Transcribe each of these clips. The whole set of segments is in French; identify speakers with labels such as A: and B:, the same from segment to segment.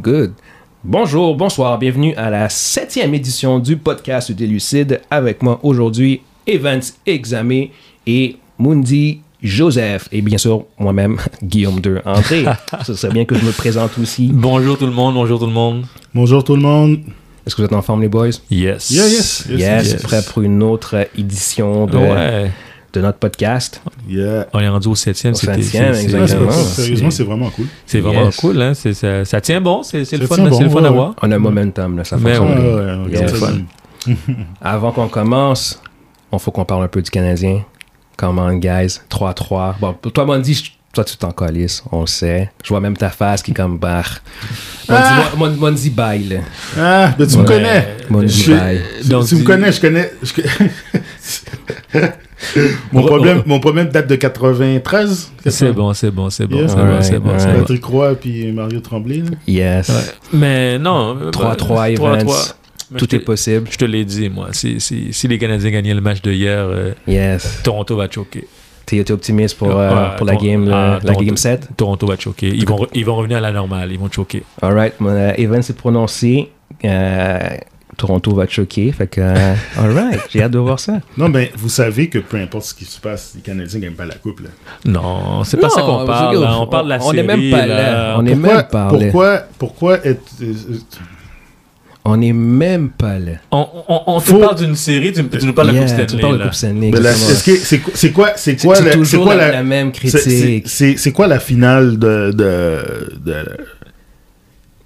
A: good. Bonjour, bonsoir, bienvenue à la septième édition du podcast des Lucides. Avec moi aujourd'hui, Evans Examé et Mundi Joseph. Et bien sûr, moi-même, Guillaume de André. Ce serait bien que je me présente aussi.
B: Bonjour tout le monde, bonjour tout le monde.
C: Bonjour tout le monde.
A: Est-ce que vous êtes en forme, les boys?
B: Yes.
C: Yeah, yes.
A: Yes, prêt pour une autre édition de,
B: Ouais.
A: de notre podcast.
C: Yeah.
B: On est rendu au septième.
A: Au
B: c'était-
A: septième,
B: c'est-
C: Ouais, c'est
A: Exactement.
C: pas- sérieusement, c'est vraiment cool.
B: C'est vraiment
A: Yes.
B: cool, hein. c'est- ça, ça tient bon, c'est c'est le
C: Ça
B: fun,
C: tient
B: c'est le
C: bon,
B: fun à
C: ouais.
B: voir.
A: On a un momentum, là, ça
B: Mais
A: fonctionne.
B: ouais.
C: Ah, Ouais, ouais, on
A: Yeah,
C: regarde ça.
A: fun. Avant qu'on commence, on faut qu'on parle un peu du Canadien. Comment, guys? 3-3. Bon, pour toi, Mondi, je- toi, tu t'en colisses, on le sait. Je vois même ta face qui est comme barre. Mondi,
C: Ah!
A: Mon- Mon- Mondi baille. là.
C: Ah, ben tu me connais.
A: Mondi
C: Je suis-
A: baille.
C: tu-
B: Donc,
C: tu me
B: tu-
C: connais, je connais. je connais- mon, problème, mon problème date de 93.
B: C'est bon, c'est bon, c'est bon,
C: Yeah.
B: c'est bon, c'est
A: Alright,
B: bon, c'est
A: alright.
B: bon.
C: Patrick Roy puis Mario Tremblay. là.
A: Yes.
B: Ouais. Mais non.
A: 3-3
B: euh,
A: Evans.
B: 3-3. Mais
A: Tout
B: je
A: est
B: te-
A: possible.
B: Je te l'ai dit, moi. Si, si, si les Canadiens gagnaient le match de hier, euh,
A: Yes.
B: Toronto va choquer.
A: T'es t'es optimiste pour, euh,
B: Ouais,
A: pour la
B: ton-
A: game, là,
B: ah,
A: la
B: ton-
A: game 7?
B: Toronto va choquer. Ils vont, re- ils vont revenir à la normale. Ils vont choquer.
A: All right. Mon, euh, Evans est prononcé. Euh, Toronto va te choquer. Fait que, euh, all right. J'ai hâte de voir ça.
C: Non, mais vous savez que peu importe ce qui se passe, les Canadiens gagnent pas la coupe. Là.
B: Non, c'est pas ça qu'on
A: Non,
B: parle.
A: parce que-
B: là. On parle de la
A: on
B: série.
A: est même pas là. On est même pas là.
C: pourquoi, pourquoi être. euh, euh,
A: On n'est même pas là.
B: On, on, on te
C: Faut-
B: parle d'une série, tu, tu nous parles de la
A: Yeah,
B: Coupe Stanley.
A: Tu parles de
B: là.
A: Coupe Stanley.
C: ben, la-
A: exactement.
C: est-ce que- C'est quoi- c'est quoi, c'est
A: C'est-
C: quoi,
A: c'est
C: la- c'est
A: toujours
C: quoi
A: la,
C: la,
A: la même
C: c'est- c'est-
A: critique.
C: c'est- c'est quoi la finale de- de- de,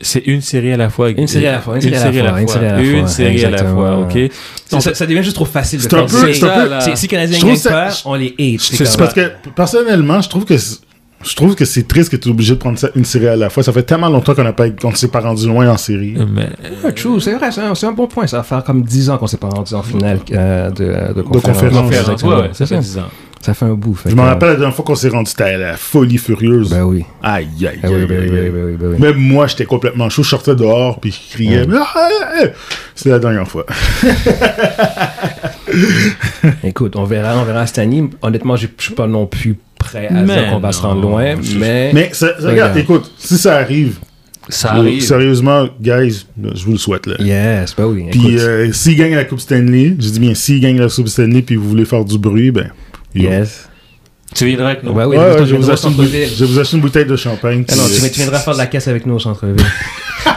B: C'est une série à la fois.
A: Une série à la fois, une série à la fois, une série à la fois.
B: Une série à la fois, ok.
A: Exactement.
B: On-
A: Ça, ça devient juste trop facile de
C: C'est
A: faire
C: un
A: ça.
C: peu- c'est un peu-
A: C'est- c'est- Si les Canadiens
C: Je trouve
A: gagnent
C: ça-
A: pas, on les hate.
B: c'est-
C: C'est
A: comme-
C: parce que personnellement, je trouve que c'est- je trouve que c'est triste que tu es obligé de prendre ça une série à la fois. Ça fait tellement longtemps qu'on n'a pas qu'on ne s'est pas rendu loin en série.
B: Mais,
A: Ouais, true, c'est vrai, c'est un, c'est un bon point. Ça va faire comme 10 ans qu'on s'est pas rendu en finale euh, de, de conférence.
C: conférence.
B: Conférence,
A: Exactement.
B: ouais, ouais, ça fait 10 ans.
A: Ça fait un bout. fait
C: Je me
A: que-
C: rappelle la dernière fois qu'on s'est rendu, c'était à la folie furieuse.
A: Ben oui.
C: Aïe, aïe,
A: Ben
C: aïe,
A: oui, ben oui,
C: aïe,
A: ben oui,
C: aïe.
A: ben oui, ben oui.
C: Même moi, j'étais complètement chaud. Je sortais dehors puis je criais. mais ah, ah, ah. C'était la dernière fois.
A: Écoute, on verra, on verra cette année. Honnêtement, je je suis pas non plus prêt à
B: Mais
A: dire qu'on va se
B: non.
A: rendre loin, mais,
C: Mais ça- ça, regarde,
A: Eh. Regarde.
C: écoute, si ça arrive,
B: Ça
C: euh,
B: arrive.
C: sérieusement, guys, je vous le souhaite. Là.
A: yes, ben oui.
C: Puis
A: écoute.
C: euh, s'ils gagnent la Coupe Stanley, je dis bien s'ils gagnent la Coupe Stanley puis vous voulez faire du bruit, ben. ils vont-
A: yes.
B: Tu viendras avec nous.
A: Ben oui,
C: Ouais,
A: je
C: ouais,
A: vais
C: je, vous
A: au
C: achète une
A: centre-ville.
C: bouteille, je vous achète une bouteille de champagne.
A: Ah non, tu,
C: Puis,
A: tu viendras faire de la caisse avec nous au centre-ville.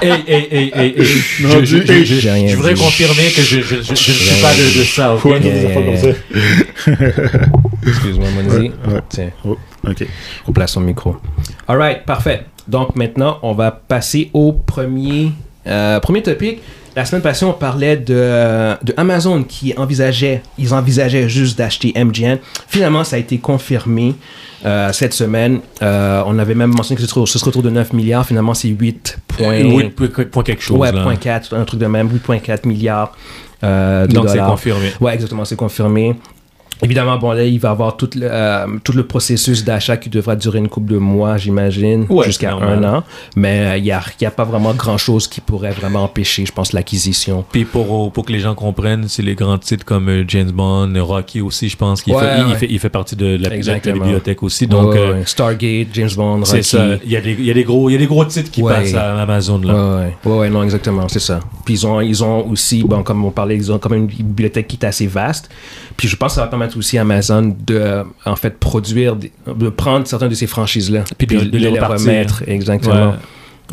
B: Hey, hey, hey, hey, hey.
C: Non,
B: Je, je-
C: tu-
B: je-
C: hey,
B: je-
A: j'ai rien
B: je voudrais
A: dit.
B: confirmer que je, je- je- je ne suis pas de, de ça, ok?
C: quoi, des
A: Yeah,
C: affaires
A: yeah,
C: comme
A: yeah. Excuse-moi, Monzi.
C: ouais.
A: Tiens,
C: ça. Ok.
A: replace son micro. All right, parfait. Donc maintenant, on va passer au premier, euh, premier topic. La semaine passée, on parlait de, de Amazon qui envisageait, ils envisageaient juste d'acheter MGN. Finalement, ça a été confirmé euh, cette semaine. Euh, on avait même mentionné que ce serait, ce serait autour de 9 milliards. Finalement, c'est 8 points.
B: Oui, point- point- point quelque chose.
A: ouais,
B: là.
A: point 4, un truc de même, 8.4 milliards euh, de
B: Donc c'est
A: dollars.
B: confirmé.
A: Ouais, exactement, c'est confirmé. Évidemment, bon, là, il va y avoir tout le, euh, tout le processus d'achat qui devra durer une couple de mois, j'imagine,
B: Ouais,
A: jusqu'à un
B: normal.
A: an. Mais euh, il n'y a, y a pas vraiment grand-chose qui pourrait vraiment empêcher, je pense, l'acquisition.
B: Puis pour, pour que les gens comprennent, c'est les grands titres comme euh, James Bond, Rocky aussi, je pense qu'il
A: Ouais,
B: fait, il-
A: ouais.
B: Il fait, il fait partie de la, de la- de la
A: Exactement.
B: bibliothèque aussi. Donc,
A: Ouais,
B: euh,
A: ouais, Stargate, James Bond,
B: c'est
A: Rocky.
B: ça. Il y, a des, il, y a des gros, il y a des gros titres qui
A: Ouais.
B: passent à Amazon.
A: Ouais,
B: Là.
A: ouais, ouais, ouais, non, exactement, c'est ça. Puis ils ont, ils ont aussi, bon, comme on parlait, ils ont quand même une bibliothèque qui est assez vaste. Puis je pense que ça va permettre aussi à Amazon de, euh, en fait, produire, des- de prendre certaines de ces franchises-là.
B: Puis de- de les repartir.
A: remettre, exactement,
B: Ouais.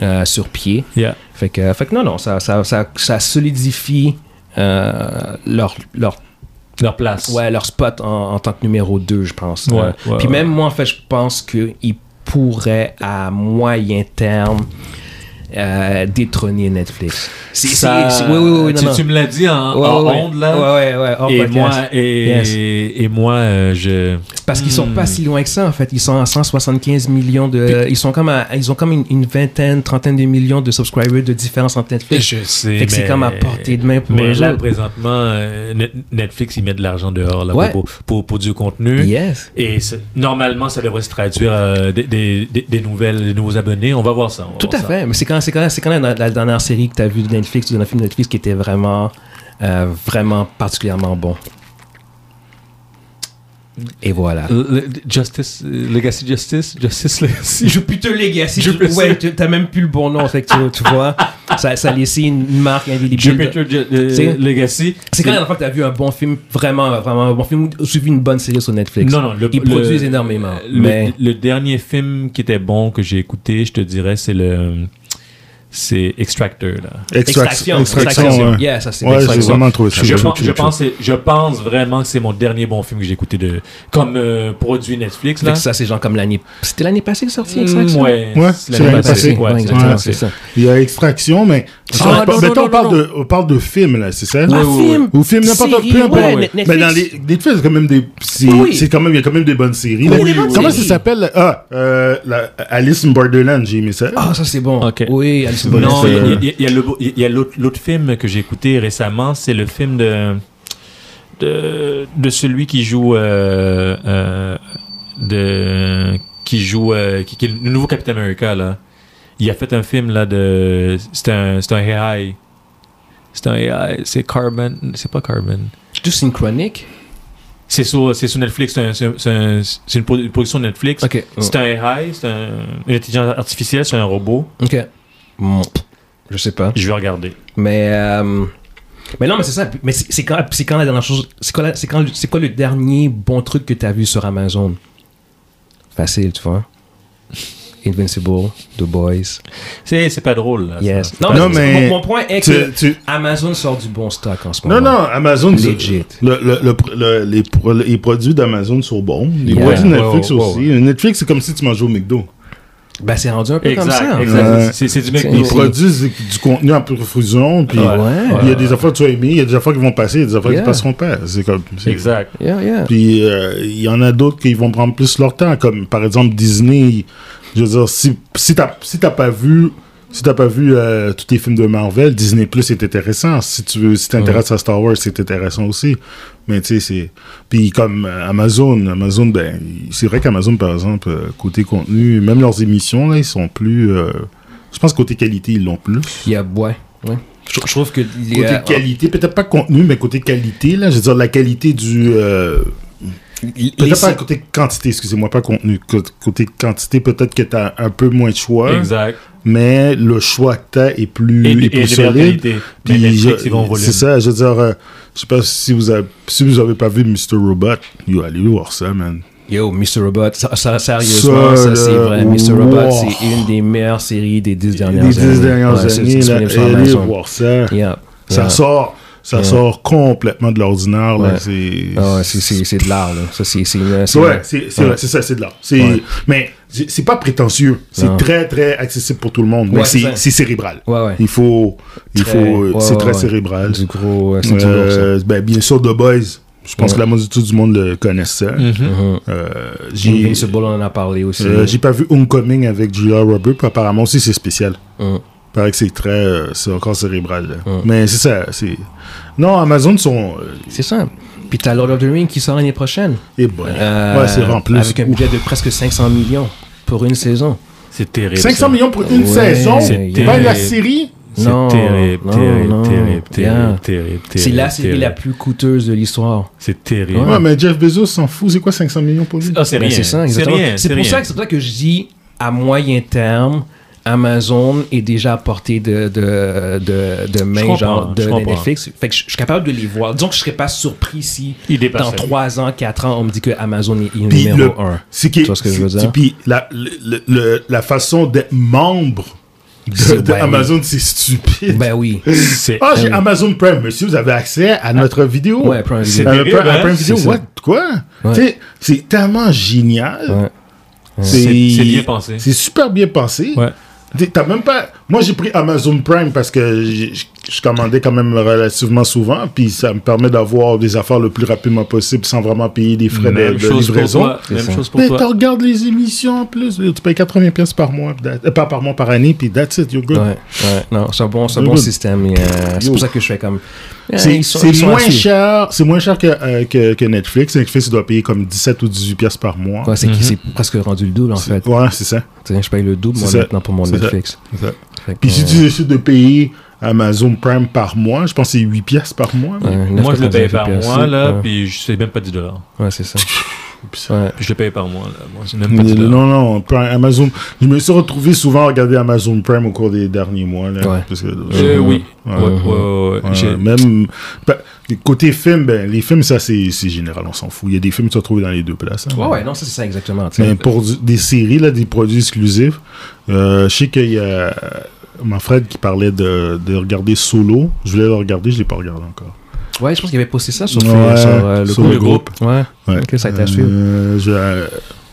A: euh, sur pied.
B: Yeah.
A: Fait que, fait que non, non, ça, ça, ça, ça solidifie euh, leur, leur,
B: Leur place.
A: ouais, leur spot en, en tant que numéro 2, je pense.
B: Ouais,
A: Euh,
B: ouais,
A: Puis
B: ouais.
A: même moi, en fait, je pense qu'ils pourraient, à moyen terme, euh, détrôner Netflix. C'est-
B: Ça-
A: c'est- c'est- oui, oui, oui, non,
B: tu,
A: non.
B: tu me l'as dit en,
A: Ouais,
B: en
A: ouais, ouais.
B: ondes, là.
A: Ouais, ouais, ouais, hors
B: Et
A: podcast.
B: moi, et,
A: Yes.
B: et, et moi, euh, je.
A: Parce qu'ils sont
B: Hmm.
A: pas si loin que ça, en fait. Ils sont à 175 millions de. ils, sont comme à- ils ont comme une, une vingtaine, trentaine de millions de subscribers de différence entre Netflix.
B: Je sais.
A: Fait que c'est
B: mais-
A: comme à portée de main pour
B: Mais
A: eux
B: là,
A: autres.
B: présentement, euh, Net- Netflix, ils mettent de l'argent dehors là,
A: Ouais.
B: pour, pour, pour du contenu.
A: Yes.
B: Et c'est- normalement, ça devrait se traduire euh, des, des, des- des nouvelles, des nouveaux abonnés. On va voir ça. on va
A: Tout
B: voir
A: à
B: ça.
A: fait. Mais c'est quand, c'est quand, c'est quand la, la dernière série que tu as vue de Netflix ou dans un film de Netflix qui était vraiment, euh, vraiment particulièrement bon. Et voilà.
B: Le- le- Justice, euh, Legacy Justice, Justice Legacy.
A: Je puis te léguer. Si tu-
B: Jupiter.
A: ouais, tu- t'as même plus le bon nom, fait que tu, tu vois, ça, ça laissait une marque indélébile. de-
B: Jupiter Ju- euh,
A: C'est-
B: Legacy.
A: C'est quand la dernière fois que t'as vu un bon film, vraiment, vraiment un bon film, ou suivi une bonne série sur Netflix
B: Non, non, le,
A: Ils
B: le-
A: produisent énormément.
B: Le,
A: mais
B: le dernier film qui était bon que j'ai écouté, je te dirais, c'est le. C'est Extractor, là.
A: Extraction,
C: Extraction,
A: Extraction,
C: ouais.
A: yeah, ça c'est
C: Ouais, j'ai
A: Extraction.
C: vraiment trouvé ça.
B: Je,
C: cool.
B: pense, je, pense, c'est- je pense vraiment que c'est mon dernier bon film que j'ai écouté de, comme euh, produit Netflix.
A: Fait
B: Là.
A: que ça, c'est genre comme l'année. C'était l'année passée sorti
B: Mm,
A: Extraction
B: ouais,
C: Ouais,
B: c'est
C: c'est
B: l'année
C: l'année
B: passée.
C: passée.
B: Ouais,
A: Ouais,
B: c'est
A: exactement,
B: l'année
A: c'est
B: passée.
A: ça.
C: Il y a Extraction, mais.
B: Ah, non,
C: mais
B: non,
C: on,
B: non,
C: parle
B: non.
C: De, on parle de film, là, c'est ça?
A: Un
B: Ouais, ouais,
A: film.
C: Ou film, n'importe
A: Série,
C: peu importe.
A: ouais,
C: Ouais.
A: Netflix.
C: Mais dans les Netflix, c'est quand même des. C'est
A: Oui.
C: c'est quand même, il y a quand même des bonnes séries. là.
A: Oui, des bonnes
C: Comment
A: séries.
C: ça s'appelle? là? Ah, euh, la- Alice in Borderland, j'ai aimé ça.
A: Ah, ça c'est bon.
B: Ok.
A: Oui, Alice in
B: Non,
A: Borderland.
B: il y a- il y, a- il y a le beau- il y a l'autre l'autre film que j'ai écouté récemment, c'est le film de, de, de celui qui joue. euh, euh, de, qui joue. euh, qui, qui est le nouveau Captain America, là. Il a fait un film, là, de. C'est un, c'est un AI. C'est un AI. C'est Carbon. C'est pas Carbon.
A: Juste une chronique.
B: C'est sur, c'est sur Netflix. C'est un- c'est un- c'est un- c'est une produ- production de Netflix.
A: Ok. Oh.
B: C'est un AI. C'est un, une intelligence artificielle. C'est un robot.
A: Ok. Bon, Je sais pas.
B: Je vais regarder.
A: Mais euh, mais non, mais c'est ça. Mais c'est c'est quand, c'est quand la dernière chose. C'est quoi, la- c'est quand, c'est quoi le dernier bon truc que t'as vu sur Amazon Facile, tu vois. Invincible, The Boys.
B: C'est c'est pas drôle, là. ça.
A: Yes.
B: C'est
A: Non,
B: pas
A: mais,
C: Non, mais-
A: mon, mon point est
C: Tu-
A: que
C: tu-
A: Amazon sort du bon stock en ce
C: Non,
A: moment.
C: non, Amazon. c'est-
A: Legit.
C: Le, le- le pr- le- les, pro- les produits d'Amazon sont bons. Les
A: Yeah.
C: produits de
B: Ouais,
C: Netflix
B: ouais, ouais,
C: aussi. Netflix, c'est comme si tu mangeais au McDo.
A: Ben, c'est rendu un peu comme ça.
B: Exact,
C: Ouais.
B: exact. C'est- C'est du mec.
A: C'est-
C: Ils
A: Ouais.
C: produisent du contenu en profusion. Puis
A: Ouais.
C: Il y a des affaires que tu as aimées, il y a des affaires qui vont passer, il y a des affaires
A: Yeah.
C: qui passeront pas. C'est comme. c'est-
B: Exact.
A: Yeah, yeah.
C: Puis euh, il y en a d'autres qui vont prendre plus leur temps, comme par exemple Disney. Je veux dire, si, si t'as si t'as pas vu. Si t'as pas vu euh, tous les films de Marvel, Disney Plus est intéressant. Si tu veux, si t'intéresses à Star Wars, c'est intéressant aussi. Mais tu sais, c'est. Puis comme euh, Amazon, Amazon, ben, il- c'est vrai qu'Amazon, par exemple, euh, côté contenu, même leurs émissions, là, ils sont plus. euh, je pense côté qualité, ils l'ont plus.
A: Il y a, ouais. ouais. Je, je trouve que. il y
C: Côté
A: a-
C: qualité, peut-être pas contenu, mais côté qualité, là, je veux dire, la qualité du. euh,
A: il- il-
C: Peut-être pas côté quantité, excusez-moi, pas contenu. Côté- Côté quantité, peut-être que t'as un peu moins de choix,
B: Exact.
C: mais le choix que t'as est plus, est plus
B: des meilleures
C: solide.
B: qualités.
C: Puis
B: Mais Netflix,
C: je-
B: ils vont voler.
C: c'est ça, je veux dire, euh, je sais pas si vous avez, si vous avez pas vu Mr. Robot, yo, allez voir ça, man.
A: Yo, Mr. Robot, ça, ça- sérieusement, ça,
C: Ça,
A: c'est
C: là,
A: vrai. Mr. Robot,
C: wow.
A: c'est une des meilleures séries des dix
C: Les
A: dernières années.
C: dix dernières
A: Ouais, c'est- c'est
C: années, là,
A: disponible sur
C: allez
A: Amazon.
C: voir ça.
A: Yeah.
C: Ça
A: Yeah.
C: sort, ça
A: Yeah.
C: sort complètement de l'ordinaire, là,
A: Ouais.
C: c'est...
A: Ah ouais, c'est- c'est c'est de l'art, là. Ça, c'est c'est une. c'est
C: Ouais,
A: une-
C: c'est c'est vrai, c'est ça, c'est de l'art. C'est-
A: Ouais.
C: Mais c'est c'est pas prétentieux. C'est
A: Non.
C: très, très accessible pour tout le monde.
A: Ouais,
C: Mais
A: c'est
C: c'est
A: ça.
C: c'est cérébral.
A: Ouais, ouais.
C: Il faut. Il
A: Très-
C: faut euh,
A: ouais,
C: c'est
A: ouais,
C: très
A: ouais.
C: cérébral.
A: Du gros. euh, C'est du lourd, ça.
C: Euh, ben, bien sûr, The Boys. Je pense
A: Ouais.
C: que la majorité du monde le connaît ça.
A: Mhm.
C: Euh, J'ai
A: Invincible, on en a parlé aussi.
C: euh, j'ai pas vu Homecoming avec Julia Roberts. puis Apparemment aussi, c'est spécial.
A: Mhm.
C: Paraît que c'est très. euh, c'est encore cérébral. là.
A: Ouais.
C: Mais c'est ça. c'est- Non, Amazon sont. euh,
A: C'est ça. Puis t'as Lord of the Rings qui sort l'année prochaine.
C: eh boy.
A: Euh,
C: ouais, c'est en plus.
A: Avec un budget de presque 500 millions pour une saison.
B: C'est terrible.
C: 500
B: ça.
C: millions pour une
A: Ouais,
C: saison,
A: c'est
C: pas la
B: terrible.
C: série.
B: C'est
A: Non,
B: terrible,
A: non,
B: terrible,
A: non.
B: terrible,
A: Yeah.
B: terrible, terrible.
A: C'est la
B: terrible,
A: série la
B: terrible.
A: plus coûteuse de l'histoire.
B: C'est
C: Ouais,
B: terrible.
C: mais Jeff Bezos s'en fout. C'est quoi 500 millions pour lui
B: Ah, c'est
A: Ben,
B: rien.
A: c'est ça,
B: C'est
A: exactement.
B: rien.
A: C'est pour,
B: rien.
A: ça que- c'est pour ça que je dis à moyen terme, Amazon est déjà à portée de, de, de, de
B: Je
A: main
B: comprends,
A: genre de,
B: je
A: de
B: comprends.
A: Netflix. Fait que je, je suis capable de les voir. Donc je serais pas surpris si
B: Il dépasse.
A: dans
B: ça.
A: 3 ans, 4 ans, on me dit que Amazon est, est
C: Puis
A: numéro
C: le-
A: 1.
C: C'est qui
A: Tu vois ce que je veux
C: c'est-
A: dire?
C: Puis la, le- le- le- la façon d'être membre de,
A: C'est-
C: de
A: ouais,
C: Amazon, c'est stupide.
A: Ben oui. Ah.
B: C'est
C: ah, j'ai Amazon Prime, monsieur, vous avez accès à notre vidéo.
A: Ouais, Prime Video.
C: À
B: C'est
C: notre-
B: terrible,
C: à Prime
B: hein?
C: Video,
A: C'est ça.
C: what? Quoi?
A: Ouais.
C: Tu sais, C'est tellement génial.
A: Ouais.
B: C'est- c'est bien pensé.
C: C'est super bien pensé.
B: Ouais.
C: T'es- T'as même pas. Moi, j'ai pris Amazon Prime parce que j'ai- je je commandais quand même relativement souvent, puis ça me permet d'avoir des affaires le plus rapidement possible sans vraiment payer des frais de,
B: Même
C: de
B: chose pour
C: livraison.
B: toi.
A: C'est
B: Même
A: ça.
B: chose pour
C: Mais tu
B: toi.
C: regardes les émissions en plus. Tu payes 80 pièces par mois, that- euh, pas par mois, par année, puis that's it, you're good.
A: Ouais, ouais. Non, c'est un bon, c'est un
C: Good.
A: bon système. et, euh, c'est
C: Yo.
A: pour ça que je fais comme. Euh,
C: C'est
A: ils sont-
C: c'est
A: ils sont
C: moins
A: assis.
C: cher, c'est moins cher que, euh, que, que Netflix. Netflix, tu dois payer comme 17 ou 18 pièces par mois.
A: Ouais, c'est
B: Mhm.
A: qui- c'est presque rendu le double en fait.
C: Ouais, c'est ça.
A: Tu sais, Je paye le double
C: C'est
A: moi
C: ça.
A: maintenant pour mon
C: C'est ça.
A: Netflix.
C: c'est ça.
A: Fait que,
C: Puis si
A: euh,
C: tu décides de payer Amazon Prime par mois, je pense que c'est 8 pièces par mois. mais-
A: ouais,
B: Moi, je le paye par
A: 9,99
B: mois, là,
A: Ouais.
B: puis je sais même pas 10 dollars.
A: Ouais, c'est ça.
C: Puis ça-
A: Ouais.
B: Je le paye par mois, là. Moi, je n'aime pas ça.
C: Non, non, Prime- Amazon. Je me suis retrouvé souvent à regarder Amazon Prime au cours des derniers mois. Là,
A: Ouais.
C: parce que-
B: Euh, oui.
C: Ouais.
B: Ouais, ouais, ouais, ouais.
C: Ouais,
B: J'ai-
C: même pa- côté film, ben, les films, ça c'est c'est général, on s'en fout. Il y a des films qui sont trouvés dans les deux places. hein.
A: Ouais, ouais, non, ça, c'est ça exactement. tu sais.
C: Mais pour du- des séries, là, des produits exclusifs, euh, je sais qu'il y a euh, mon frère qui parlait de, de regarder Solo. Je voulais le regarder, je l'ai pas regardé encore.
A: Ouais, je pense qu'il avait posté ça sur,
C: Ouais,
A: sur, euh, le
C: sur
A: groupe.
C: le groupe.
A: Ouais.
C: Ouais.
A: Ok, ça a été à suivre.
C: Euh, je vais, euh,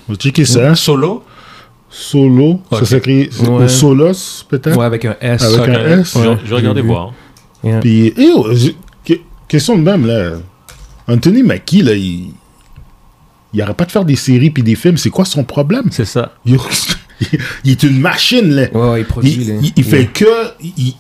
C: je vais checker ça.
B: Solo
C: Solo,
B: Ok.
C: ça s'écrit c'est-
A: Ouais.
C: Solos, peut-être.
A: Ouais, avec un S.
C: Avec
B: Ok.
C: un S?
B: Je-
A: Ouais,
B: Je vais regarder
A: j'ai vu.
B: voir.
A: Yeah.
C: Puis, eh oh, j'ai- que- question de même, là. Anthony Mackie, là, il. Il arrête pas de faire des séries puis des films. C'est quoi son problème?
B: C'est ça.
C: Il, il est une machine, là.
A: Ouais, ouais, il produit.
C: Il,
A: là.
C: il- il fait
A: Ouais.
C: que. il-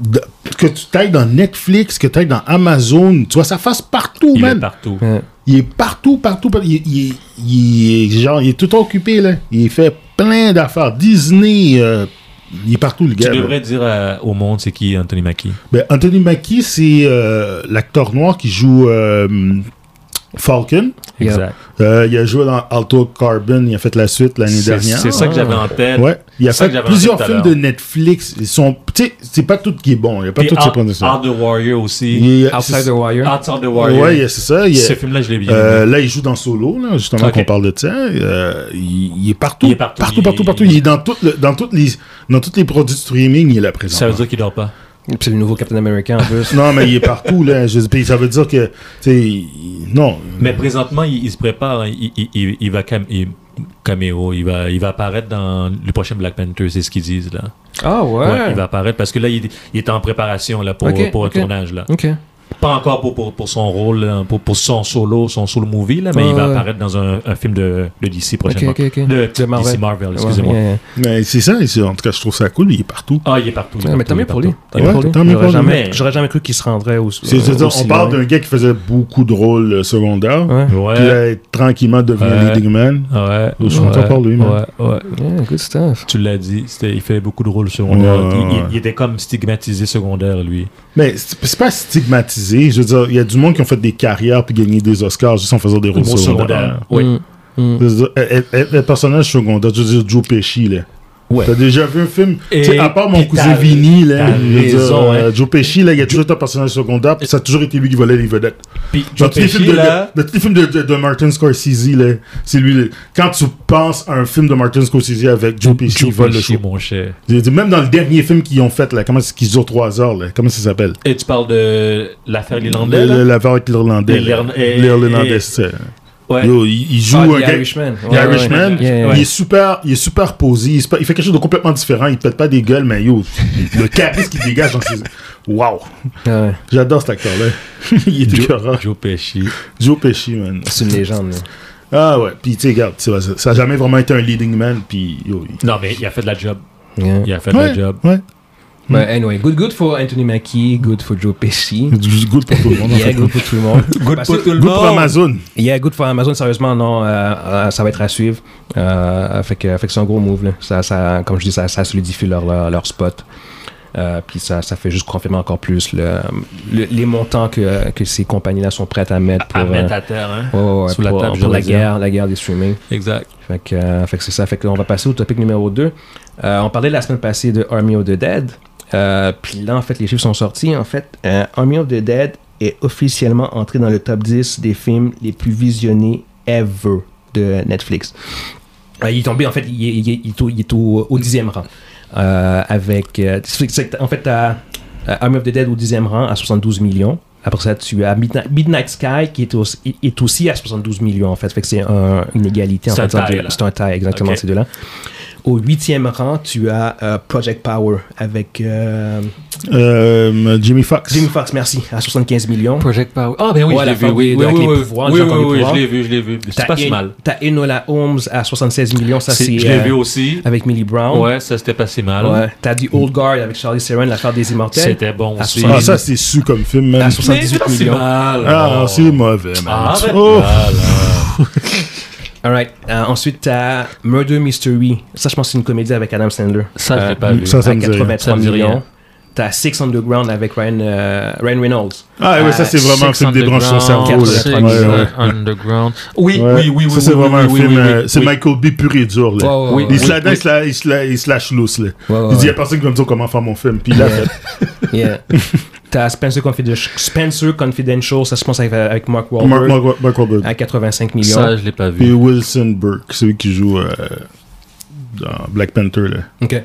C: de- que tu tailles dans Netflix, que tu ailles dans Amazon, tu vois sa face partout,
B: Il est
C: man.
B: partout.
A: Ouais.
C: il est partout, partout. partout. Il, il- il est genre, il est tout occupé, là. Il fait plein d'affaires. Disney, euh, il est partout, le
B: Tu
C: gars. là.
B: devrais dire à- au monde c'est qui Anthony Mackie.
C: Ben, Anthony Mackie, c'est euh, l'acteur noir qui joue euh, Falcon.
A: Yeah.
B: Exact.
C: Euh, il a joué dans Alto Carbon, il a fait la suite l'année
B: C'est
C: dernière.
B: c'est ça que j'avais en tête.
C: Ouais, il a
B: C'est ça
C: fait
B: que j'avais
C: plusieurs
B: entendu tout à
C: films de Netflix. Ils sont, tu sais, c'est pas tout qui est bon. Il n'y a pas
B: Puis
C: tout qui est
B: Out,
C: bon.
B: Out the Warrior aussi.
C: Il-
A: Outside the
C: c'est-
A: Wire.
B: Outside the Warrior.
C: Ouais, il y a- c'est ça. il y a-
B: Ce film-là, je l'ai bien aimé.
C: euh, là, il joue dans Solo, là, justement,
B: Ok.
C: qu'on parle de ça. Euh, il, il est partout.
B: Il est partout,
C: partout,
B: il-
C: partout, partout. Il est dans, tout le- dans, toutes les, dans tous les produits de streaming, il est là présent.
B: Ça veut dire qu'il dort pas.
A: Puis C'est le nouveau Captain America en plus.
C: Non, mais il est partout, là. Je, puis ça veut dire que, tu sais, il- non.
B: Mais présentement, il, il se prépare. hein. Il, il- il- il va cam- il- caméo. Il va, il va apparaître dans le prochain Black Panther. C'est ce qu'ils disent là.
A: Ah ouais.
B: Ouais, il va apparaître parce que là, il, il est en préparation là pour,
A: Ok,
B: pour
A: ok.
B: un tournage là.
A: Ok.
B: Pas encore pour, pour, pour son rôle, là, pour, pour son solo, son solo movie là, mais
A: Ouais,
B: il va
A: ouais.
B: apparaître dans un, un film de, de DC prochainement.
A: ok, ok.
B: De,
A: De Marvel.
B: DC Marvel, excusez-moi.
A: Ouais, ouais.
C: Mais c'est ça, c'est- en tout cas, je trouve ça cool, il est partout.
B: Ah, il est partout. il est
A: Ouais, mais
B: partout,
A: tant
B: il est
A: mieux pour
B: partout.
A: lui.
B: Il est partout.
C: Ouais,
A: Pour lui.
C: tant mieux
A: J'aurais
C: pour lui.
A: jamais, j'aurais jamais cru qu'il se rendrait au.
B: Euh,
C: C'est, je veux dire,
A: aussi
C: on parle
A: loin.
C: d'un gars qui faisait beaucoup de rôles euh, secondaires,
A: Ouais.
C: qui
B: Ouais.
C: là, est tranquillement devenu un
B: Ouais.
C: leading man.
B: Ouais.
C: Je suis content
B: ouais,
C: pour lui, man.
B: Ouais, ouais.
A: Yeah, good stuff.
B: Tu l'as dit, c'était- il fait beaucoup de rôles secondaires.
C: Ouais,
B: il, il-
C: ouais.
B: il était comme stigmatisé secondaire, lui.
C: Mais c'est, c'est pas stigmatisé. Je veux dire, il y a du monde qui ont fait des carrières puis gagné des Oscars juste en faisant des rôles
B: Rôle
C: secondaires.
B: secondaire. Oui.
A: Mm. Mm.
C: Je veux dire, euh, euh, euh, personnage secondaire, je veux dire Joe Pesci, là.
B: Ouais.
C: T'as déjà vu un film, tu
B: Et
C: sais, à part mon
B: puis
C: cousin
B: t'as-
C: Vinny, là,
B: t'as
C: je veux dire,
B: raison,
C: euh,
B: hein.
C: Joe Pesci, là, il y a toujours un personnage secondaire, puis ça a toujours été lui qui volait les vedettes.
B: Puis,
C: Dans
B: Joe
C: tous les
B: Pesci,
C: films de,
B: là,
C: de- de tous les films de- de- de Martin Scorsese, là, c'est lui. le- Quand tu penses à un film de Martin Scorsese avec Joe Pesci, il
B: Joe
C: vole le
B: Pesci,
C: show.
B: mon cher.
C: Je veux dire, Même dans le dernier film qu'ils ont fait, là, comment c'est qu'ils durent trois heures, là, comment ça s'appelle
B: Et tu parles de l'affaire irlandaise.
C: Le- le- L'affaire avec l'Irlandais.
B: Et
C: là.
B: l'Irla- et-
C: L'Irlandais,
B: et-
C: c'est ça.
B: Ouais.
C: Yo, il, il joue
A: Ah,
C: un
A: The
C: gars.
A: Irishman. Ouais,
C: The
A: ouais,
C: Irishman,
A: ouais. Yeah,
C: il est
A: ouais.
C: super, il est super posé, il, se pa- il fait quelque chose de complètement différent, il pète pas des gueules, mais yo, le charisme qu'il dégage dans ses... Wow!
A: Ah Ouais, ouais.
C: J'adore cet acteur-là. il est écœurant.
B: Joe, Joe Pesci.
C: Joe Pesci, man.
A: C'est une légende. là.
C: Ah ouais, puis tu sais, regarde, ça, ça a jamais vraiment été un leading man, puis yo, il-
B: Non, mais il a fait de la job.
A: Yeah.
B: Il a fait de
C: Ouais,
B: la job.
C: ouais.
A: But anyway, good good for Anthony Mackie, good for Joe Pesci.
C: Du good pour tout le monde, en
A: Yeah,
C: fait.
A: good pour tout Bah, le monde. Parce que-
C: Good pour Amazon.
A: Yeah, good for Amazon, sérieusement, non, euh, euh, ça va être à suivre. Euh, fait que, fait que c'est un gros move. Là. Ça, ça, comme je dis, ça, ça solidifie leur, leur, leur spot. Euh, puis ça, ça fait juste confirmer encore plus le, le- les montants que, que ces compagnies-là sont prêtes à mettre pour,
B: à
A: euh,
B: mettre à terre, hein.
A: ouais, ouais, ouais,
B: sous la
A: pour-
B: table,
A: pour la
B: j'aurais dit.
A: guerre, la guerre des streaming.
B: Exact.
A: Fait que, euh, fait que c'est ça. Fait qu'on va passer au topic numéro 2. Euh, on parlait la semaine passée de Army of the Dead. Euh, Puis là, en fait, les chiffres sont sortis. En fait, euh, Army of the Dead est officiellement entré dans le top 10 des films les plus visionnés ever de Netflix. Euh, il est tombé, en fait, il est, il est- il est au, il est au- au dixième rang. Euh, avec, euh, c'est- c'est- en fait, t'as euh, Army of the Dead au dixième rang à 72 millions. Après ça, tu as Midnight, Midnight Sky qui est aussi, est aussi à 72 millions, en fait. Fait que c'est un- une égalité. en
B: C'est
A: fait,
B: un
A: entre-
B: tie, là.
A: C'est un tie, exactement,
B: Ok.
A: ces deux-là. Au huitième rang, tu as euh, Project Power avec euh,
C: Euh, Jimmy Fox.
A: Jamie Fox, merci, à 75 millions.
B: Project Power. Ah, ben oui,
A: Ouais,
B: je
A: la
B: l'ai vu.
A: fin
B: Oui,
A: de-
B: oui,
A: avec
B: oui,
A: les
B: oui,
A: pouvoirs,
B: oui,
A: les gens qui ont
B: oui,
A: les
B: oui,
A: pouvoirs.
B: je l'ai vu, je l'ai vu.
A: T'as
B: C'est pas si
A: En-
B: mal.
A: T'as Enola Holmes à 76 millions, ça
B: C'est-
A: c'est
B: je l'ai
A: euh,
B: vu aussi.
A: avec Millie Brown.
B: Ouais, ça c'était pas si mal.
A: Ouais. T'as du Old Guard avec Charlie Theron, l'affaire des immortels.
B: C'était bon
A: À
B: aussi.
C: Ah,
A: soixante-
C: ça, c'est su comme film, man.
D: Ah,
A: À 78
B: pas si
A: millions.
B: mal.
C: Ah,
B: Oh.
C: c'est mauvais,
B: Ah,
C: man.
B: arrête.
C: Oh.
B: Ah, là.
A: Alright. Euh, ensuite, t'as Murder Mystery. Ça, je pense que c'est une comédie avec Adam Sandler.
B: Ça, je
A: Euh,
B: l'ai pas vu.
C: ça,
A: à
C: me dit rien.
A: 83
B: Ça me dit rien.
A: millions. t'as Six Underground avec Ryan, euh, Ryan Reynolds.
C: Ah, oui, ça, c'est vraiment un film des branches son cerveau. là.
A: Six
C: Ouais, ouais.
D: Underground. Oui,
C: Ouais.
D: oui, oui, oui.
C: ça, c'est
D: oui,
C: vraiment
D: oui,
C: un
D: oui,
C: film.
D: oui,
C: euh,
D: oui,
C: c'est
D: oui.
C: Michael B. pur et dur. Là.
D: Ouais, ouais, ouais.
C: il, se
A: Oui,
C: la donne, il se la- il se la- il se lâche lousse. Là.
A: Ouais, ouais,
C: il dit il y a
A: ouais.
C: personne qui va me dire comment faire mon film. Puis il l'a fait.
A: Yeah. T'as Spencer, Confide- Spencer Confidential, ça se pense avec, avec Mark Wahlberg
C: Mark, Mark- Mark Wahlberg.
A: à 85 millions.
D: Ça, je l'ai pas
C: Puis
D: vu.
C: Wilson Burke, celui qui joue euh, dans Black Panther. Là.
A: Ok.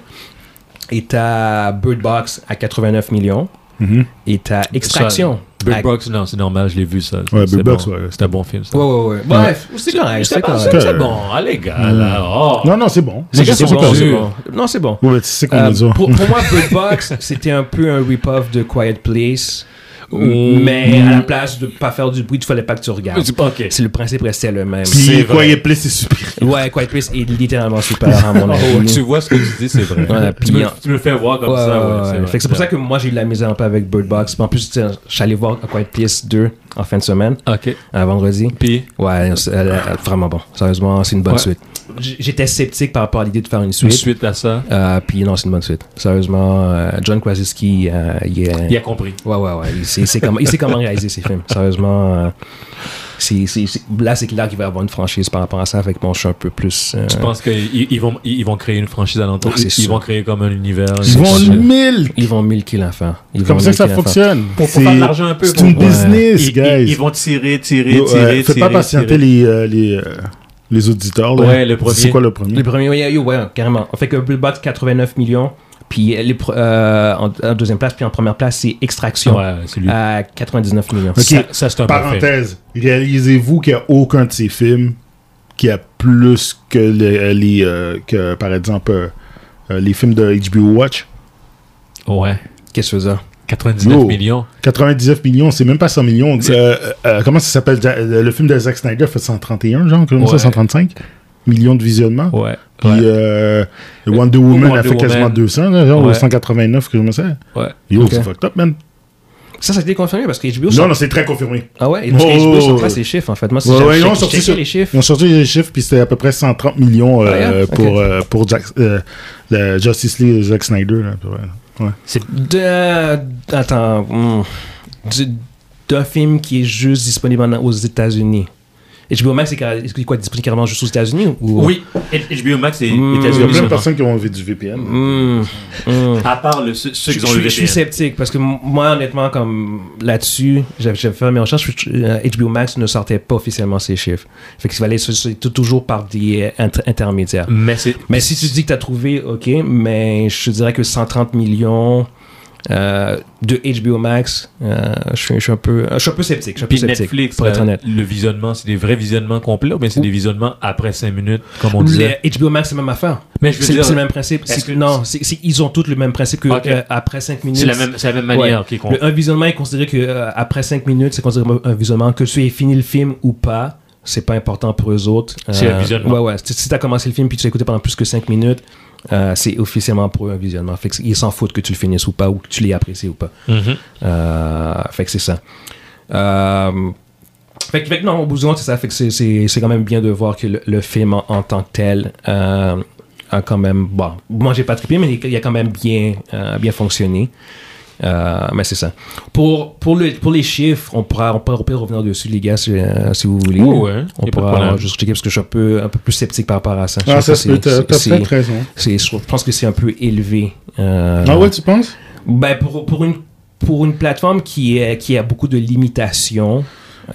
A: Et t'as Bird Box à 89 millions.
B: Mm-hmm.
C: Mhm.
A: Et t'as Extraction. à-
B: Bird Box, non, c'est normal, je l'ai vu ça.
C: Ouais,
B: C'est
C: Bird Box,
B: bon.
C: ouais.
B: C'est un bon film, ça.
A: Ouais, ouais, ouais. Bref, c'est correct. C'est correct.
C: correct. Hmm.
B: C'est bon, allez, gars, là. oh.
C: Non, non, c'est bon.
B: C'est
C: Moi, je
B: juste
C: sais
B: son
C: pas
B: bon.
C: quoi.
A: C'est bon. Non, c'est bon.
C: Ouais, tu sais qu'on
A: Euh,
C: a dit.
A: pour, pour moi, Bird Box, c'était un peu un rip-off de Quiet Place.
B: Mm.
A: Mais à la place de pas faire du bruit, il fallait pas que tu regardes.
B: Ok.
A: C'est le principe restait le même.
C: Puis
B: c'est
C: quoi,
B: vrai.
C: il est plaisir, c'est super.
A: Ouais, Quiet Place est littéralement super à mon
B: Oh,
A: avis.
B: tu vois ce que tu dis, c'est vrai.
A: Ouais,
B: tu, me,
A: puis-
B: tu me le fais voir comme
A: Ouais,
B: ça.
A: ouais,
B: ouais,
A: ouais.
B: c'est vrai.
A: Fait que c'est pour ça que moi j'ai eu de la misère un peu avec Bird Box. Puis En plus, tu sais, je suis allé voir A Quiet Place 2 en fin de semaine,
B: Ok.
A: à vendredi.
B: Puis,
A: Ouais, c'est- elle est- elle est vraiment bon. Sérieusement, c'est une bonne
B: Ouais.
A: suite. J- J'étais sceptique par rapport à l'idée de faire une
B: une
A: suite.
B: suite à ça,
A: Euh, puis non, c'est une bonne suite. Sérieusement, euh, John Krasinski, euh, il est...
B: il a compris.
A: Ouais, ouais, ouais. Il sait, il sait comment, il sait comment réaliser ses films. Sérieusement, euh, c'est- c'est- c'est- là, c'est clair qu'il va y avoir une franchise par rapport à ça. Fait que bon, je suis un peu plus... euh,
B: Je pense qu'ils ils vont, ils vont créer une franchise alentour.
A: Ah, c'est
B: Ils, ils
A: sûr.
B: vont créer comme un univers.
C: Ils vont
B: une-
C: le mille.
A: Ils vont mille kills à faire. Ils
C: Comme
A: vont
C: ça que
A: mille
C: ça
A: kills à faire.
C: fonctionne.
B: Pour- pour
C: C'est-
B: faire de l'argent un peu,
C: C'est
B: pour-
C: une
A: Ouais.
C: business,
B: ils,
C: guys.
B: ils- ils vont tirer, tirer,
C: Yo, euh,
B: tirer,
C: Faites
B: tirer,
C: pas patienter
B: tirer.
C: les, euh, les, euh, les auditeurs. là.
B: Ouais, le premier.
C: C'est quoi le premier
A: Le premier, ouais, ouais, ouais, carrément. Fait que Bill Box, 89 millions. Puis euh, les, pr- euh, en, en deuxième place, puis en première place, c'est Extraction
B: Ouais, c'est lui.
A: à 99 millions.
C: Ok.
B: Ça, ça, c'est un bon film.
C: Parenthèse, réalisez-vous qu'il n'y a aucun de ces films qui a plus que, le- les, euh, que par exemple, euh, euh, les films de HBO Watch.
B: Ouais.
A: Qu'est-ce que c'est ça?
B: 99
C: Yo.
B: millions.
C: 99 millions, c'est même pas 100 millions. Euh, euh, comment ça s'appelle Ja- euh, Le film de Zack Snyder fait 131, genre, comme ça,
B: Ouais.
C: 135 millions de visionnements.
B: Ouais.
C: Puis
B: ouais.
C: euh, Wonder Woman a
B: Wonder
C: fait
B: Woman.
C: quasiment 200, là, genre,
B: Ouais.
C: 189, que je me sais.
B: Ouais.
C: Yo,
A: Ok.
C: c'est fucked up, man.
A: Ça, ça a été confirmé parce que HBO
C: Non, non, c'est très confirmé.
A: Ah ouais, et parce que
C: Oh,
A: HBO
C: ouais,
A: sort
C: ouais.
A: pas ses chiffres en fait. Moi, si
C: Ouais,
A: j'ai-
C: ouais,
A: j'ai-
C: ils ont
A: j'ai
C: sorti
A: checké
C: sur-
A: les chiffres.
C: Ils ont sorti les chiffres, puis c'était à peu près 130 millions euh,
A: Ah, yeah?
C: pour,
A: Ok.
C: euh, pour Jack, euh, le Justice League de Zack Snyder. là, puis ouais. Ouais.
A: C'est de. Attends. hmm. Du- D'un film qui est juste disponible en- aux États-Unis. HBO Max, c'est car- est-ce qu'il est quoi, disponible carrément juste aux États-Unis ou...
B: Oui, HBO Max et
A: Mm.
C: Il y a
B: États-Unis.
C: plein de
B: seulement.
C: personnes qui ont enlevé du VPN.
A: Hmm, hmm.
B: À part le- ceux ceux
A: Je
B: qui ont le
A: je- je suis
B: VPN.
A: sceptique parce que m- moi, honnêtement, comme là-dessus, j'avais j'avais fait mes recherches. je- euh, HBO Max ne sortait pas officiellement ses chiffres. Fait qu'il fallait se- se- tout- toujours par des euh, inter- intermédiaires.
B: Mais c'est.
A: Mais si tu dis que tu as trouvé, ok, mais je te dirais que 130 millions euh, de HBO Max, euh, je, suis, je, suis un peu, je suis un peu sceptique. Je suis un peu
B: Puis
A: sceptique,
B: Netflix, euh,
A: pour être
B: là,
A: honnête.
B: le visionnement, c'est des vrais visionnements complets, mais c'est des visionnements après 5 minutes, comme on disait.
A: Le HBO Max, c'est la même affaire.
B: Mais je veux
A: C'est
B: dire-
A: c'est le même principe.
B: Est-ce
A: C'est-
B: que-
A: non, c'est- c'est- ils ont tous le même principe que
B: Ok.
A: euh, après 5 minutes.
B: C'est la même, c'est la même manière
A: Ouais.
B: qui compte.
A: Le, un visionnement est considéré que euh, après 5 minutes, c'est considéré un visionnement. Que tu aies fini le film ou pas, c'est pas important pour eux autres. Euh,
B: C'est un visionnement.
A: Ouais, ouais. Si- Si t'as commencé le film puis tu l'as écouté pendant plus que 5 minutes, euh, c'est officiellement pour eux un visionnement. Fait que ils s'en foutent que tu le finisses ou pas, ou que tu l'aies apprécié ou pas.
B: Mhm.
A: Euh, fait que c'est ça. Euh, fait, que- fait que non, au bout du compte, c'est ça. Fait que c'est- c'est c'est quand même bien de voir que le, le film en, en tant que tel euh, a quand même. Bon, moi j'ai pas trippé, mais il a quand même bien, euh, bien fonctionné. Euh, mais c'est ça. Pour, pour, le, pour les chiffres, on pourra, on pourra- on peut revenir dessus, les gars, si, euh, si vous voulez.
B: Oh, Ouais, ouais,
A: On
B: y a pas de
A: pourra
B: problème.
A: juste checker parce que je suis un peu, un peu plus sceptique par rapport à ça. Je sais
C: Ah, ça
A: pas
C: se
A: si-
C: peut, t'as t'as
A: si-
C: peut-être raison.
A: si- Je pense que c'est un peu élevé. euh,
C: Ah ouais, tu penses
A: ben pour, pour une pour une plateforme qui est, qui a beaucoup de limitations.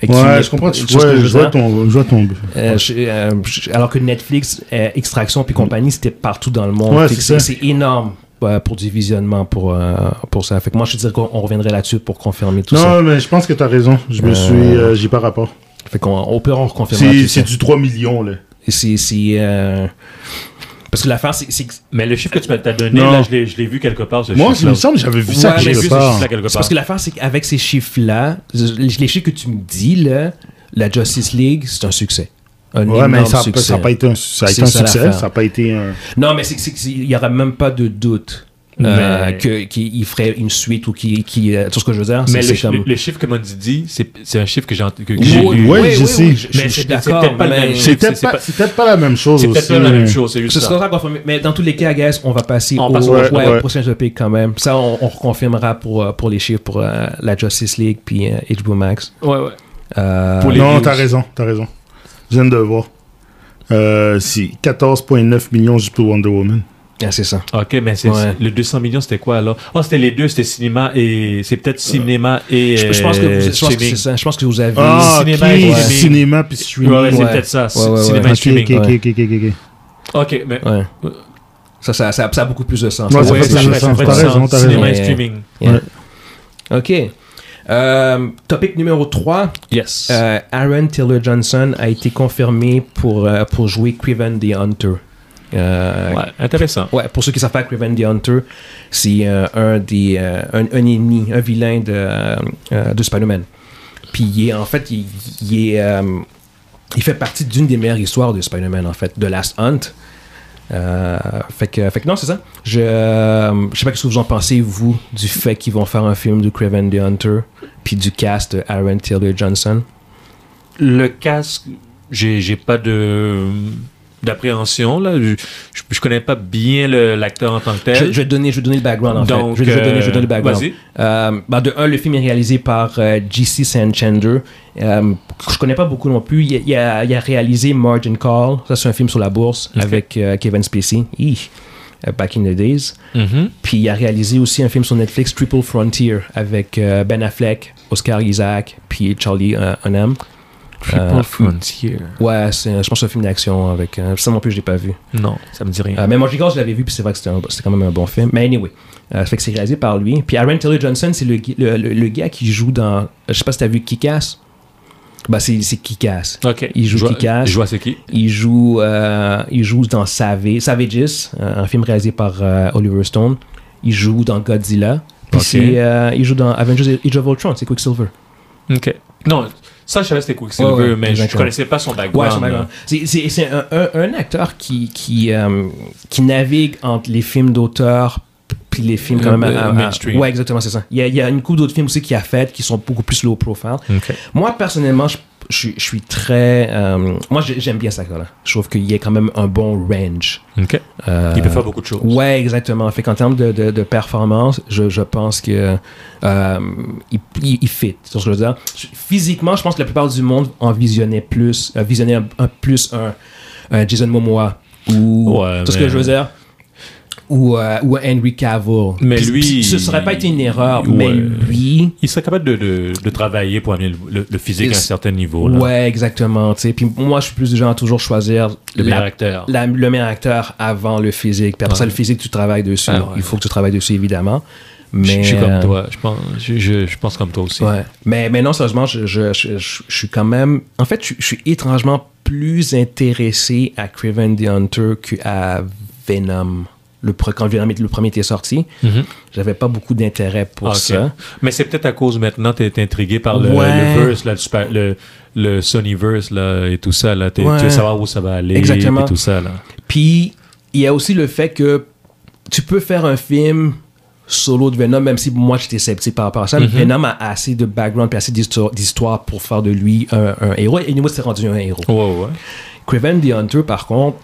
A: et qui
C: Ouais,
A: n'est-
C: je comprends. Tu,
A: tu vois ce que
C: ouais,
A: je
C: je
A: veux dire?
C: vois ton, je vois ton.
A: Euh, je- euh, je- alors que Netflix, euh, Extraction puis compagnie, c'était partout dans le monde.
C: Mm. Ouais,
A: Fait que
C: c'est
A: c'est
C: ça.
A: c'est énorme euh, pour du visionnement pour, euh, pour ça. Fait que moi, je te dirais qu'on on reviendrait là-dessus pour confirmer tout
C: non,
A: ça.
C: mais je pense que t'as raison. Je me suis, euh, j'ai pas rapport.
A: Fait qu'on on peut en reconfirmer
C: C'est
A: tout
C: c'est
A: ça.
C: du 3 millions là.
A: Et c'est- c'est, euh, parce que l'affaire, c'est c'est que-
B: Mais le chiffre que tu m'as t'as donné,
C: Non.
B: là, je l'ai, je l'ai vu quelque part. Ce
C: Moi, il
B: chiffre-là.
C: me semble que j'avais vu ça
A: Ouais, j'ai
B: J'ai
A: mais
B: vu ce
C: quelque
A: c'est-
C: part.
B: chiffre-là quelque
A: C'est
B: part.
A: parce que l'affaire, c'est qu'avec ces chiffres-là, les les chiffres que tu me dis, là, la Justice League, c'est un succès. Un
C: Ouais, mais
A: énorme
C: ça
A: succès.
C: n'a pas été un, ça a été
A: C'est
C: un
A: ça
C: succès.
A: l'affaire.
C: Ça n'a pas été un.
A: Non, mais c'est- c'est- c'est- il n'y aura même pas de doute euh,
B: Mais-
A: que qu'il ferait une suite ou qui qui euh, tout ce que je veux dire
B: Mais
A: c'est
B: le,
A: c'est comme
B: le- le chiffre que Mondi dit, c'est c'est un chiffre que j'ai ent- que- que
C: Oui,
B: j'ai lu.
C: oui, je sais.
A: je-
B: Mais
A: je
B: c'est-
A: suis
B: c'est
A: d'accord
B: peut-être pas le
A: mais
B: même
C: C'est
B: C'est-
C: peut-être
B: c'est
C: pas,
B: pas-
C: c'est peut-être pas la même chose
B: C'est
C: aussi.
B: peut-être pas la même
C: mais-
B: chose, c'est juste
A: Ce
B: ça.
A: sera ça qu'on va- mais dans tous les cas, guys, on va passer
B: On
A: au
B: passe au-
A: ouais,
C: ouais.
A: prochain topic quand même. Ça, on, on reconfirmera pour, euh, pour les chiffres pour euh, la Justice League puis euh, HBO Max.
B: Ouais, ouais.
A: Euh,
B: Pour les-
C: Non,
B: views.
C: t'as raison, t'as raison. Je viens de le voir. Euh, si, 14,9 millions juste pour Wonder Woman.
A: ah, c'est ça.
B: Ok, mais c'est
A: Ouais.
B: le 200 millions, c'était quoi alors Oh, c'était les deux, c'était cinéma et. C'est peut-être cinéma et.
A: Je, je pense que, vous- je
B: euh,
A: pense que
B: streaming.
A: c'est ça. Je pense que vous avez.
C: Ah, ok,
B: cinéma et streaming.
C: cinéma puis
B: Ouais,
C: streaming.
B: ouais, c'est
A: Ouais.
B: peut-être ça, c-
A: Ouais, ouais,
B: cinéma
A: ouais.
B: et
C: Ok,
B: streaming.
C: ok, ok, ok, ok, ok.
B: Ok, mais.
A: Ouais.
B: Ouais.
A: Ça, ça, ça, ça a beaucoup plus de sens.
C: Ouais,
A: Ça
C: fait
B: Ouais,
A: beaucoup
C: plus
B: ça
A: plus
C: de
B: fait-
A: de
B: ça
C: sens.
B: fait
C: T'as
B: du
C: raison,
B: sens.
C: t'as
B: Cinéma et
A: raison.
B: streaming.
A: Yeah. OK. Euh, topic numéro 3.
B: Yes.
A: Aaron Taylor Johnson a été confirmé pour, euh, pour jouer Quiven the Hunter. Euh,
B: Ouais, intéressant.
A: Ouais, pour ceux qui savent pas, Craven the Hunter, c'est euh, un des euh, un, un ennemi, un vilain de, euh, euh, de Spider-Man. Puis il est en fait, il, il est euh, il fait partie d'une des meilleures histoires de Spider-Man en fait, de Last Hunt. Euh, fait, que, fait que non, c'est ça. Je, euh, je sais pas ce que vous en pensez, vous, du fait qu'ils vont faire un film de Craven the Hunter, puis du cast de Aaron Taylor Johnson.
B: Le casque, j'ai j'ai pas de d'appréhension là. Je, je, je connais pas bien le- l'acteur en tant que
A: Je,
B: tel.
A: je vais te donner, je vais te donner le background en fait. Je, vais- je vais te donner, je vais te donner le
B: euh,
A: background.
B: Vas-y.
A: Euh, ben, de un, le film est réalisé par euh, G.C. Sanchander. Euh, que je connais pas beaucoup non plus. Il, a- il a, il a réalisé Margin Call. Ça, c'est un film sur la bourse
B: Ok.
A: avec euh, Kevin Spacey. Hi. Euh, Back in the Days.
B: Mhm.
A: Puis il a réalisé aussi un film sur Netflix, Triple Frontier, avec euh, Ben Affleck, Oscar Isaac, puis Charlie euh, Hunnam. Euh,
B: Frontier.
A: Ouais, c'est, un- je pense que c'est un film d'action avec. euh, ça non plus, je l'ai pas vu.
B: Non, ça me dit rien.
A: Euh, mais Margin Call, je l'avais vu, puis c'est vrai que c'était, un- c'était quand même un bon film. Mais anyway, euh, ça fait que c'est réalisé par lui. Puis Aaron Taylor Johnson, c'est le, gui- le, le- le gars qui joue dans. Je sais pas si t'as vu Kick-Ass. Bah, c'est, c'est Kick-Ass.
B: ok.
A: Euh, il joue
B: Je vois-
A: Kick-Ass.
B: Je vois c'est qui.
A: Il joue, euh, il joue dans Savage, Savages, euh, un film réalisé par euh, Oliver Stone. Il joue dans Godzilla. Puis
B: Ok.
A: c'est, euh, il joue dans Avengers Age of Ultron, c'est Quicksilver.
B: Ok. Non, ça je savais c'était Quicksilver,
A: Ouais, ouais,
B: mais je- je
A: exactement.
B: connaissais pas son
A: Ouais,
B: background.
A: son background. C'est- C'est c'est un, un- un acteur qui, qui, euh, qui navigue entre les films d'auteur puis les films quand
B: Euh,
A: même à-
B: euh,
A: à-
B: mainstream.
A: ouais, exactement, c'est ça. Il y, a, il y a une couple d'autres films aussi qu'il a fait qui sont beaucoup plus low profile.
B: Ok.
A: Moi, personnellement, je, je suis- je suis très... euh, moi, j'ai- j'aime bien ça, là Je trouve qu'il y a quand même un bon range.
B: Ok.
A: Euh,
B: Il peut faire beaucoup de choses.
A: Ouais, exactement. Fait qu'en termes de, de, de performance, je, je pense que euh, il, il, il fit. C'est ce que je veux dire. Je- Physiquement, je pense que la plupart du monde en visionnait plus, euh, visionnait un, un- plus un, un Jason Momoa ou
B: Ouais,
A: tout ce
B: mais-
A: que je veux dire. Ou, euh, ou un Henry Cavill.
B: Mais
A: Puis-
B: lui,
A: puis ce serait pas été une erreur, mais
B: Ouais.
A: lui,
B: Il serait capable de, de, de travailler pour amener le, le- le physique
A: Il-
B: à un certain niveau. Là.
A: ouais, exactement. tu sais. Puis moi, je suis plus du genre à toujours choisir
B: Le meilleur
A: la
B: acteur.
A: la- le meilleur acteur avant le physique. Puis après ça,
B: Ouais.
A: le physique, tu travailles dessus.
B: Ah ouais.
A: Il faut que tu travailles dessus, évidemment.
B: Je-
A: Mais,
B: je suis
A: euh,
B: comme toi. Je pense, je, je- je pense comme toi aussi.
A: Ouais. Mais, mais non, sérieusement, je, je, je, je- je suis quand même. En fait, je, je suis étrangement plus intéressé à Craven the Hunter qu'à Venom. Le, pre- quand Venom était- le premier était sorti,
B: Mhm.
A: j'avais pas beaucoup d'intérêt pour
B: Ah, ok.
A: ça.
B: Mais c'est peut-être à cause maintenant tu es intrigué par le,
A: Ouais.
B: le verse, là, le, super- le, le Sonyverse là, et tout ça. Là, T'es-
A: Ouais.
B: Tu veux savoir où ça va aller
A: Exactement.
B: et tout ça. Là.
A: Puis, il y a aussi le fait que tu peux faire un film solo de Venom, même si moi j'étais sceptique par rapport à ça. mais Venom a assez de background et assez d'histo- d'histoire pour faire de lui un, un héros. Et nous, c'est rendu un héros.
B: Ouais, ouais.
A: Craven the Hunter, par contre,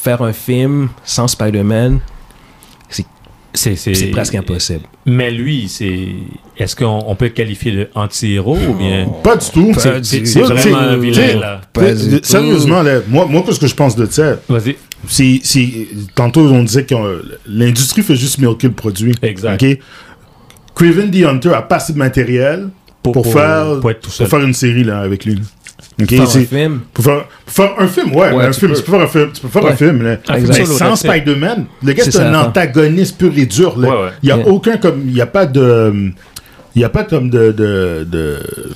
A: faire un film sans Spider-Man,
B: C'est, c'est-
A: c'est presque impossible.
B: Mais lui, c'est. Est-ce qu'on on peut qualifier de anti-héros ou bien.
A: Oh.
C: Pas du tout.
A: Pas du
B: C'est,
A: tout.
B: c'est
A: Pas
C: du
B: vraiment un
C: tout.
B: vilain, là.
A: Pas du tout.
C: Sérieusement, là, moi, moi, qu'est-ce que je pense de ça?
B: Vas-y.
C: c'est c'est- tantôt on disait que euh, l'industrie fait juste milquer le produit.
B: Exact.
C: Ok? Craven the Hunter a pas assez de matériel pour, faire
B: pour être tout seul.
C: pour faire une série là avec lui. Ok,
A: Faire
C: c'est-
A: un film,
C: pour, faire, pour faire un film, ouais,
A: Ouais,
C: un
A: tu
C: film,
A: peux.
C: tu peux faire un film, tu peux faire un
A: Ouais.
C: film là.
B: Un film
C: Mais
B: solo,
C: sans
B: that's it.
C: Spider-Man, le gars
A: C'est
C: c'est un
A: ça, attends.
C: antagoniste pur et dur. Là.
B: Ouais, ouais.
C: Il y a
A: Yeah.
C: aucun comme, il y a pas de, il y a pas comme de, de, de-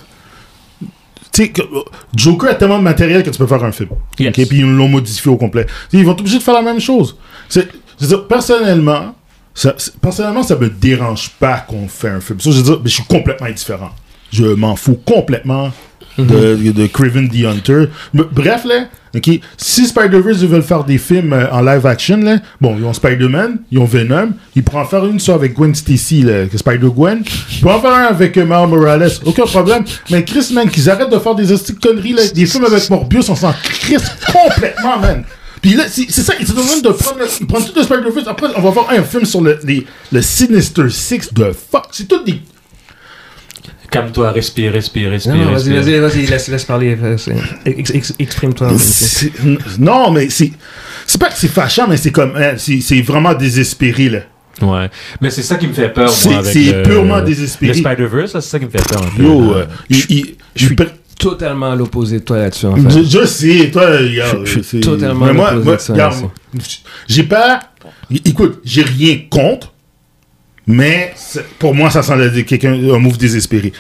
C: tu sais, que- euh, Joker a tellement de matériel que tu peux faire un film.
B: Yes.
C: Ok, puis ils l'ont modifié au complet. Tu sais, ils vont être obligés de faire la même chose. C'est, je veux dire, personnellement, ça, c'est- personnellement, ça me dérange pas qu'on fait un film. Ça, je veux dire, mais je suis complètement indifférent. Je m'en fous complètement de, de Craven the Hunter. B- bref, là, ok, si Spider-Verse ils veulent faire des films euh, en live action, là, bon, ils ont Spider-Man, ils ont Venom, ils pourraient en faire une sur avec Gwen Stacy, là, que Spider-Gwen, ils pourraient en faire un avec euh, Miles Morales, aucun problème. Mais Chris, man, qu'ils arrêtent de faire des hosties de conneries, là, des films avec Morbius, on s'en crisse complètement, man. Puis là, c'est c'est ça, ils sont en train de prendre, le- ils prennent tout le Spider-Verse, après, on va voir un film sur le, les- le Sinister Six de fuck. C'est tout des
B: Calme-toi, respire, respire, respire.
A: Non, non, vas-y,
B: respire.
A: vas-y, vas-y, laisse, laisse parler. euh, c'est- ex- ex- Exprime-toi. Vinci.
C: C'est- Non, mais c'est. C'est pas que c'est fâchant, mais c'est comme. hein, c'est c'est vraiment désespéré, là.
B: Ouais. Mais c'est ça qui me fait peur,
C: C'est-
B: moi. avec
C: c'est
B: le-
C: purement désespéré.
B: Le Spider-Verse, là, c'est ça qui me fait peur. un peu,
C: Yo,
B: là.
C: euh, il- il-
A: Je suis
C: il-
A: totalement à l'opposé de toi là-dessus, en
C: je,
A: fait.
C: je sais, toi, regarde,
A: je suis
C: c'est-
A: totalement
C: mais moi,
A: l'opposé
C: moi,
A: de ça,
C: regarde,
A: là,
C: J'ai pas. Écoute, j'ai rien contre, mais c'est- pour moi, ça sent la- quelqu'un un move désespéré.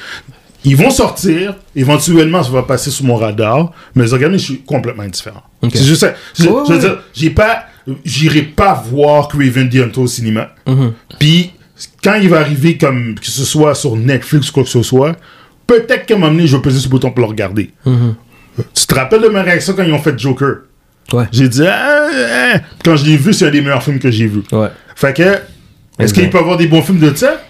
C: Ils vont sortir, éventuellement, ça va passer sous mon radar, mais regardez, je suis complètement indifférent.
A: Ok.
C: C'est juste ça. Je,
A: Ouais,
C: je veux
A: ouais.
C: dire, j'ai pas, j'irai pas voir Craven the Hunter au cinéma.
A: Mm-hmm.
C: Puis, quand il va arriver, comme que ce soit sur Netflix ou quoi que ce soit, peut-être qu'à un moment donné, je vais peser ce bouton pour le regarder.
A: Mm-hmm.
C: Tu te rappelles de ma réaction quand ils ont fait Joker?
A: Ouais.
C: J'ai dit, Ah, ah. quand je l'ai vu, c'est un des meilleurs films que j'ai vu.
A: Ouais.
C: Fait que, est-ce
A: Exact.
C: qu'il peut y avoir des bons films de ça?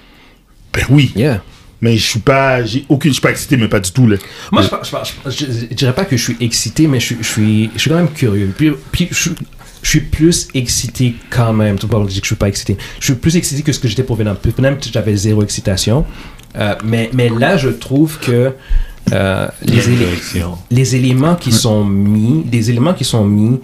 C: Ben oui.
A: Yeah.
C: Mais je suis pas, j'ai aucune, je suis pas excité, mais pas du tout, là.
A: Moi, je, par- je, par- je- je dirais pas que je suis excité, mais je, suis- je suis, je suis quand même curieux. Puis, puis je, suis- je suis plus excité quand même. Tu peux pas dire que je suis pas excité. Je suis plus excité que ce que j'étais pour Venom. Pour Venom, j'avais zéro excitation. Euh, mais, mais là, je trouve que euh, les,
B: Quelle
A: élé-
B: direction.
A: les éléments qui sont mis, les éléments qui sont mis,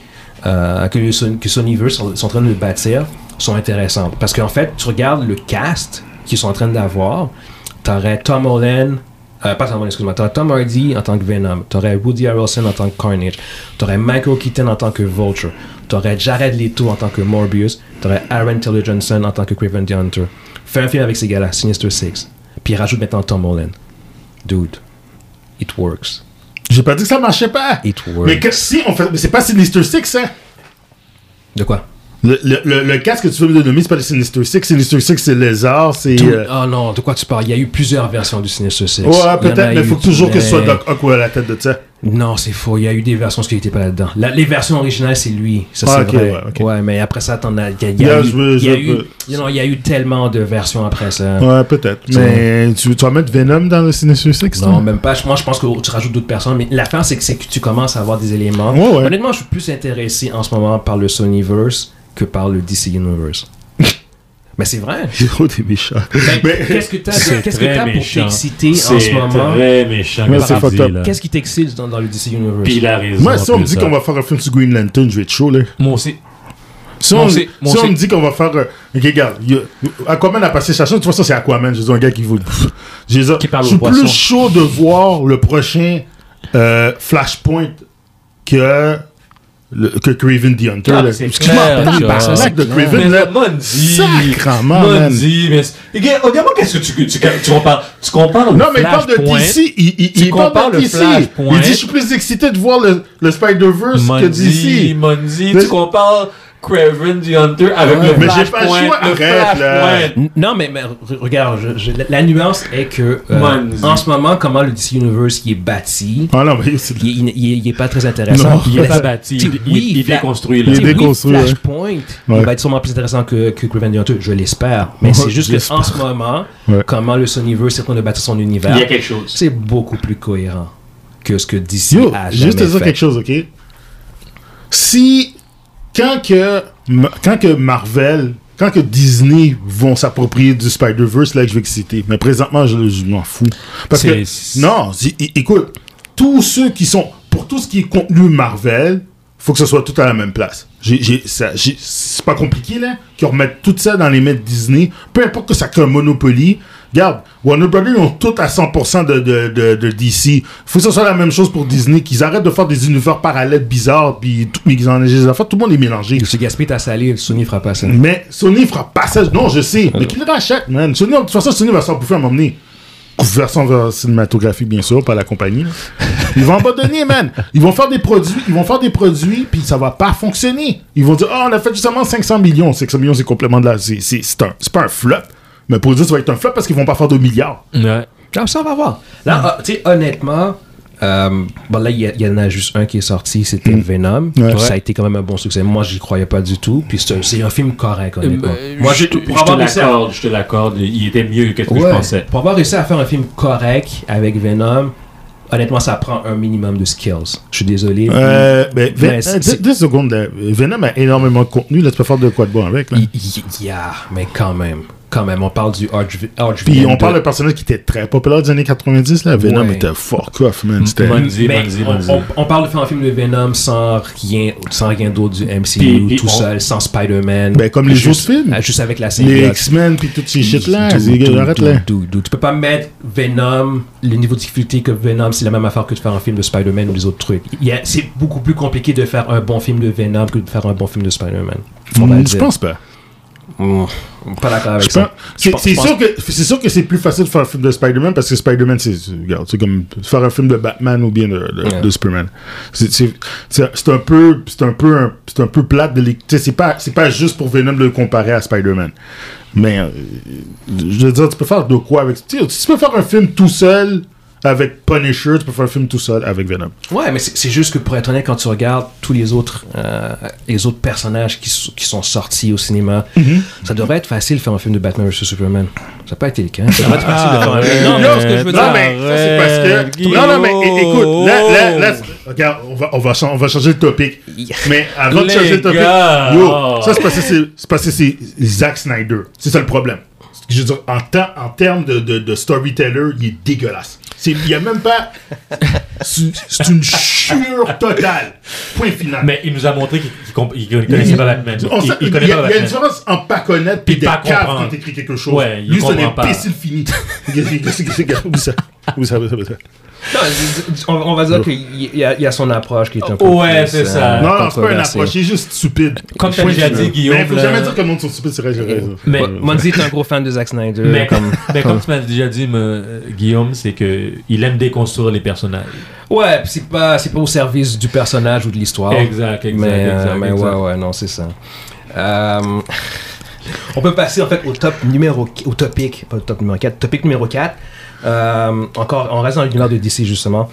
A: euh, que, le Son- que Sonyverse sont, sont en train de bâtir, sont intéressants. Parce qu'en fait, tu regardes le cast qu'ils sont en train d'avoir, t'aurais Tom Holland, euh, pas Tom Holland, excuse-moi, t'aurais Tom Hardy en tant que Venom, t'aurais Woody Harrelson en tant que Carnage, t'aurais Michael Keaton en tant que Vulture, t'aurais Jared Leto en tant que Morbius, t'aurais Aaron Taylor Johnson en tant que Craven the Hunter. Fais un film avec ces gars-là, Sinister Six, puis rajoute maintenant Tom Holland. Dude, it works.
C: J'ai pas dit que ça marchait pas.
A: It works.
C: Mais que, si on fait, mais c'est pas Sinister Six, hein.
A: De quoi
C: Le, le, le, le casque que tu veux me nommer, c'est pas le Sinister Six. Sinister Six, c'est Lézard, c'est. euh,
A: Oh non, de quoi tu parles Il y a eu plusieurs versions du Sinister Six. Il y en
C: Ouais,
A: a
C: peut-être, mais
A: eu
C: faut toujours que ce soit
A: plein.
C: Doc Ock ou à la tête de ça.
A: Non, c'est faux. Il y a eu des versions qui n'étaient pas là-dedans. La- les versions originales, c'est lui. Ça,
C: Ah,
A: c'est
C: ok,
A: vrai.
C: ouais, ok.
A: mais après ça, t'en as. Il y a, il y a
C: Yeah,
A: eu-
C: je veux-
A: il y a
C: je
A: eu-
C: veux-
A: il y a- non, il y a eu tellement de versions après ça.
C: Ouais, peut-être. Mais tu, tu vas mettre Venom dans le Sinister Six,
A: Non,
C: toi?
A: même pas. Je- Moi, je pense que tu rajoutes d'autres personnes. Mais l'affaire, c'est que, c'est que tu commences à avoir des éléments.
C: Ouais, ouais.
A: Honnêtement, je suis plus intéressé en ce moment par le Sonyverse que par le DC Universe. mais c'est vrai.
C: Gros, t'es méchant.
A: Ben,
C: Mais-
A: Qu'est-ce que t'as
B: C'est
A: de- qu'est-ce que
B: très
A: t'as pour
B: méchant.
A: t'exciter en
B: C'est
A: ce moment
B: très méchant.
C: Mais
B: qu'est-ce
C: c'est
B: qu'il
C: fucked
B: dit,
C: up.
B: là.
A: Qu'est-ce qui t'excite dans, dans le DC Universe
B: Puis il a raison.
C: Moi, si on me
B: plus,
C: dit
B: ça.
C: qu'on va faire un film sur Green Lantern, je vais être chaud, là.
B: Moi aussi.
C: Si
B: Moi
C: on,
B: aussi, moi
C: si on
B: aussi.
C: me dit qu'on va faire. euh, ok, regarde, y a- Aquaman a passé sa chance. Tu vois, ça, c'est Aquaman. Je dis un gars qui vous. Je veux dire,
B: Qui parle
C: je
B: aux
C: suis
B: poissons.
C: plus chaud de voir le prochain euh, Flashpoint que. le- que Craven the Hunter.
B: Ah,
C: là.
B: mais c'est
C: Parce que je m'en
B: clair,
C: tape,
B: ça,
C: tabarnak,
B: c'est
C: de
B: clair. Mais
C: Craven, là.
B: Mondi.
C: Sacrement, man.
B: Mondi, mais. Et gars, Regarde-moi, qu'est-ce que tu, tu, tu, tu compares Tu compares le
C: Non, mais il parle de
B: Flashpoint.
C: DC. Il, il,
B: Tu
C: il
B: compares
C: parle de
B: le
C: DC.
B: Flashpoint.
C: Il dit Je suis plus excité de voir le, le Spider-Verse que
B: Monzi,
C: DC.
B: Monzi,
C: Mais-
B: tu compares Craven the Hunter avec
A: Ouais.
B: le
C: Mais j'ai
B: Flashpoint.
C: pas le choix,
B: le
C: arrête, là.
B: Flashpoint.
A: N- Non, mais, mais re- regarde, je- je- la, la nuance est que euh,
B: Manzi.
A: en ce moment, comment le DC Universe il est bâti,
C: Ah non, mais c'est.
A: il est, in- il est- il est pas très intéressant.
C: Non.
B: Il est
A: La-
B: pas bâti,
A: Tu-
B: il,
A: oui,
B: il, il
A: Fla-
B: est construit
A: tu
B: là.
A: sais,
C: Il est
A: oui,
C: déconstruit, ouais.
A: Flashpoint
C: Ouais.
A: il va être sûrement plus intéressant que, que Craven the Hunter, je l'espère. Mais
C: Ouais,
A: c'est juste que
C: j'espère.
A: en ce moment,
C: Ouais.
A: comment le Sonyverse est en train de bâtir son univers,
B: Il y a quelque chose.
A: c'est beaucoup plus cohérent que ce que DC
C: Yo,
A: a jamais
C: juste te dire
A: fait.
C: quelque chose, ok? Si, quand que, Ma- quand que Marvel, quand que Disney vont s'approprier du Spider-Verse, là, que je vais exciter. Mais présentement, je, je m'en fous. Parce que,
B: C'est-
C: non, si- é- écoute, tous ceux qui sont, pour tout ce qui est contenu Marvel, faut que ce soit tout à la même place. J'ai- j'ai- ça- j'ai- C'est pas compliqué, là, qu'ils remettent tout ça dans les mains de Disney. Peu importe que ça crée un monopoly. Regarde, Warner Brothers, ils ont tout à 100% de, de, de, de DC. faut que ce soit la même chose pour Disney, qu'ils arrêtent de faire des univers parallèles bizarres, puis tout, mais qu'ils en aient des affaires. Tout le monde est mélangé.
A: Tu gaspilles ta salive, Sony fera pas ça.
C: Mais Sony fera passage. Non, je sais. Mais qui le rachète, man? Sony, de toute façon, Sony va s'en bouffer à m'emmener. Version vers- cinématographique, bien sûr, par la compagnie. là. Ils vont abandonner, man. Ils vont faire des produits, ils vont faire des produits, puis ça va pas fonctionner. Ils vont dire, oh, on a fait justement 500 millions. 500 millions, c'est complètement de la. C'est c'est- c'est un- c'est pas un flop. Mais
A: Mm-hmm.
C: pour dire, ça va être un flop parce qu'ils vont pas faire 2 milliards.
B: Ouais.
A: Non, ça on va voir. Là, ah, tu sais, ah, honnêtement, Euh, bon, là, il y, a- il y en a juste un qui est sorti, c'était Venom.
C: Mm. Ouais.
A: Ça a été quand même un bon succès. Moi, j'y croyais pas du tout. Puis c'est un- c'est un film correct, honnêtement.
B: Moi, Euh, je,
A: j'ai
B: te-
A: pour
B: je te
A: avoir réussi à-
B: l'accorde, je te l'accorde. Il était mieux que ce que je
A: Ouais.
B: pensais.
A: Pour avoir réussi à faire un film correct avec Venom, honnêtement, ça prend un minimum de skills. Je suis désolé.
C: Euh, ben, Ven-
A: Mais
C: euh,
A: c'est-
C: deux- deux secondes. là. Venom a énormément de contenu. Là, tu peux faire de quoi de bon avec. Là.
A: Il il- yeah, mais quand même. Quand même, on parle du Arch Arch
C: Puis
A: Venom
C: on parle
A: de-
C: de personnage qui était très populaire des années 90. Là. Venom
A: Ouais. Mm-hmm.
C: était fuck off, man. C'était-
B: Bonzi,
A: Mais
B: Bonzi,
A: Ben, on,
B: Bonzi.
A: on- on parle de faire un film de Venom sans rien, sans rien d'autre du MCU,
B: Puis- puis
A: tout
B: on-
A: seul, sans Spider-Man.
C: Ben, comme les
A: Juste-
C: autres films.
A: Ah, Juste avec la
C: Les
A: symbiote.
C: X-Men, puis toutes ces shit là.
A: Dude, dude,
C: Arrête
A: dude,
C: là.
A: dude, dude. Tu peux pas mettre Venom, le niveau de difficulté que Venom, c'est la même affaire que de faire un film de Spider-Man ou des autres trucs. Il y a- C'est beaucoup plus compliqué de faire un bon film de Venom que de faire un bon film de Spider-Man. On va le
C: Hmm, Je
A: dire.
C: pense pas.
A: Mm, Pas d'accord
C: Je
A: avec
C: pense-
A: ça. Je
C: C'est
A: pense-
C: c'est
A: je pense-
C: sûr que c'est sûr que c'est plus facile de faire un film de Spider-Man parce que Spider-Man, c'est c'est- regarde, c'est comme faire un film de Batman ou bien de, de-
A: Ouais.
C: de Superman. C'est- C'est c'est- c'est un peu c'est un peu un- c'est un peu plate de les- tu sais, c'est pas c'est pas juste pour Venom de le comparer à Spider-Man. Mais euh, je veux dire, tu peux faire de quoi avec tu sais, si tu peux faire un film tout seul avec Punisher, tu peux faire un film tout seul avec Venom.
A: Ouais, mais c'est c'est juste que pour être honnête, quand tu regardes tous les autres, euh, les autres personnages qui, s- qui sont sortis au cinéma, ça devrait être facile de faire un film de Batman vs Superman. Ça n'a pas été le cas. Ça devrait être facile de faire un film.
D: Non, mais ce que je veux
C: Non,
D: dire-
C: mais ça, c'est parce que. Non, non, mais é- écoute, là, là, là, c'est- regarde, on va, on, va, chan- on va changer le topic. Mais avant de
B: Les
C: changer le topic,
B: gars.
C: yo, ça, c'est parce que c'est- c'est parce que c'est Zack Snyder. C'est ça le problème. Je veux dire, en, temps- en termes de, de, de storyteller, il est dégueulasse. C'est- Il n'y a même pas. C'est c'est une chure totale. Point final.
B: Mais il nous a montré qu'il qu'il comp- il connaissait pas Batman.
C: On
B: Il,
C: sait-
B: il
C: Il
B: connaît
C: y, a-
B: pas
C: il y a une
B: Batman.
C: différence en pas connaître
B: Puis
C: puis des
B: pas
C: caves
B: comprendre.
C: quand t'écris quelque chose.
B: Ouais, il
C: Lui, c'est un
B: comprend pas.
C: imbécile fini. Où ça Où ça Où ça Où ça
A: Non, je- je- on, on va dire qu'il y, a- il y a son approche qui est un peu.
B: Ouais,
A: plus, euh,
B: c'est ça.
C: Non, non, c'est pas une
A: controversée.
C: approche, il est juste stupide.
B: Comme t'as
C: Point
B: déjà
C: final.
B: dit, Guillaume,
C: Mais faut
B: là-
C: jamais dire que le monde sont stupides, c'est vrai, j'ai raison.
B: Mais-
A: Ouais, Monzi est un gros fan de Zack Snyder.
B: Mais
A: comme-
B: comme, mais comme tu m'as déjà dit, me- euh, Guillaume, c'est que il aime déconstruire les personnages.
A: Ouais, pis c'est pas, c'est pas au service du personnage ou de l'histoire.
B: Exact, exact,
A: Oh. Mais, euh,
B: exact,
A: mais
B: exact.
A: ouais, ouais, non, c'est ça. Euh, on peut passer en fait au top numéro, qu- au topic, pas au top numéro 4, topic numéro 4. Euh, encore, on reste dans l'univers de DC justement.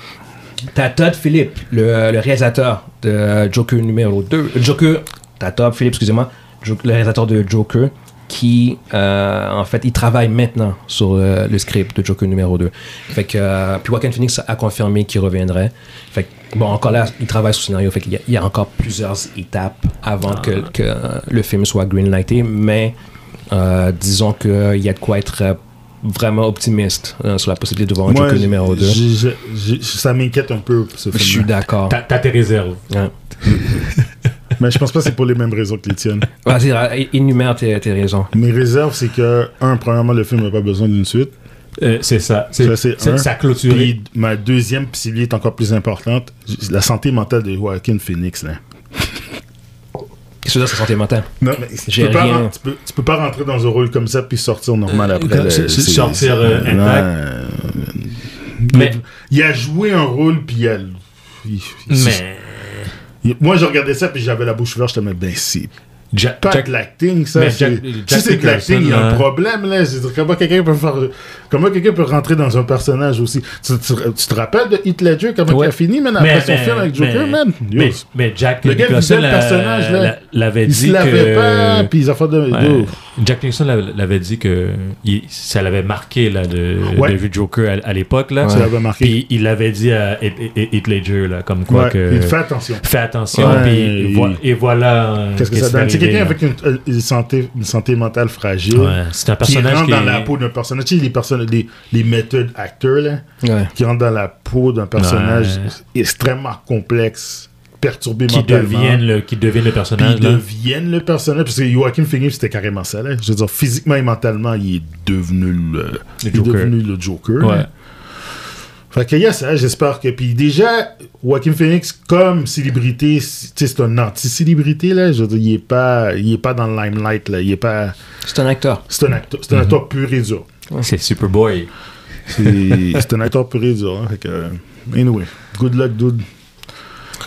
A: T'as Todd Phillips, le, le réalisateur de Joker numéro 2. euh, Joker, t'as Todd Phillips, excusez-moi, Jo- le réalisateur de Joker, qui, euh, en fait, il travaille maintenant sur euh, le script de Joker numéro 2. Fait que, euh, puis Joaquin Phoenix a confirmé qu'il reviendrait. Fait que, bon, encore là, il travaille sur le scénario. Fait qu'il y a- il y, a encore plusieurs étapes avant que,
C: Ah.
A: que, euh, le film soit greenlighté, mais euh, disons qu'il y a de quoi être euh, vraiment optimiste euh, sur la possibilité de voir un
C: Moi,
A: Joker numéro 2.
C: j'ai- j'ai- j'ai- ça m'inquiète un peu, ce
A: Je suis
C: film.
A: d'accord.
B: T'as t'as tes réserves.
A: Ouais.
C: Mais je pense pas que c'est pour les mêmes raisons que les tiennes.
A: Vas-y, ra- é- énumère tes, tes raisons.
C: Mes réserves, c'est que, un, premièrement, le film n'a pas besoin d'une suite.
B: Euh, c'est ça.
C: Ça,
B: C'est
C: c'est
B: c'est-
C: un.
B: ça clôture.
C: Puis ma deuxième, puis celle-là est encore plus importante, j- la santé mentale de Joaquin Phoenix, là.
A: Qu'est-ce que c'est santé mentale?
C: Non, mais tu
A: J'ai
C: peux, pas,
A: rien.
C: ren- tu, peux, tu peux pas rentrer dans un rôle comme ça puis sortir normal après.
B: Euh, comme
C: là,
B: c'est-
C: c'est-
B: sortir, euh,
C: c'est-
B: intact.
C: non, euh,
B: Mais,
C: Il a joué un rôle puis il a. il- il-
B: mais
C: il- moi, je regardais ça puis j'avais la bouche ouverte. Je me disais, ben, c'est
B: Jack,
C: pas
B: Jack-
C: de l'acting, ça.
B: mais
C: c'est-
B: Jack-
C: si
B: Jack
C: c'est de l'acting, il y a un
B: Nicholson, hein.
C: problème, là. Je veux dire, comment quelqu'un peut faire. Comment quelqu'un peut rentrer dans un personnage aussi Tu, tu- tu te rappelles de Heath Ledger, comment
A: Ouais.
C: il a fini, man,
B: mais,
C: après son
B: mais-
C: film avec Joker,
B: mais-
C: man Yo,
B: Mais, mais Jack
C: Le gars
B: Nicholson
C: visait le
B: l'a-
C: personnage, là.
B: l'a- l'avait
C: Il
B: dit
C: se l'avait
B: que...
C: pas, puis ils ont fait de.
B: Ouais.
C: yo.
B: Jack Nicholson l'a- l'avait dit que il- ça l'avait marqué là, de,
C: Ouais.
B: de vu Joker à, à l'époque. là.
C: Ça l'avait marqué.
B: Puis il l'avait dit à Heath- Heath Heath Ledger, là, comme quoi
C: Ouais,
B: que...
C: il fait attention.
B: Fais attention,
C: Ouais,
B: puis
C: il-
B: vo- et voilà... euh,
C: Qu'est-ce que
B: qu'est-ce
C: ça
B: qui
C: donne
B: est
C: C'est quelqu'un
B: arrivé,
C: avec une, euh, une santé, une santé mentale fragile.
B: là. Ouais, c'est un
C: Qui
B: personnage
C: rentre
B: qui
C: dans
B: est-
C: la peau d'un personnage. Tu sais, les, personnes, les, les méthodes acteurs, là,
A: Ouais.
C: qui rentrent dans la peau d'un personnage
B: Ouais.
C: extrêmement complexe, perturbé
B: qui
C: mentalement.
B: deviennent le qui deviennent le
C: hein. puis
B: personnage
C: ils
B: là.
C: deviennent le personnage. Parce que Joaquin Phoenix, c'était carrément ça. Là. Je veux dire, physiquement et mentalement, il est devenu le, il est
B: Joker.
C: devenu le Joker.
B: Ouais.
C: Fait qu'il y a ça, j'espère que. Puis déjà, Joaquin Phoenix, comme célébrité, c'est tu sais, c'est un anti-célébrité, là. Je veux dire, il est pas, il est pas dans le limelight, là. Il est pas.
A: C'est un acteur.
C: C'est un acteur,
B: Mm-hmm.
C: c'est un acteur pur et dur.
B: C'est Superboy.
C: C'est c'est un acteur pur et dur, hein. Fait que. Anyway, good luck, dude.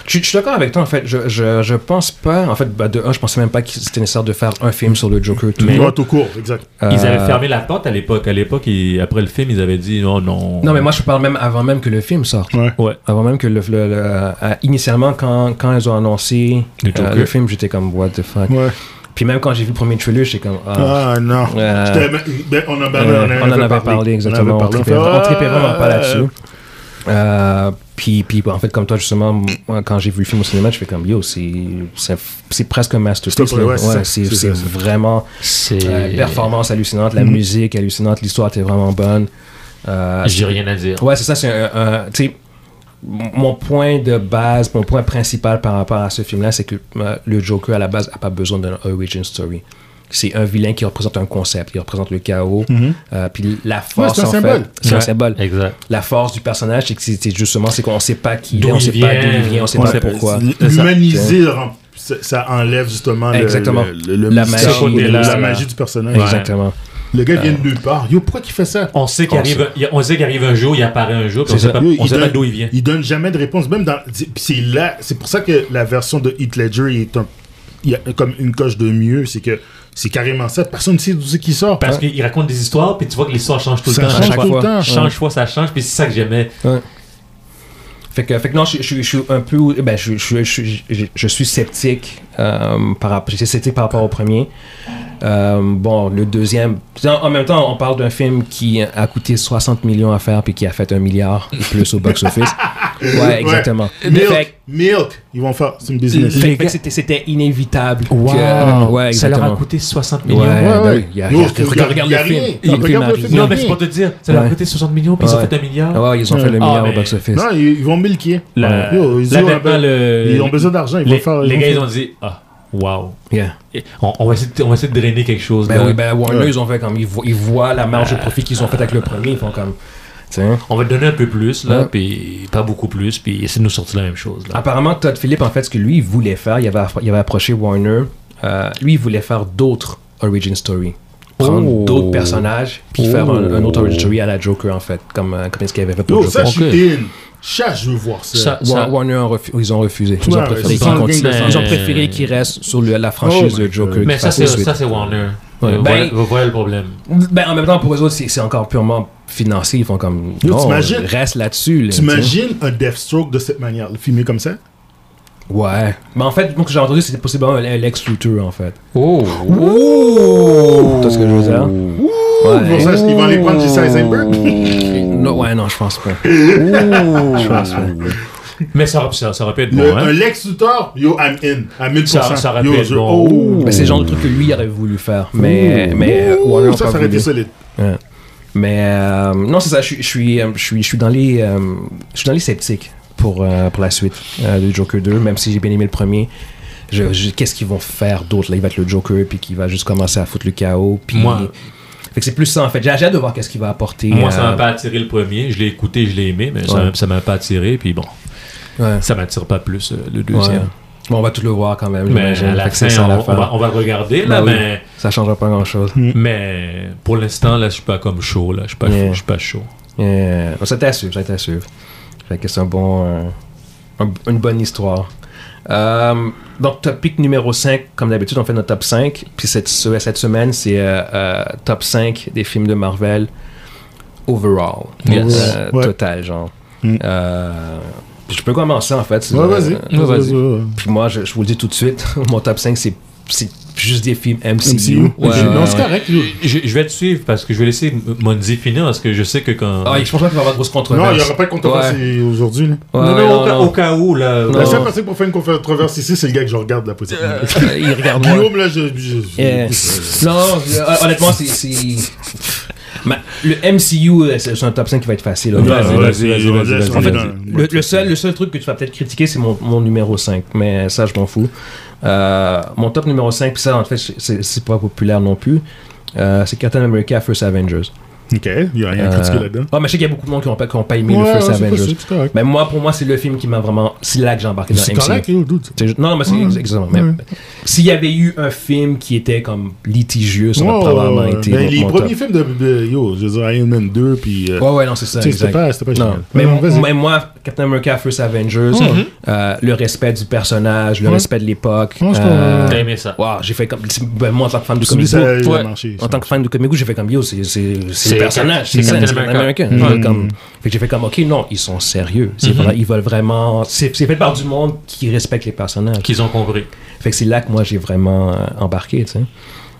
A: Je, je suis d'accord avec toi, en fait. Je, je, je pense pas. En fait, bah, de un, je pensais même pas qu'il c'était nécessaire de faire un film sur le Joker. tout.
B: Mais-
C: Ouais, tout court, exact.
B: Ils
A: Euh,
B: avaient fermé la porte à l'époque. À l'époque, ils- après le film, ils avaient dit non, non.
A: Non, mais moi, je parle même avant même que le film sorte.
C: Ouais.
B: Ouais.
A: Avant même que le. le- le- euh, initialement, quand, quand ils ont annoncé
B: Le
A: euh,
B: Joker.
A: le film, j'étais comme, what the fuck.
C: Ouais.
A: Puis même quand j'ai vu le premier trailer, j'étais comme, ah.
C: Ah non.
A: Euh,
C: J'étais- ben, on, en avait,
A: Euh,
C: on
A: on
C: en
A: en
C: avait
A: avait parlé, exactement.
C: On
A: On,
C: en avait
A: trippait-
C: parlé.
A: on trippait vraiment pas
C: Euh,
A: là-dessus. Euh, puis, puis, en fait, comme toi, justement, moi, quand j'ai vu le film au cinéma, je fais comme yo, c'est c'est- c'est presque un masterpiece.
C: C'est pas-
A: là.
C: ouais, c'est ça,
A: Ouais, C'est
C: c'est
A: c'est
C: ça, c'est ça.
A: vraiment
D: C'est.
A: euh, performance hallucinante, la
C: Mhm.
A: musique hallucinante, l'histoire était vraiment bonne. Euh,
D: J'ai rien à dire.
A: Ouais, c'est ça, c'est un- un- tu sais, m- mon point de base, mon point principal par rapport à ce film-là, c'est que euh, le Joker, à la base, n'a pas besoin d'un origin story. C'est un vilain qui représente un concept, qui représente le chaos.
C: Mhm.
A: Euh, puis la force,
C: Ouais, c'est un
A: en
C: symbole.
A: fait, c'est un
D: Ouais.
A: symbole.
D: Exact.
A: La force du personnage, c'est que c'est c'est justement, c'est qu'on sait pas qui il
D: D'où
A: est, on
D: il
A: sait pas d'où il
D: vient,
A: vient, on sait
C: on
A: pas
C: sait-
A: pourquoi.
C: L'humaniser, rend- ça ça enlève justement le-
A: Exactement.
C: le- le- le
A: La Euh.
C: mystère,
A: magie,
C: le-
A: le-
C: la
A: le-
C: magie du personnage.
A: Exactement.
C: Le gars vient de nulle part. Yo, pourquoi il fait ça?
D: On sait qu'il
A: On
D: arrive, il- on sait qu'il arrive un jour, il apparaît un jour, puis on
A: C'est ça.
D: sait pas,
C: Yo,
D: on sait pas
C: donne-
D: d'où il vient.
C: Il donne jamais de réponse. Même dans. c'est- puis C'est là. C'est pour ça que la version de Heath Ledger est un. Il y a comme une coche de mieux. C'est que c'est carrément ça. Personne ne sait d'où c'est qui sort.
D: Parce qu'il raconte des histoires, puis tu vois que l'histoire change tout le
C: Ça
D: temps.
C: change
A: chaque
C: tout
A: fois.
C: le temps.
D: Change fois, ça change, puis c'est ça que j'aimais.
A: Fait que, fait que non, je, je- je suis un peu. Ben, je, je- je- je- je suis sceptique, euh, par, rapport- j'étais sceptique par rapport au premier. Euh, bon, le deuxième. En, en même temps, on parle d'un film qui a coûté 60 millions à faire puis qui a fait un milliard et plus au box-office. Ouais, exactement.
C: Milk,
A: Fait que-
C: milk. Ils vont faire. C'est une business.
A: fait que
D: gars-
A: c'était- C'était inévitable. que-
D: Que-
A: ouais,
D: ça leur a
A: exactement.
D: coûté 60
A: Ouais,
D: millions.
A: ben
C: ouais.
A: oui, il y a-
C: Yo,
A: il y a-
C: c'est-
A: regarde, regarde
C: il y a
A: le film.
C: rien.
A: Le
C: Regarde
A: film
C: le
A: arrive.
C: film.
D: Non, mais c'est pour te dire, ça leur a
A: Ouais.
D: coûté 60 millions, puis ils ont
A: Ouais.
D: fait un milliard.
A: Ah ouais, ils ont fait le
D: Ah,
A: milliard
D: mais-
A: au box-office.
C: Non, ils, ils vont milquer.
B: La- euh,
C: Yo, ils,
B: là,
C: ont,
B: maintenant, le-
C: ils ont besoin d'argent. Ils
D: les,
C: vont faire.
D: les
C: vont
D: gars,
C: faire-
D: ils ont dit, ah, wow.
A: Yeah.
D: Et On, on va essayer de, on va essayer de drainer quelque chose.
A: Ben
D: là.
A: oui, ben Warner,
C: Ouais.
A: ils ont fait comme. Ils voient, ils voient la
D: Euh.
A: marge de profit qu'ils ont faite avec le premier. Ils font comme. Tiens.
D: On va te donner un peu plus, là,
A: Ouais. Ah,
D: puis pas beaucoup plus, puis essayer de nous sortir la même chose. Là.
A: Apparemment, Todd Phillips, en fait, ce que lui, il voulait faire, il avait, aff- il avait approché Warner. euh, lui, il voulait faire d'autres Origin Story. Prendre
D: Oh.
A: d'autres personnages, puis
D: Oh.
A: faire un, un autre Origin Story à la Joker, en fait, comme, euh, comme ce qu'il avait fait pour
C: Yo,
A: Joker.
C: ça, je suis
D: Ok.
C: in. Chat, je veux voir ça.
D: Ça-
A: Wa- Warner, a refu- ils ont refusé. Ils
C: Ouais,
A: ont préféré
C: ils
A: qu'ils
C: sont
A: continuent.
D: gang de
A: Ils ont
D: sang.
A: préféré qu'ils restent sur le- la franchise
C: Oh my
A: de Joker.
C: God.
A: qu'ils
D: Mais ça,
A: fassent
D: c'est
A: une suite.
D: ça, c'est Warner.
A: Ouais.
D: Euh,
A: Ben-
D: voilà, voilà le problème.
A: Ben, en même temps, pour eux autres, c'est c'est encore purement financier. Ils font comme.
C: Yo,
A: Non,
C: t'imagines-
A: reste là-dessus. là, tu sais.
C: T'imagines un Deathstroke de cette manière, le filmer comme ça?
A: Ouais. Mais en fait, moi, ce que j'ai entendu, c'était possiblement un Lex Luthor, en fait.
D: Oh!
A: Ouh! T'as ce que je veux dire?
C: Pour
A: Ouais.
C: ça, ils vont aller prendre Jesse Eisenberg.
A: Non, ouais, non, je pense pas. Je pense pas.
D: Mais ça, aurait- ça, ça aurait pu être
C: Le-
D: bon, hein?
C: Un Lex Luthor, yo, I'm in. À 1000%.
D: Ça- ça aurait
C: yo,
D: pu être
C: je-
D: bon.
C: oh.
A: Mais c'est le genre de truc que lui aurait voulu faire. Mais, mais euh, Warner
C: ça,
A: a
C: ça
A: pas
C: aurait été
A: voulu.
C: solide.
A: Mais euh, non, c'est ça. Je suis- je suis, euh, je suis, je suis dans les, euh, je suis dans les sceptiques pour euh, pour la suite euh, de Joker 2. Même si j'ai bien aimé le premier, je, je- qu'est-ce qu'ils vont faire d'autre Là, il va être le Joker, puis qui va juste commencer à foutre le chaos. Puis
D: Moi-
A: fait que c'est plus ça en fait. J'ai j'ai hâte de voir qu'est-ce qu'il va apporter.
D: Moi, ça
A: euh,
D: m'a pas attiré le premier. Je l'ai écouté, je l'ai aimé, mais ça
A: Ouais.
D: m'a- ça m'a pas attiré. Puis bon,
A: ouais.
D: ça m'attire pas plus euh, le
A: Ouais.
D: deuxième.
A: Bon, on va tout le voir quand même.
D: Mais
A: j'imagine.
D: à la
A: Fait que c'est
D: fin,
A: ça,
D: on,
A: la
D: on va, on va le regarder, là,
A: Ben oui.
D: mais,
A: Ça changera pas grand-chose.
D: mais pour l'instant, là, je suis pas comme chaud, là. Je suis pas,
A: Yeah.
D: chaud, je suis pas chaud.
A: Yeah. Ça Euh, à suivre, ça à suivre. Fait que c'est un bon, euh, un- une bonne histoire. Euh, donc, topic numéro 5, comme d'habitude, on fait notre top 5. Puis cette, ce- cette semaine, c'est euh, euh, top 5 des films de Marvel overall.
D: Yes.
A: Euh,
C: Ouais.
A: Total, genre.
C: Mm.
A: Euh, je peux commencer en fait. si
C: Ouais,
A: vous-
C: vas-y.
A: euh,
D: vas-y.
A: Puis moi, je, je vous le dis tout de suite, mon top 5, c'est c'est juste des films MCU.
C: MCU.
A: Ouais, ouais,
C: Non, c'est
A: ouais.
C: correct. yo.
D: Je, je vais te suivre parce que je vais laisser M- Monzi finir parce que je sais que quand.
A: Ah, je pense pas qu'il va y avoir de grosses
C: Non,
A: controverses.
C: il n'y aura pas de controverse aujourd'hui. là.
A: Ouais,
D: non,
A: ouais,
D: non, au,
A: non,
D: cas-
A: non.
D: au cas où, là.
A: Non.
C: La
D: euh,
C: seule personne pour faire une controverse ici, c'est le gars que je regarde là, possible.
A: Euh, il regarde moi.
C: Guillaume, là, je. je-
A: Euh, non, euh, honnêtement, c'est. c'est- Ma- le MCU, euh, c'est c'est un top 5 qui va être facile. là.
D: Ouais,
A: Vas-y,
D: ouais,
A: vas-y,
D: vas-y, vas-y, vas-y,
C: laisse,
D: vas-y,
C: on est
D: vas-y.
C: dans-
A: le, le seul, le seul truc que tu vas peut-être critiquer, c'est mon, mon numéro 5, mais ça, je m'en fous. Euh, mon top numéro 5, puis ça, en fait, c'est c'est pas populaire non plus, euh, c'est Captain America First Avengers.
C: Ok, il n'y a rien de critiqué
A: Euh,
C: là-dedans.
A: oh, mais je sais qu'il y a beaucoup de monde qui n'ont pas, qui ont pas aimé
C: Ouais,
A: le
C: ouais,
A: First
C: c'est
A: Avengers.
C: possible, c'est correct.
A: Mais moi, pour moi, c'est le film qui m'a vraiment. C'est là que j'ai embarqué dans
C: C'est
A: le MCU.
C: correct, yo, dude.
A: C'est juste- Non, mais c'est
C: Ouais.
A: exactement. mais-
C: Ouais.
A: S'il y avait eu un film qui était comme litigieux, ça aurait
C: Ouais,
A: probablement
C: ouais, ouais.
A: été.
C: Ben,
A: mon-
C: les
A: mon top.
C: premiers films de, de- Yo, je veux dire, Iron Man 2, puis. euh,
A: Ouais, ouais, non, c'est ça.
C: tu sais, c'était
A: Exact.
C: pas, c'était pas
A: Non.
C: génial.
A: Mais,
C: Non, vas-y. Hmm.
A: mais moi, Captain America First Avengers,
B: Mhm.
A: euh, le respect du personnage, le
C: Ouais.
A: respect de l'époque.
C: Ouais, je
A: euh,
D: T'as aimé ça.
A: wow, j'ai fait comme. ben, moi, en tant que fan de
C: Celui,
A: comic
C: ça
A: book,
C: il a
B: Ouais.
C: euh, marché.
A: en tant que fan de comic book, j'ai fait comme yo, c'est c'est- c'est le
D: C'est
A: personnage, c'est ça,
D: Captain- Captain
A: c'est Captain
D: America.
A: America. Je veux
C: Mm.
A: comme- fait que j'ai fait comme ok, non, ils sont sérieux. C'est
D: Hmm.
A: vrai, ils veulent vraiment. C'est c'est fait par du monde qui respecte les personnages.
D: Qu'ils ont compris.
A: Fait que c'est là que moi j'ai vraiment euh, embarqué, tu sais.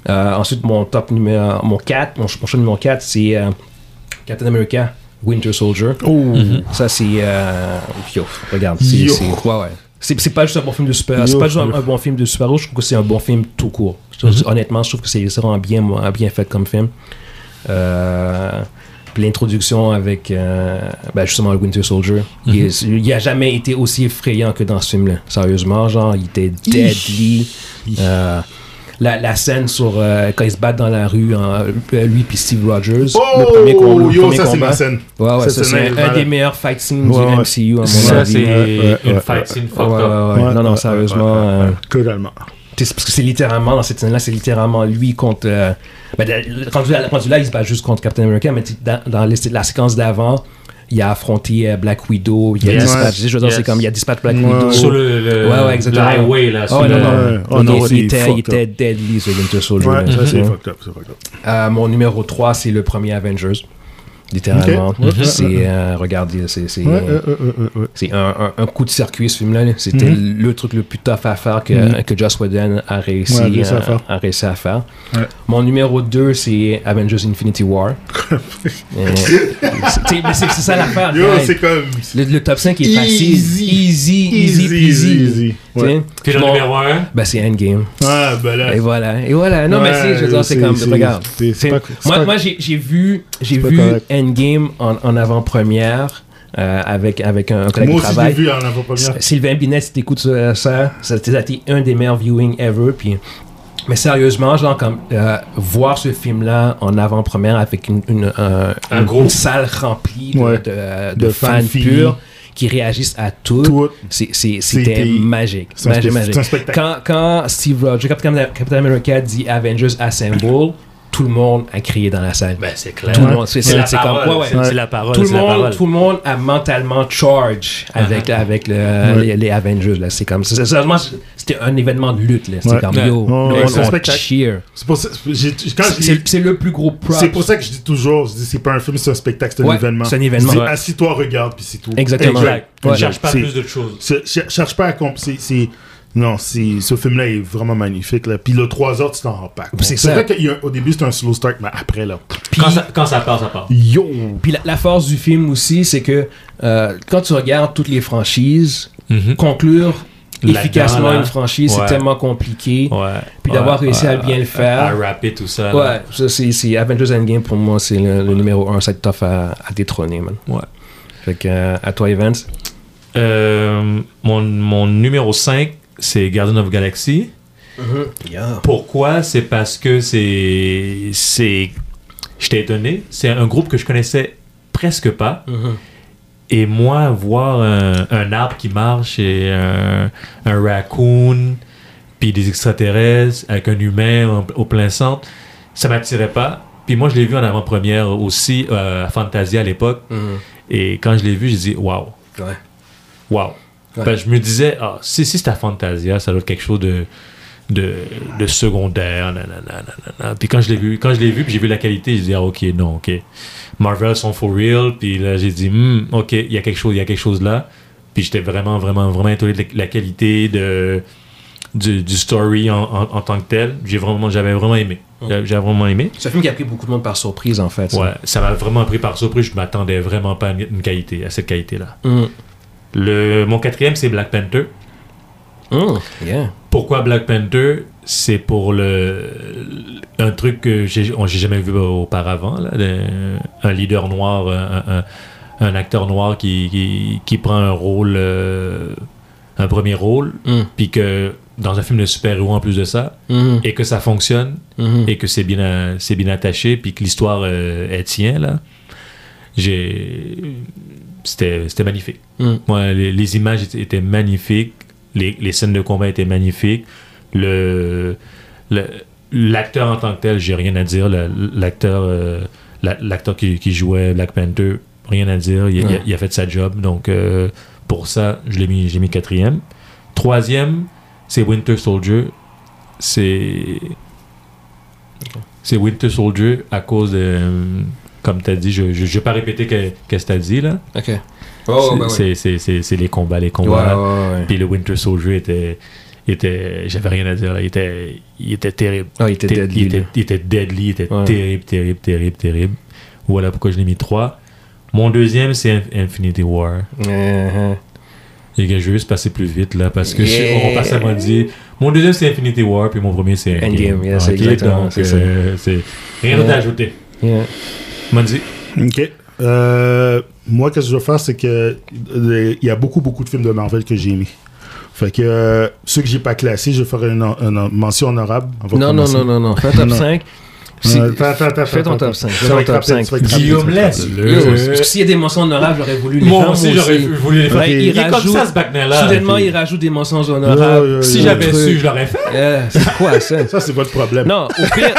A: Euh, ensuite, mon top numéro. Mon 4, mon, mon choix numéro 4, c'est euh, Captain America, Winter Soldier.
C: Oh,
A: Ça, c'est. euh, yo, regarde. C'est,
C: Yo.
A: c'est, ouais, ouais. C'est, c'est pas juste un bon film de super c'est
C: Yo. Mhm.
A: pas juste un, un bon film de super-héros, je trouve que c'est un bon film tout court. Je trouve- Honnêtement, je trouve que c'est c'est vraiment bien, bien fait comme film. Euh, puis l'introduction avec euh, ben, justement le Winter Soldier,
C: Mhm.
A: il, est- il a jamais été aussi effrayant que dans ce film-là. Sérieusement, genre, il était deadly. Euh, la, la scène sur euh, quand ils se battent dans la rue, hein, lui puis Steve Rogers, le premier, con- le
C: Oh, yo,
A: premier
C: ça c'est
A: combat.
C: ma scène.
A: Ouais, ouais,
C: Ça,
A: ça,
C: c'est
A: c'est
C: malade.
A: un des meilleurs fight scenes
C: Ouais, ouais.
A: du MCU, à mon
C: Ça,
D: Ça,
A: avis.
D: c'est
C: ouais,
D: une
C: ouais,
D: fight
C: ouais,
D: scene
A: euh, Ouais, ouais,
D: fucked up.
A: ouais.
C: Ouais,
A: non, non,
C: ouais,
A: sérieusement. euh,
C: Totalement.
A: t'sais, c'est parce que c'est littéralement, dans cette scène-là, c'est littéralement lui contre. euh, ben, de- rendu, là, rendu là, il se bat juste contre Captain America, mais t'sais, dans, dans les- la séquence d'avant, il a affronté euh, Black Widow, il a
D: Yes.
A: dispatché. Je veux dire,
D: Yes.
A: c'est comme il a dispatché Black
C: Ouais.
A: Widow.
D: Sur le, le-
A: Ouais, ouais,
D: le
A: exactement.
D: highway, là. sur
A: Oh,
D: le-
A: non, non,
C: Ouais. Oh, non,
A: il- il,
C: ouais, c'est
A: était, il
C: fucked up.
A: était deadly, ce Winter Soldier.
C: Ouais,
A: là.
C: ça c'est
A: Ouais.
C: fucked up, c'est fucked up.
A: Euh, mon numéro 3, c'est le premier Avengers. Littéralement.
C: Ok. Ouais, ouais,
D: Mhm.
A: C'est. euh, regardez, c'est. c'est,
C: Ouais,
A: euh,
C: euh, euh, euh, euh, ouais.
A: C'est un, un- un coup de circuit, ce film-là. là. C'était le truc le plus tough à faire que,
C: Mhm.
A: que Joss Whedon a réussi,
C: Ouais, a réussi à
A: à,
C: faire.
A: a réussi à faire.
C: Ouais.
A: Mon numéro 2, c'est Avengers Infinity War. Euh, c'est- t'sais, mais c'est c'est ça l'affaire.
C: Yo,
A: regarde.
C: c'est comme.
A: Le, le top 5 est facile.
C: Easy.
A: Easy, easy,
C: Easy,
A: peasy.
C: easy, easy.
A: T'sais,
C: Ouais.
D: Puis le
A: mon-
D: numéro 1.
A: ben, c'est Endgame.
C: Ah, ben là.
A: Et voilà. Et voilà. Non, mais
C: Ouais,
A: c'est, je veux dire, c'est
C: c'est-
A: comme.
C: c'est-
A: Regarde.
C: c'est- c'est
A: C'est-
C: pas- c'est
A: moi,
C: pas-
A: moi j'ai, j'ai vu, j'ai
C: pas
A: vu
C: correct.
A: Endgame en, en avant-première euh, avec, avec un, un collègue
C: Moi
A: de
C: aussi, j'ai
A: travail.
C: vu en
A: S-
C: avant-première.
A: Sylvain Binet, si t'écoutes ça, ça ça a été un des meilleurs viewings ever. Puis, mais sérieusement, genre, comme, euh, voir ce film-là en avant-première avec une, une, euh,
D: Un
A: une-
D: gros-
A: une salle remplie de,
C: Ouais.
A: de-
C: De
A: de fans,
C: fans finis.
A: purs qui réagissent à tout,
C: Tout.
A: c'est- c'est- c'était
C: C'était-
A: magique.
C: C'est un
A: Magique,
C: spect-
A: magique.
C: c'est un spectacle.
A: Quand, quand Steve Rogers, Captain, Captain America dit Avengers Assemble, tout le monde a crié dans la salle.
D: Ben, c'est clair.
A: Tout le monde, c'est
D: C'est la
A: c'est comme,
D: parole.
A: ouais, ouais.
B: C'est c'est la parole.
A: Tout le,
B: c'est la
A: monde,
B: parole.
A: tout le monde a mentalement charge avec,
C: Uh-huh.
A: avec le- les, les Avengers. Là. C'est comme, c'est- c'est- sérieusement, c'est- c'était un événement de lutte. Là. C'est
C: Ouais.
A: comme,
B: Ouais.
A: yo,
C: Ouais, ouais,
A: on-
C: c'est un
A: on
C: spectacle.
A: cheer.
C: C'est pour ça. j'ai- Quand
A: C'est,
C: j'ai-
A: c'est- c'est le plus gros prop.
C: C'est pour ça que je dis toujours, je dis c'est pas un film, c'est un spectacle, c'est un
A: Ouais,
C: événement.
A: c'est un événement.
C: Je dis,
A: Ouais.
C: Assis-toi, regarde, puis c'est tout.
A: Exactement.
C: Exact.
A: Ouais.
D: ne
C: Exact.
D: cherche pas
C: C'est-
D: plus de choses.
C: c'est- cher- Cherche pas à comp- c'est- c'est- Non, c'est- ce film-là est vraiment magnifique. Là. Puis le 3 heures, tu t'en rends pas. compte.
A: C'est ça.
C: vrai qu'au début, c'était un slow start, mais après, là.
D: Quand ça, quand ça part, ça part.
C: Yo!
A: Puis la, la force du film aussi, c'est que euh, quand tu regardes toutes les franchises,
B: Mhm.
A: conclure
B: Là-dedans,
A: efficacement
B: là.
C: hein.
A: une franchise,
B: Ouais.
A: c'est tellement compliqué.
B: Ouais.
A: Puis d'avoir
B: Ouais,
A: réussi à
B: ouais,
A: bien le
B: À
A: faire.
B: rapper tout ça. là.
A: Ouais, ça, c'est, c'est Avengers Endgame pour moi, c'est le, le numéro 1, c'est tough à, à détrôner, man.
B: Ouais.
A: Fait que, euh, à toi, Evans.
B: Euh, mon, mon numéro 5, c'est Garden of Galaxy. Pourquoi C'est parce que c'est. c'est J'étais étonné. C'est un groupe que je connaissais presque pas. Et moi, voir un, un arbre qui marche et un, un raccoon, puis des extraterrestres avec un humain en- au plein centre, ça m'attirait pas. Puis moi, je l'ai vu en avant-première aussi euh, à Fantasia à l'époque.
A: Mhm.
B: Et quand je l'ai vu, j'ai dit waouh,
A: Ouais.
B: Wow.
A: Ouais.
B: Ben, je me disais, ah, si, si c'est ta fantasia, ça doit être quelque chose de, de, de secondaire. nanana, nanana. Puis quand je l'ai vu, quand je l'ai vu, puis j'ai vu la qualité, j'ai dit, ah, ok, non, ok. Marvel sont for real. Puis là, j'ai dit, hmm, ok, il y a quelque chose, il y a quelque chose là. Puis j'étais vraiment, vraiment, vraiment étonné de la- la qualité de, du, du story en, en- en tant que tel. J'ai vraiment, j'avais vraiment aimé. J'avais j'avais vraiment aimé.
A: C'est un film qui a pris beaucoup de monde par surprise, en fait. ça.
B: Ouais, ça m'a vraiment pris par surprise. Je m'attendais vraiment pas à une- une qualité, à cette qualité-là.
A: Mm.
B: Le, mon quatrième, c'est Black Panther.
A: Mm. Yeah.
B: Pourquoi Black Panther C'est pour le un truc que j'ai on- j'ai jamais vu auparavant, là, de- un leader noir, un, un- un acteur noir qui, qui, qui prend un rôle, euh, un premier rôle,
A: Mm.
B: puis que dans un film de super-héros en plus de ça,
A: Mhm.
B: et que ça fonctionne,
A: Mhm.
B: et que c'est bien, euh, c'est bien attaché, puis que l'histoire euh, elle tient là. J'ai, c'était, c'était magnifique.
A: Mm.
B: Moi, les, les images étaient, étaient magnifiques, les, les scènes de combat étaient magnifiques, le, le- l'acteur en tant que tel, j'ai rien à dire. Le- l'acteur, euh, la- l'acteur qui, qui jouait Black Panther, rien à dire. Il, il a-
A: Ouais.
B: il a fait sa job. Donc, euh, pour ça, je l'ai mis, j'ai mis quatrième. Troisième, c'est Winter Soldier. C'est. C'est Winter Soldier à cause de. euh, Comme tu as dit, je ne vais pas répéter que- qu'est-ce que tu as dit là.
A: Ok. Oh,
B: C'est-
A: bah, ouais.
B: c'est- c'est c'est- c'est les combats, les
A: Ouais,
B: combats.
A: ouais, ouais.
B: Puis le Winter Soldier était. était J'avais rien à dire là. Il était, il était terrible.
A: Ah, il était
B: Était-
A: deadly,
B: Il était,
A: là.
B: il était deadly, il était
A: Ouais.
B: terrible, terrible, terrible, terrible. Voilà pourquoi je l'ai mis 3. Mon deuxième, c'est Inf- Infinity War.
A: Euh,
B: Les gars, je vais juste passer plus vite là parce que
A: Yeah.
B: je, on passe à moi dire. Mon deuxième, c'est Infinity War, puis mon premier, c'est Endgame.
A: Endgame, yeah, c'est
B: Ok,
A: exactement,
B: donc,
A: c'est ça.
B: euh, c'est rien
A: Ouais.
B: d'autre à ajouter.
A: euh, yeah. Ah,
B: Mondi,
C: OK. Euh, moi, qu'est-ce que je veux faire, c'est que euh, il y a beaucoup, beaucoup de films de Marvel que j'ai mis. Fait que euh, ceux que j'ai pas classés, je ferai une, une mention honorable. On va
A: Non, non,
C: commencer.
A: non, non, non. Fais un top
C: Non.
A: 5. Si-
C: Euh, attends, attends, attends,
A: Fais ton
C: attends,
A: top
C: attends.
A: 5.
C: Ça va être rapide, ça va être rapide,
B: Guillaume
C: ça va être
B: laisse.
C: rapide.
A: S'il y a des mentions honorables, j'aurais voulu les
B: Moi
A: faire,
B: aussi, j'aurais voulu les faire.
A: Ouais,
C: Ok.
A: il
B: Il est comme
A: rajoute-
B: ça, ce Bagnella.
A: Soudainement,
B: Puis,
A: il rajoute des mentions honorables.
C: Ouais, ouais,
B: Si
C: ouais,
B: j'avais
A: Truc.
B: su, je l'aurais fait.
A: Euh, c'est quoi ça?
C: Ça, c'est votre problème.
A: Non, au pire,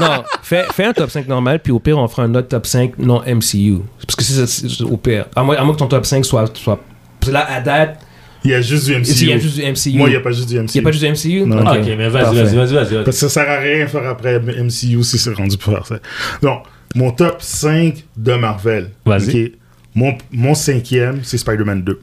A: non, fais, fais un top 5 normal, puis au pire, on fera un autre top 5 non MCU. Parce que c'est c'est- c'est- au pire. À moins, à moins que ton top 5 soit. soit parce que là, à date,
C: Il y a juste du MCU.
A: il y a juste du MCU.
C: Moi, il n'y a pas juste du MCU.
A: Il y a pas juste du MCU?
C: Non.
B: Ok, mais vas-y,
A: parfait.
B: vas-y, vas-y, vas-y. vas-y.
C: Parce que ça sert à rien de faire après M- MCU si c'est rendu pour faire ça. Donc, mon top 5 de Marvel.
B: Vas-y.
C: Ok. Mon, mon cinquième, c'est Spider-Man 2.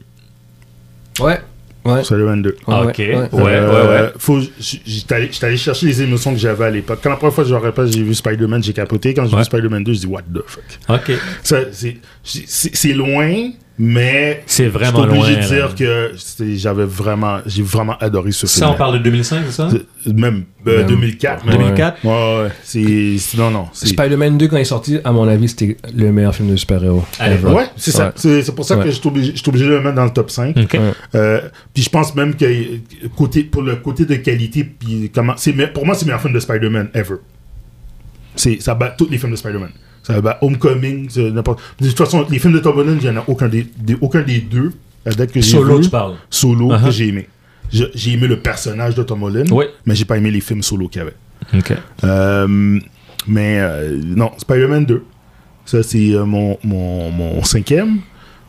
A: Ouais. Ouais.
C: Spider-Man 2.
A: ouais,
B: Ok,
A: ouais.
B: ouais, ouais, ouais.
C: Euh, faut- j- J'étais allé- j'étais allé chercher les émotions que j'avais à l'époque. Quand la première fois que je me rappelle, j'ai vu Spider-Man, j'ai capoté. Quand j'ai
B: Ouais.
C: vu Spider-Man 2, je dis What the fuck.
B: Ok.
C: Ça, c'est- C'est c'est loin, mais
B: C'est
C: je suis
B: vraiment loin.
C: obligé de
B: là.
C: dire que c'est- j'avais vraiment, j'ai vraiment adoré ce film.
B: Ça, on parle de 2005, c'est ça?
C: même euh,
A: Même.
C: 2004. même.
B: 2004?
C: Ouais, ouais. C'est c'est- non, non. c'est-
A: Spider-Man 2, quand il est sorti, à mon avis, c'était le meilleur film de super-héros.
B: À l'époque.
C: Ouais, c'est
A: Ouais.
C: ça. C'est c'est pour ça
A: Ouais.
C: que je suis obligé, je suis obligé de le mettre dans le top 5.
B: Ok.
A: Ouais.
C: Euh, puis je pense même que euh, côté, pour le côté de qualité, puis comment, c'est me- pour moi, c'est le meilleur film de Spider-Man ever. C'est, ça bat tous les films de Spider-Man. Ça bat Homecoming, c'est n'importe. De toute façon, les films de Tom Holland, il n'y en a aucun des, des- aucun des deux à date que j'ai
B: Solo,
C: vu.
B: tu parles.
C: Solo
B: Uh-huh.
C: que j'ai aimé. Je- j'ai aimé le personnage de Tom Holland,
B: Oui.
C: mais j'ai pas aimé les films solo qu'il y avait.
B: Ok.
C: Euh, mais euh, non, Spider-Man 2. Ça, c'est euh, mon, mon, mon cinquième.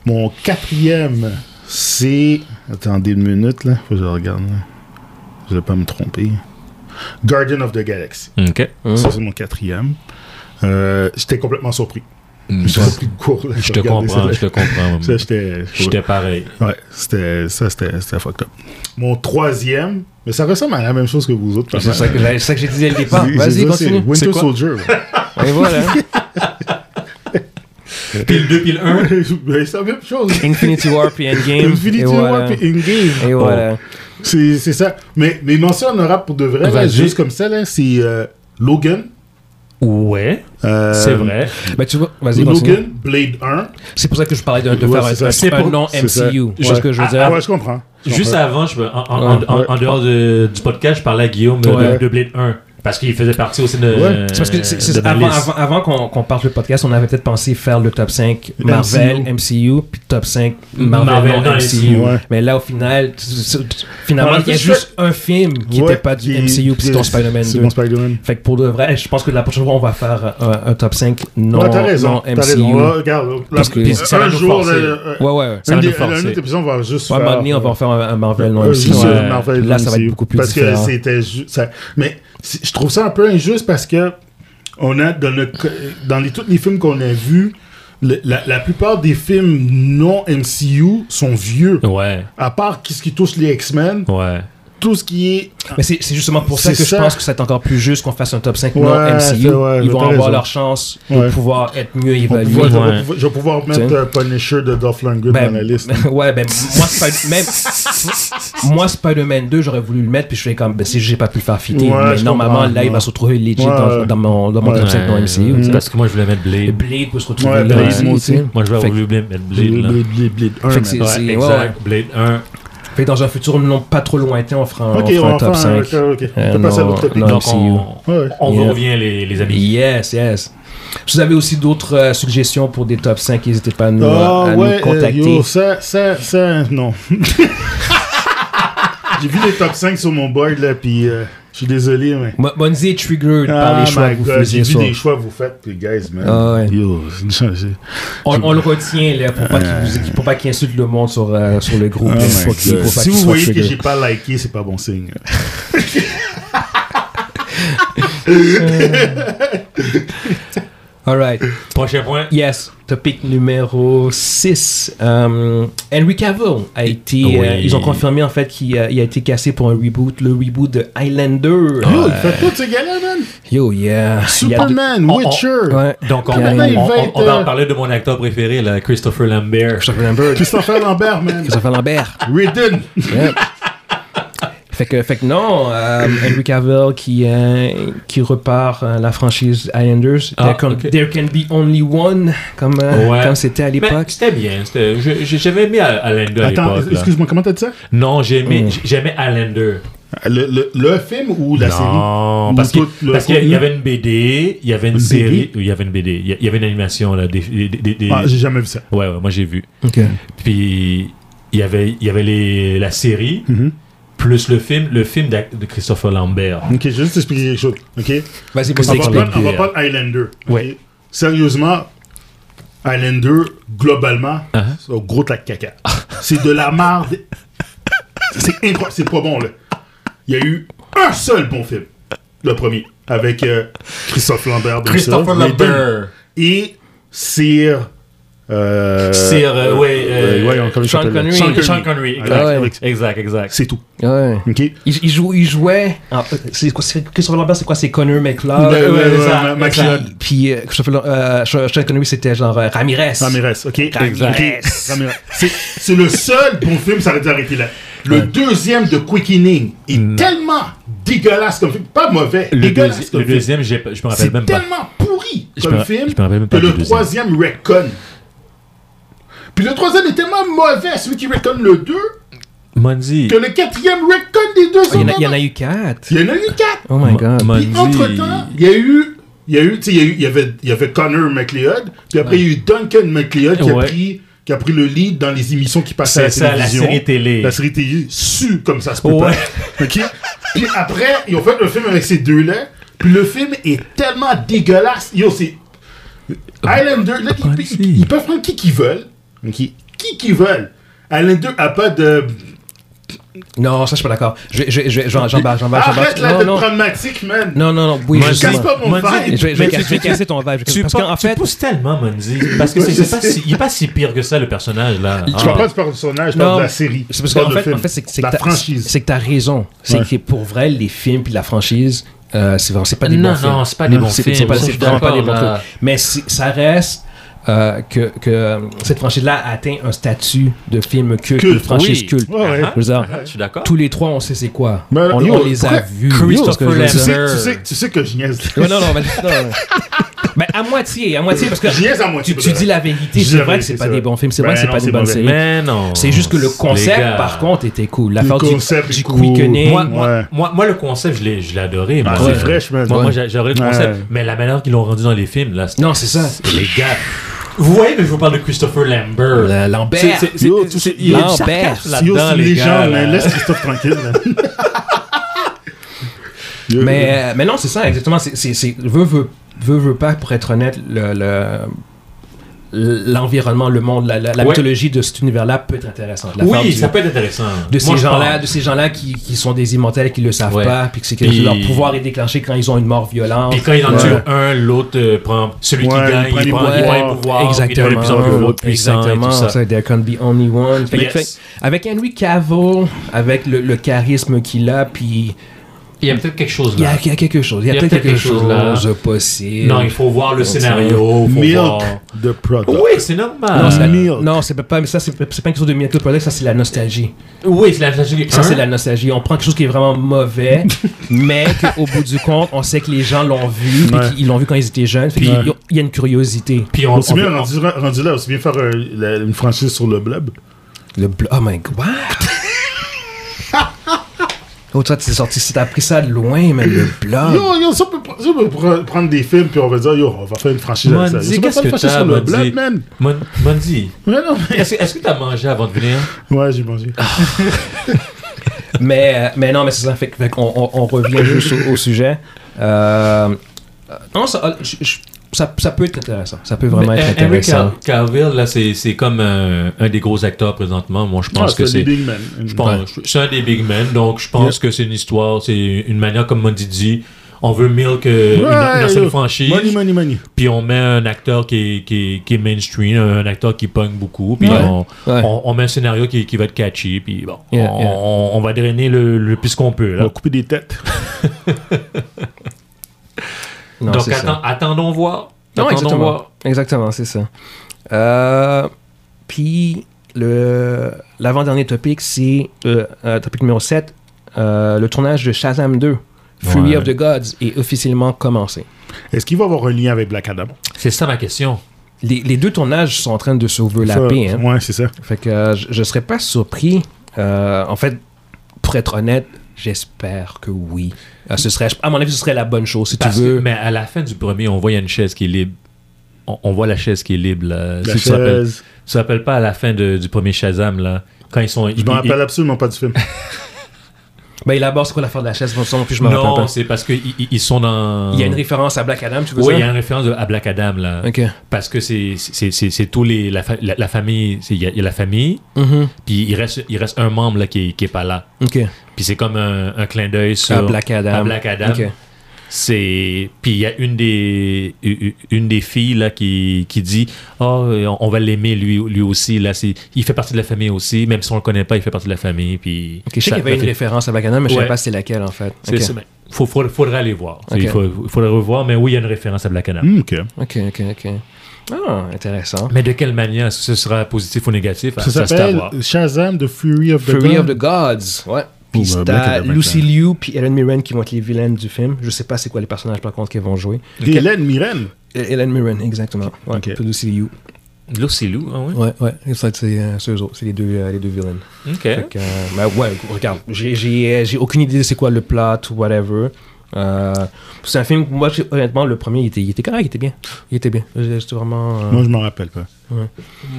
C: Mon quatrième, c'est. Attendez une minute, là. Faut que je regarde. là. Je vais pas me tromper. Guardian of the Galaxy.
B: Ok.
A: Hein?
C: Ça, c'est mon quatrième. Euh, j'étais complètement surpris.
B: Je
C: J'étais surpris de court. là.
B: je te
C: Regardez
B: comprends,
C: ça,
B: je te comprends.
C: Ça, j'étais.
B: J'étais pareil.
C: Ouais, c'était, ça, c'était, c'était fucked up. Mon troisième, mais ça ressemble à la même chose que vous autres. pas
A: C'est
C: mal.
A: ça que, c'est ça que j'ai dit dès le départ.
C: C'est-
A: Vas-y,
C: c'est ça, c'est
A: continue.
C: Winter
A: C'est quoi?
C: Soldier.
A: Et voilà.
B: Pile 2, pile 1.
C: Ben, c'est la même chose.
A: Infinity War puis Endgame.
C: Infinity
A: et
C: War
A: voilà.
C: puis Endgame.
A: Et voilà.
C: C'est c'est ça. Mais mes mentions honorables pour de vrai, là,
B: Vas-y.
C: juste comme ça, là, c'est euh, Logan.
B: Ouais,
C: euh,
B: c'est vrai.
A: Ben, tu vois, vas-y, continue.
C: Logan, Blade 1.
A: C'est pour ça que je parlais de, de
C: Ouais,
A: faire
C: c'est
A: un,
C: ça.
A: c'est
B: C'est
A: un
B: pour-
A: non
C: c'est ça.
A: MCU. C'est
C: Ouais.
A: ce que je veux
C: Ah
A: dire.
C: ouais, je comprends. Je
B: Juste
C: comprends.
B: avant, je, me- en, en,
A: Ouais,
B: en-
C: ouais.
B: en dehors de- du podcast, je parlais à Guillaume de-
A: Ouais.
B: de, de Blade 1 parce qu'il faisait partie aussi de.
C: Ouais.
A: C'est parce que c'est- c'est-
B: de ma
A: avant,
B: liste.
A: avant, avant qu'on, qu'on parte le podcast, on avait peut-être pensé faire le top 5 Marvel,
C: MCU.
A: MCU, puis top 5
C: Mm-hmm.
A: Marvel,
B: Marvel,
A: non
B: non,
A: MCU.
C: ouais.
A: Mais là, au final, tu- tu- tu- finalement,
C: Ouais,
A: il y a
C: c'est
A: juste un film qui n'était
C: Ouais,
A: pas du
C: qui-
A: MCU, puis c'est ton
C: c'est-
A: Spider-Man 2.
C: C'est mon Spider-Man.
A: Fait que pour de vrai, je pense que la prochaine fois, on va faire euh, un, top 5 non,
C: Ouais, t'as raison.
A: non
C: T'as
A: MCU.
C: raison. Ouais, regarde. là,
A: Parce que-
C: euh,
A: puis
B: ça va
C: un
B: nous
C: jour,
B: forcer.
C: là, euh,
A: Ouais, ouais, ouais.
B: Ça
C: un
B: va
C: des-
B: nous
C: un
B: forcer.
C: autre épisode, on va juste
A: Ouais, à un moment
C: faire-
A: donné, on va en faire un, un Marvel non
C: Euh,
A: MCU.
C: juste
B: ouais.
C: le Marvel
A: Là, ça va
C: MCU.
A: être beaucoup plus
C: Parce
A: différent.
C: que c'était ju- ça- Mais c'est- je trouve ça un peu injuste parce que on a dans, le co- dans les, tous les films qu'on a vus, le- la, la plupart des films non MCU sont vieux.
B: Ouais,
C: À part ce qui touche les X-Men,
B: ouais.
C: tout ce qui est.
A: Mais c'est c'est justement pour ça
C: C'est
A: que je
C: ça.
A: pense que c'est encore plus juste qu'on fasse un top 5 non
C: Ouais,
A: MCU.
C: c'est- ouais,
A: Ils vont
C: t'as
A: avoir
C: raison.
A: leur chance de
C: Ouais.
A: pouvoir être mieux
C: on
A: évalués.
C: pouvoir- je,
B: Ouais.
C: vais pouvoir, je vais pouvoir mettre
A: Tiens.
C: euh, Punisher de Dolph Lundgren
A: Ben,
C: dans la liste.
A: ouais, ben moi, Spider- même, moi Spider-Man 2, j'aurais voulu le mettre, puis je fais comme, ben si j'ai pas pu le faire fitter,
C: Ouais,
A: mais
C: je
A: normalement,
C: comprends,
A: là, il
C: ouais.
A: va se retrouver legit
C: Ouais,
A: dans,
C: ouais.
A: dans mon, dans mon
C: Ouais. Mm.
A: top 5 non MCU. tu sais.
B: Mm. Parce que moi, je voulais mettre
A: Et
B: Blade.
A: Blade peut se retrouver
C: Ouais,
A: là
C: Blade,
A: aussi,
C: moi
A: tu sais.
C: aussi.
B: Moi, je voulais
A: Fait que-
B: voulu mettre Blade.
C: Blade,
B: là.
C: Blade, Blade, Blade un,
A: Fait que c'est-
C: man.
A: c'est-
B: Ouais,
A: ouais, ouais.
B: exact. Blade 1.
A: Fait que dans un futur non pas trop lointain, on fera un,
C: Ok,
A: on fera un
C: on va
A: top
C: faire un.
A: 5.
C: Ok, ok.
A: Euh,
C: On peut passer à
A: non,
C: l'autre topic.
A: non.
B: Donc, on,
C: Ouais, ouais.
B: on
A: Yeah.
B: vous revient, les, les amis.
A: Yes, yes. Si vous avez aussi d'autres euh, suggestions pour des top 5, n'hésitez pas à nous, à
C: Ah
A: nous
C: ouais, euh,
A: contacter.
C: yo, ça, ça, ça, non. J'ai vu les top 5 sur mon board, là, puis euh, je suis désolé, mais.
A: Mo- Monzi est triggered par les
C: Ah,
A: choix
C: my
A: que vous
C: God, J'ai
A: faisiez
C: vu
A: ça.
C: des choix que vous faites, puis guys, man.
A: Ah ouais.
C: Yo, j'ai-
A: On, on le retient là pour pas qu'il vous- pour pas qu'il insulte le monde sur, euh, sur le groupe.
C: Oh
A: Pour
C: my
A: pas qu'il-
C: God.
A: pour pas
C: Si
A: qu'il
C: vous
A: soit Ah,
C: voyez que
A: triggered.
C: j'ai pas liké, c'est pas bon signe.
A: All right.
B: Prochain point.
A: Yes, topic numéro 6. Henry Cavill a été.
E: Oui.
A: euh, ils ont confirmé en fait qu'il euh, il a été cassé pour un reboot, le reboot de Highlander.
C: Yo, il fait tout, ce gars-là, man.
A: Yo, yeah. Il y a
C: Superman,
B: on-
C: Witcher.
A: deux- Ouais.
B: Donc, on,
A: Ah,
B: on,
A: ben, il
B: on-
C: va être,
B: on en
C: euh,
B: parlait de mon acteur préféré, là, Christopher Lambert.
C: Christopher Lambert, man.
A: Christopher Lambert.
C: Raiden.
A: Yeah. Fait que, fait que non, euh, Henry Cavill qui, euh, qui repart euh, la franchise Highlanders.
B: Ah,
A: there, can,
B: ok.
A: there can be only one, comme euh,
B: Ouais.
A: comme c'était à
B: Mais
A: l'époque.
B: c'était bien. c'était- je- je- J'avais aimé Al- Allender à
C: Attends,
B: l'époque. là.
C: excuse-moi, comment t'as dit ça
B: Non, j'aimais
A: Mm.
B: j'aimais Allender.
C: le, le, le film ou la série
B: Non,
C: Ou
B: parce qu'il
C: tout le
B: parce qu'il y,
C: contenu?
B: avait une BD, il y avait une,
C: Une
B: série,
C: BD?
B: il y avait une BD, il y- il y avait une animation là. Des, des- des- des-
C: Ah, j'ai jamais vu ça.
B: ouais, ouais, moi j'ai vu.
A: Ok.
B: Puis il y avait il y avait les, la série
C: Mhm.
B: plus le film, le film d'ac- de Christopher Lambert.
C: Ok, je vais juste t'expliquer quelque chose. Ok
A: Vas-y,
C: On
A: vas-y,
C: va,
A: explique.
C: prendre, on va prendre Highlander. ok?
A: Ouais.
C: Sérieusement, Highlander, globalement,
B: Uh-huh.
C: c'est un gros tas de caca. C'est de la marde. C'est incroyable. C'est pas bon, là. Il y a eu un seul bon film. Le premier. Avec euh, Christophe Lambert. bien sûr,
B: Christopher
C: les deux.
B: Lambert.
C: Et Sir. Euh,
B: Sir, euh, ouais, euh,
C: ouais, on- comment il
A: Sean
C: s'appelle, là?
A: Connery.
B: Sean, Sean Connery, exact,
A: Ah ouais.
B: avec- exact, exact.
C: C'est tout.
A: Ouais.
C: OK?
A: Il, il joue, il jouait. en- Ah, euh, c'est quoi- c'est- Christopher Lambert, c'est quoi C'est Connor McLeod.
C: Ouais, ouais, ouais,
A: c'est
C: ouais,
A: ça,
C: Ma-
A: c'est
C: McLeod.
A: ça. Puis euh, Christopher euh, Sean Sean Connery, c'était genre euh, Ramirez.
C: Ramirez, ok.
A: Ramirez.
C: Ok, Ramirez. C'est- C'est le seul bon film, ça aurait dû arrêter là. Le deuxième de Quickening est tellement dégueulasse comme film. Pas mauvais,
B: Le,
C: dégueulasse
B: deuxi-
C: comme
B: le
C: film.
B: deuxième, j'ai pas- je me rappelle
C: C'est
B: même pas.
C: tellement pourri
B: Je me
C: comme
B: ra-
C: film
B: je me rappelle même
C: que
B: pas
C: le
B: du deuxième.
C: troisième Recon. Puis le troisième est tellement mauvais, celui qui Recon le 2,
B: Monzi,
C: que le quatrième Recon des
B: Ah,
C: deux
A: Il y, en
C: autres.
A: a, il y en a eu quatre.
C: Il y en a eu quatre.
A: Oh my god.
B: Mon-
C: Puis entre-temps, il y a eu. Il y a eu, tu sais, il y, a eu- il y avait, il y avait Connor McLeod, puis après il y a eu Duncan McLeod qui,
B: Ouais.
C: a pris, qui a pris le lead dans les émissions qui passaient à
B: c'est
C: la
B: ça, la
C: télévision.
B: série télé.
C: La série télé, su comme ça se peut
B: Ouais.
C: pas. OK? Puis après, ils ont fait le film avec ces deux-là, puis le film est tellement dégueulasse. Yo, c'est. Highlander, là, ils,
E: Nancy.
C: ils- ils peuvent prendre qui qu'ils veulent. OK? Qui qu'ils veulent. Highlander a pas de.
A: Non, ça, je suis pas d'accord. Je vais, je vais, je vais, j'en- j'en bats, j'en bats, j'en bats.
C: Arrête là
A: Non,
C: d'être
A: non.
C: pragmatique, man.
A: Non, non, non. Oui,
E: Moi,
C: Je casse
A: justement.
C: pas mon
B: Moi,
C: vibe.
A: Je vais, je
E: Mais
A: vais,
E: tu-
A: ca- je vais
E: tu-
A: casser ton vibe.
B: Tu,
A: Parce qu'en
B: pars- tu
A: fait,
B: pousses tellement, Monzi, parce que c'est c'est pas, si, il est pas si pire que ça, le personnage, là.
A: Il-
B: Ah.
C: Je parle pas du personnage, je parle de la série.
A: C'est parce
C: pas
A: qu'en
C: le
A: fait,
C: film.
A: en fait, c'est que- c'est que
C: la
A: t'as-
C: franchise.
A: C'est que t'as raison. C'est
C: Ouais.
A: que pour vrai, les films puis la franchise, euh, c'est vraiment- c'est pas des
B: non,
A: bons films.
B: non, c'est pas des bons
A: C'est-
B: films.
A: C'est pas,
B: ça,
A: c'est
B: je suis
A: vraiment pas des bons
B: d'accord, là.
A: trucs. Mais si- ça reste euh, que, que euh, cette franchise-là a atteint un statut de film culte,
C: Culte,
A: de franchise
B: oui.
A: culte.
C: Ouais, ouais.
A: Je veux dire,
B: Je suis d'accord.
A: tous les trois, on sait c'est quoi.
C: Mais
A: on,
C: yo,
A: on les a
C: pourquoi-
A: vus.
B: Christopher
A: Yo,
C: Tu
A: ce que je veux dire.
C: sais,
B: Lambert.
C: tu, sais, tu sais que je niaise.
A: Ouais, non, non, mais, non, non. Ben, à moitié, à moitié, parce que
C: Je niaise à
A: tu,
C: moitié.
A: tu dis la vérité.
C: Je dis
A: C'est
C: la
A: vrai que
C: vérité,
A: c'est pas
C: c'est
A: des
C: vrai.
A: bons films, c'est vrai
C: Ben
A: que c'est
C: non,
A: pas des
C: c'est
A: bonnes
C: mauvais.
A: séries.
B: Mais non.
A: C'est juste que le
B: Les
A: concept,
B: gars.
A: par contre, était cool.
C: Le
A: L'affaire du,
C: concept
A: du
C: est cool.
A: quickening.
B: Moi, moi,
C: Ouais.
B: moi, moi, le concept, je l'ai je l'ai adoré. moi.
C: Ah, c'est fraîche, man.
B: Moi,
C: Ouais.
B: moi, j'a- j'aurais le concept.
C: Ouais.
B: Mais la manière qu'ils l'ont rendu dans les films, là. c'est-
A: Non, c'est ça.
B: Les gars. Vous voyez que je vous parle de Christopher Lambert.
A: Euh, Lambert.
B: C'est- c'est- c'est-
C: Yo, tout
B: c'est-
C: ce-
B: il y a du
A: Lambert.
B: sarcasme
C: Yo,
B: là-dedans,
C: c'est
B: les
C: les
B: gars.
C: gens,
B: là.
C: man. Laisse Christophe tranquille, man. Yo,
A: Mais, euh, mais non, c'est ça, exactement. C'est, c'est, c'est- veut, veut, veut, veut pas, pour être honnête, le, le- l'environnement, le monde, la, la- la
B: Ouais.
A: mythologie de cet univers-là peut être intéressante. La femme
B: Oui,
A: du-
B: ça peut être intéressant.
A: de
B: Moi,
A: ces
B: je
A: gens-là,
B: parle-
A: de ces gens-là qui, qui sont des immortels et qui le savent
B: Ouais.
A: pas, puis que c'est que
B: Puis-
A: leur pouvoir est déclenché quand ils ont une mort violente.
B: Puis quand il en
A: Ouais.
B: tue un, l'autre euh, prend celui
C: Ouais,
B: qui
C: il
B: gagne,
C: prend
B: il
C: les
B: prend, il
C: pouvoirs.
B: prend les pouvoirs,
A: exactement,
B: il devient de plus en plus gros, puissant et
A: exactement,
B: tout ça.
A: there can be only one. Fait que-
B: Yes.
A: fait- avec Henry Cavill, avec le, le charisme qu'il a, puis
B: Il y a peut-être quelque chose
A: il y,
B: là.
A: a- il y a quelque chose, il y a, peut-être quelque, chose,
B: là.
A: possible.
B: Non, il faut voir le
A: ça.
B: scénario, faut voir...
C: Milk the product.
B: Oui, c'est normal.
A: ça-
C: Milk.
A: Non, c'est pas, mais ça, c'est c'est pas quelque chose de miracle product, ça, c'est la nostalgie.
B: Oui, c'est la nostalgie.
A: Ça, c'est la nostalgie. On prend quelque chose qui est vraiment mauvais, mais qu'au bout du compte, on sait que les gens l'ont vu, puis
C: Ouais.
A: qu'ils l'ont vu quand ils étaient jeunes. Fait qu'il y a- il y a une curiosité.
B: Puis on,
C: On s'est
B: on-
C: bien
B: on-
C: rendu, rendu là, on s'est bien faire un- la- une franchise sur le blob.
A: Le bl- Oh my god, what? Oh, toi, t'es sorti, si t'as pris ça de loin, mais le blog.
C: Yo, yo, ça peut, ça peut pre- prendre des films, puis on va dire, yo, on va faire une franchise avec ça.
B: Monzi,
C: Yo,
B: qu'est-ce
C: ça peut
B: que
C: faire une franchise
B: t'as,
C: sur le
B: Monzi?
C: blob, man.
B: Mon- Mondi,
C: Mais non, mais-
B: est-ce est-ce que t'as mangé avant de venir?
C: Ouais, j'ai mangé.
A: mais, euh, mais non, mais c'est ça. Fait, que- fait qu'on on, on revient juste au, au sujet. Euh, euh, non, ça, je- je- ça, ça peut être intéressant. Ça peut vraiment
B: Mais euh, hein?
A: être
B: Henry
A: intéressant.
B: Cav- Cavill, là, c'est c'est comme un, un des gros acteurs présentement. Moi, je pense
C: Ah,
B: que c'est. Je pense, c'est un des big men, donc je pense que c'est une histoire, c'est une manière, comme Mondi dit, on veut milk que une,
C: Ouais,
B: une seule
C: yo.
B: franchise,
C: Money, money, money.
B: puis on met un acteur qui est, qui est- qui est mainstream, un acteur qui pogne beaucoup, puis
A: Ouais.
B: on,
A: Ouais.
B: on- on met un scénario qui, qui va être catchy, puis bon,
A: Yeah,
B: on,
A: yeah.
B: on- on va drainer le, le plus qu'on peut.
C: On
B: Là.
C: va couper des têtes.
A: Non,
B: donc
A: c'est ça.
B: attend- attendons voir.
A: Non,
B: attendons
A: exactement.
B: voir.
A: Exactement, c'est ça. Euh, puis, le, l'avant-dernier topic, c'est le euh, topic numéro 7. euh, le tournage de Shazam 2, Fury
B: Ouais.
A: of the Gods, est officiellement commencé.
C: Est-ce qu'il va avoir un lien avec Black Adam?
B: C'est ça ma question.
A: Les, les deux tournages sont en train de s'overlapper.
C: Ça-
A: Hein.
C: Ouais, c'est ça.
A: Fait que euh, je, je serais pas surpris. Euh, en fait, pour être honnête, j'espère que oui. Euh, ce serait, à mon avis, ce serait la bonne chose si
B: Parce
A: tu
B: que-
A: veux.
B: mais à la fin du premier, on voit il y a une chaise qui est libre. On, on voit la chaise qui est libre. Là.
C: La
B: Si tu te rappelles-
C: chaise.
B: Tu te rappelles pas à la fin de- du premier Shazam, là? Quand ils sont.
C: Je m'en rappelle absolument pas du film.
B: Ah.
A: Ben, il aborde c'est quoi l'affaire de la chaise, de toute façon, puis je me rappelle
B: Non,
A: pas.
B: c'est parce qu'ils ils sont dans.
A: Il y a une référence à Black Adam, tu veux
B: Oui, hein. il y
A: ça?
B: a une référence de- à Black Adam, là.
A: Ok.
B: Parce que c'est- c'est c'est- c'est tous les. La, fa- la- la famille. c'est- Il y, a- il y a la famille,
A: Mhm.
B: puis il reste, il reste un membre là, qui, est- qui est pas là.
A: Ok.
B: Puis c'est comme un, un clin d'œil sur.
A: À Black Adam.
B: à Black Adam.
A: Ok.
B: C'est puis il y a une des u- u- une des filles là qui, qui dit oh euh, on- on va l'aimer lui lui aussi là c'est il fait partie de la famille aussi même si on le connaît pas il fait partie de la famille puis
A: Ok, Je sais
B: ça-
A: qu'il y avait
B: ça
A: une
B: fait-
A: référence à Black Adam, mais je sais
B: Ouais.
A: pas c'est laquelle en fait.
B: c'est
A: Ok.
B: ça, mais faut, faut- faudra aller voir
A: Ok.
B: il faut, faut- faudra revoir mais oui il y a une référence à Black Adam
C: Hmm, ok.
A: Ok, ok, ok. Ah, intéressant.
B: mais de quelle manière est-ce que ce sera positif ou négatif
C: Ça
B: se
C: s'appelle
B: voir.
C: Shazam The Fury of the
A: Fury
C: Gun.
A: of the Gods. Ouais. Puis
C: Ouh,
A: c'est
C: Black
A: à
C: Adam,
A: Lucy
C: ça.
A: Liu puis Ellen Mirren qui vont être les vilaines du film. Je sais pas c'est quoi les personnages par contre qu'ils vont jouer.
C: Et Hélène Mirren.
A: Euh, Ellen Mirren, exactement. Ouais,
C: Ok.
A: puis Lucy Liu.
B: Là, c'est loup ah ouais
A: Ouais, ouais. Et ça, c'est euh, c'est eux autres, c'est les deux, euh, les deux vilaines. Fait
B: ok
A: que, euh, ben ouais, regarde, j'ai- j'ai euh, j'ai aucune idée de c'est quoi le plot ou whatever. Euh, c'est un film, que moi, j'ai- honnêtement, le premier, il était, il était correct, il était bien. Il était bien. C'était vraiment.
B: Ah.
A: euh,
C: Moi, je m'en rappelle pas.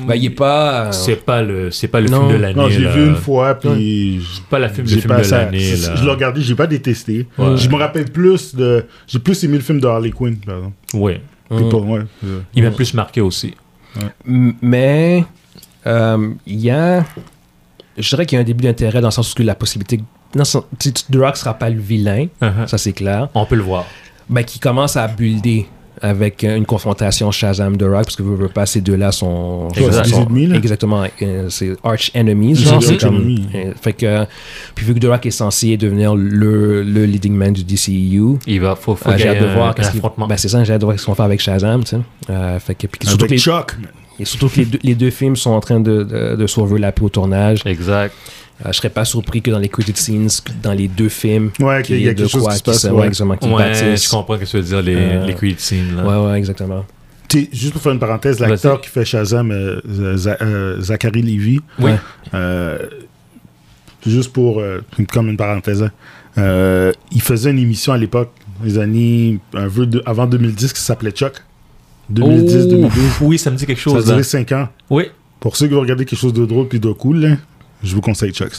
A: Ben, il est pas. euh,
B: c'est pas le c'est pas le
A: Non.
B: film de l'année
C: Non, je l'ai
B: là.
C: vu une fois, puis. je-
B: pas la film, euh, le
C: j'ai
B: film
C: pas
B: de
C: ça-
B: l'année
C: c'est-
B: là.
C: Je l'ai regardé, j'ai pas détesté.
B: Ouais.
C: Je me rappelle plus de. J'ai plus aimé le film de Harley Quinn, par exemple.
B: ouais
C: Puis pour moi, euh,
B: il m'a plus marqué aussi
A: M- mais euh, il y a. Je dirais qu'il y a un début d'intérêt dans le sens où la possibilité. Dans le sens- tu- tu- The Rock sera pas le vilain,
B: Uh-huh.
A: ça c'est clair.
B: on peut le voir
A: Ben, qui commence à builder avec euh, une confrontation Shazam The Rock, parce que vous ne pas, ces deux-là sont.
C: Exact.
A: sont-
C: Des
A: sont-
C: ennemis, là.
A: Exactement, euh, c'est arch enemies.
C: Des
A: genre,
C: arch
A: c'est comme-
C: ennemies.
A: euh, fait que. Puis vu que The Rock est censé devenir le, le leading man du DCU,
B: il va faut, faut
A: ah, j'ai
B: qu'il y
A: hâte de
B: ait un-
A: voir
B: un
A: qu'est-ce qu'il-
B: affrontement
A: ben, c'est ça, j'ai hâte de voir ce qu'on va faire avec Shazam, tu sais. Euh, fait que, puis surtout
C: Avec
A: que les-
C: Chuck, man.
A: et surtout que les deux, les deux films sont en train de, de, de s'overlapper au tournage.
B: exact
A: Euh, je serais pas surpris que dans les credit scenes, que dans les deux films,
C: Ouais,
A: qu'il
C: qu'il y
A: y
C: a
A: ait de
C: quelque chose
A: quoi
C: qui se
A: qui
C: passe,
A: se
C: ouais.
A: ouais, exactement, qui
B: Ouais,
A: bâtissent.
B: je comprends ce que tu veux dire, les,
A: Euh,
B: les creed scenes. Là.
A: Ouais, ouais, exactement.
C: T'sais, juste pour faire une parenthèse, l'acteur
B: Vas-y.
C: qui fait Shazam, euh, euh, Za- euh, Zachary Levy,
B: Oui.
C: euh, juste pour, euh, comme une parenthèse, hein, euh, il faisait une émission à l'époque, les années un peu de- avant 2010, qui s'appelait Chuck. 2010-2012.
B: Ouf, oui, ça me dit quelque
C: Ça a
B: chose.
C: duré
B: hein.
C: 5 ans.
B: Oui,
C: Pour ceux qui veulent regarder quelque chose de drôle puis de cool, là, je vous conseille Chuck.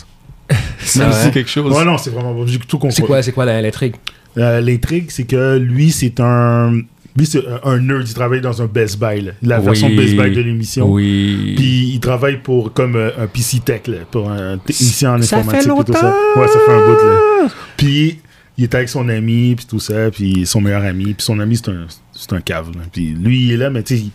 B: ça me
A: ouais.
B: dit quelque chose.
C: Ouais, non, c'est vraiment bon. J'ai tout compris.
A: C'est quoi, c'est quoi la- l'intrigue
C: Euh, L'intrigue, c'est que lui, c'est un. Lui, c'est un- un nerd. Il travaille dans un Best Buy. là. La
B: Oui.
C: version Best Buy de l'émission.
B: Oui.
C: Puis il travaille pour comme euh, un PC Tech, là, pour un technicien en
B: Ça
C: informatique
B: fait
C: et tout ça.
B: longtemps!
C: Ouais, ça fait un bout là. Puis il est avec son ami puis tout ça, puis son meilleur ami, puis son ami c'est un c'est un cave. là. Puis lui il est là mais tu sais il-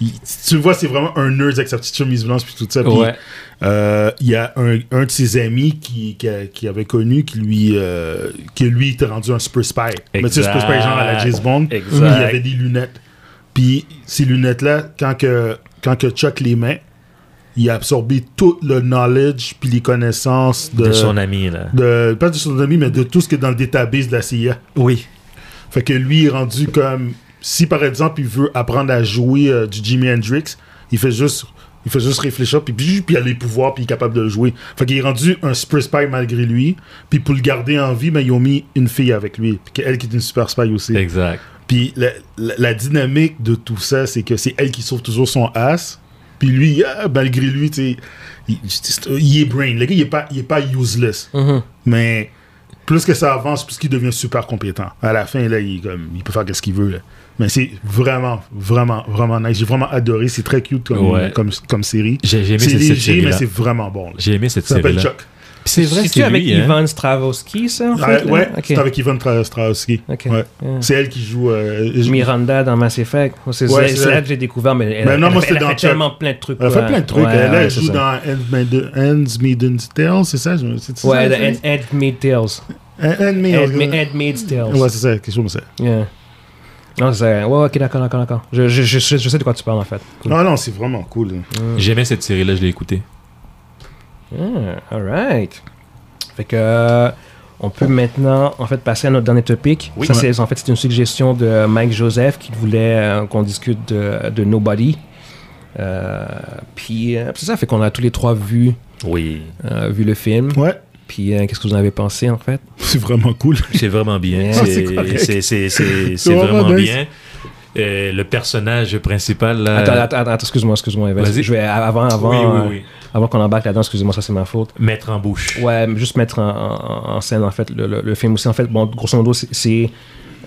C: il- tu le vois, c'est vraiment un nerd avec sa petite chemise blanche puis tout ça. Puis
B: Ouais.
C: euh, il y a un, un de ses amis qui, qui, a- qui avait connu qui lui euh, qui lui était rendu un super spy. Mais tu sais, super spy genre à la James Bond.
B: Exact.
C: Il avait des lunettes. Puis ces lunettes-là, quand que, quand que Chuck les met, il a absorbé tout le knowledge puis les connaissances de,
B: De son ami, là.
C: euh, de- pas de son ami, mais de tout ce qui est dans le database de la CIA.
B: Oui.
C: Fait que lui est rendu comme si par exemple il veut apprendre à jouer euh, du Jimi Hendrix, il fait juste il fait juste réfléchir puis puis, puis il a les pouvoirs puis il est capable de le jouer. Fait qu'il est rendu un super spy malgré lui. Puis pour le garder en vie, ben, ils ont mis une fille avec lui, puis elle qui est une super spy aussi.
B: Exact.
C: Puis la, la- la dynamique de tout ça, c'est que c'est elle qui sauve toujours son ass. Puis lui, ah, malgré lui, tu sais, il, c'est- il est brain. Le gars, il est pas, il est pas useless.
A: mhm.
C: Mais plus que ça avance, plus qu'il devient super compétent. À la fin, là, il, est comme, il peut faire ce qu'il veut. là. Mais c'est vraiment, vraiment, vraiment nice. J'ai vraiment adoré. C'est très cute comme,
D: Ouais.
C: comme, comme série.
D: J'ai j'ai aimé
C: C'est
D: cette, cette
C: léger, mais
D: série-là.
C: c'est vraiment bon. là.
D: J'ai aimé cette
C: Ça s'appelle
D: série-là.
C: Chuck.
D: Puis C'est vrai,
A: C'est-tu
D: c'est
A: avec
D: lui, hein.
A: Ivan Stravosky, ça? en
C: Ah,
A: fait, là?
C: ouais,
A: Ok.
C: c'est avec Ivan Tra- Strahovski.
A: Ok.
C: Ouais.
A: Yeah.
C: C'est elle qui joue. euh, je-
A: Miranda dans Mass Effect. Moi, C'est
C: Ouais,
A: c'est-
C: c'est
A: c'est
C: ça.
A: là que j'ai découvert, mais elle,
C: Ben non,
A: elle-
C: moi,
A: elle
C: c'était
A: a
C: dans
A: fait
C: Chuck.
A: tellement plein de trucs.
C: Elle a fait
A: ouais.
C: plein de trucs.
A: Ouais,
C: elle,
A: ouais,
C: elle
A: c'est
C: joue
A: ça.
C: dans Handmaid's Maiden's Tale, c'est ça? je me- c'est- c'est ça,
A: Ouais,
C: je-
A: dans Ed- Handmaid's Tales.
C: Hand- Handmaid's-
A: Handma- Handmaid's Tales.
C: Ouais, c'est ça, quelque chose comme ça.
A: Yeah. Non, c'est... Ouais, ok, d'accord, d'accord, d'accord. Je, je, je, sais- je sais de quoi tu parles, en fait. Mm. Cool.
C: Ah non, c'est vraiment cool.
D: J'aimais cette série-là, je l'ai écoutée.
A: Ah, alright. Fait que. euh, On peut maintenant en fait passer à notre dernier topic.
C: Oui.
A: Ça c'est en fait c'est une suggestion de Mike Joseph qui voulait euh, qu'on discute de, de Nobody. Euh, puis euh, c'est ça fait qu'on a tous les trois vu
D: Oui.
A: euh, vu le film.
C: Ouais,
A: Puis euh, qu'est-ce que vous en avez pensé en fait
C: c'est vraiment cool.
D: C'est vraiment bien.
A: Ah,
D: C'est-
C: c'est correct.
D: C'est c'est- c'est-
C: C'est
D: c'est
C: vraiment
D: vraiment
C: nice.
D: bien. Euh, le personnage principal, là...
A: Attends, attends, attends, excuse-moi, excuse-moi. Evan.
D: Euh, Vas-y.
A: Je vais avant avant
D: oui,
A: euh,
D: oui, oui.
A: avant qu'on embarque là-dedans. Excuse-moi, ça c'est ma faute.
D: Mettre en bouche.
A: Ouais, mais juste mettre en, en- en scène en fait le, le- le film aussi. En fait, bon, grosso modo, c'est- c'est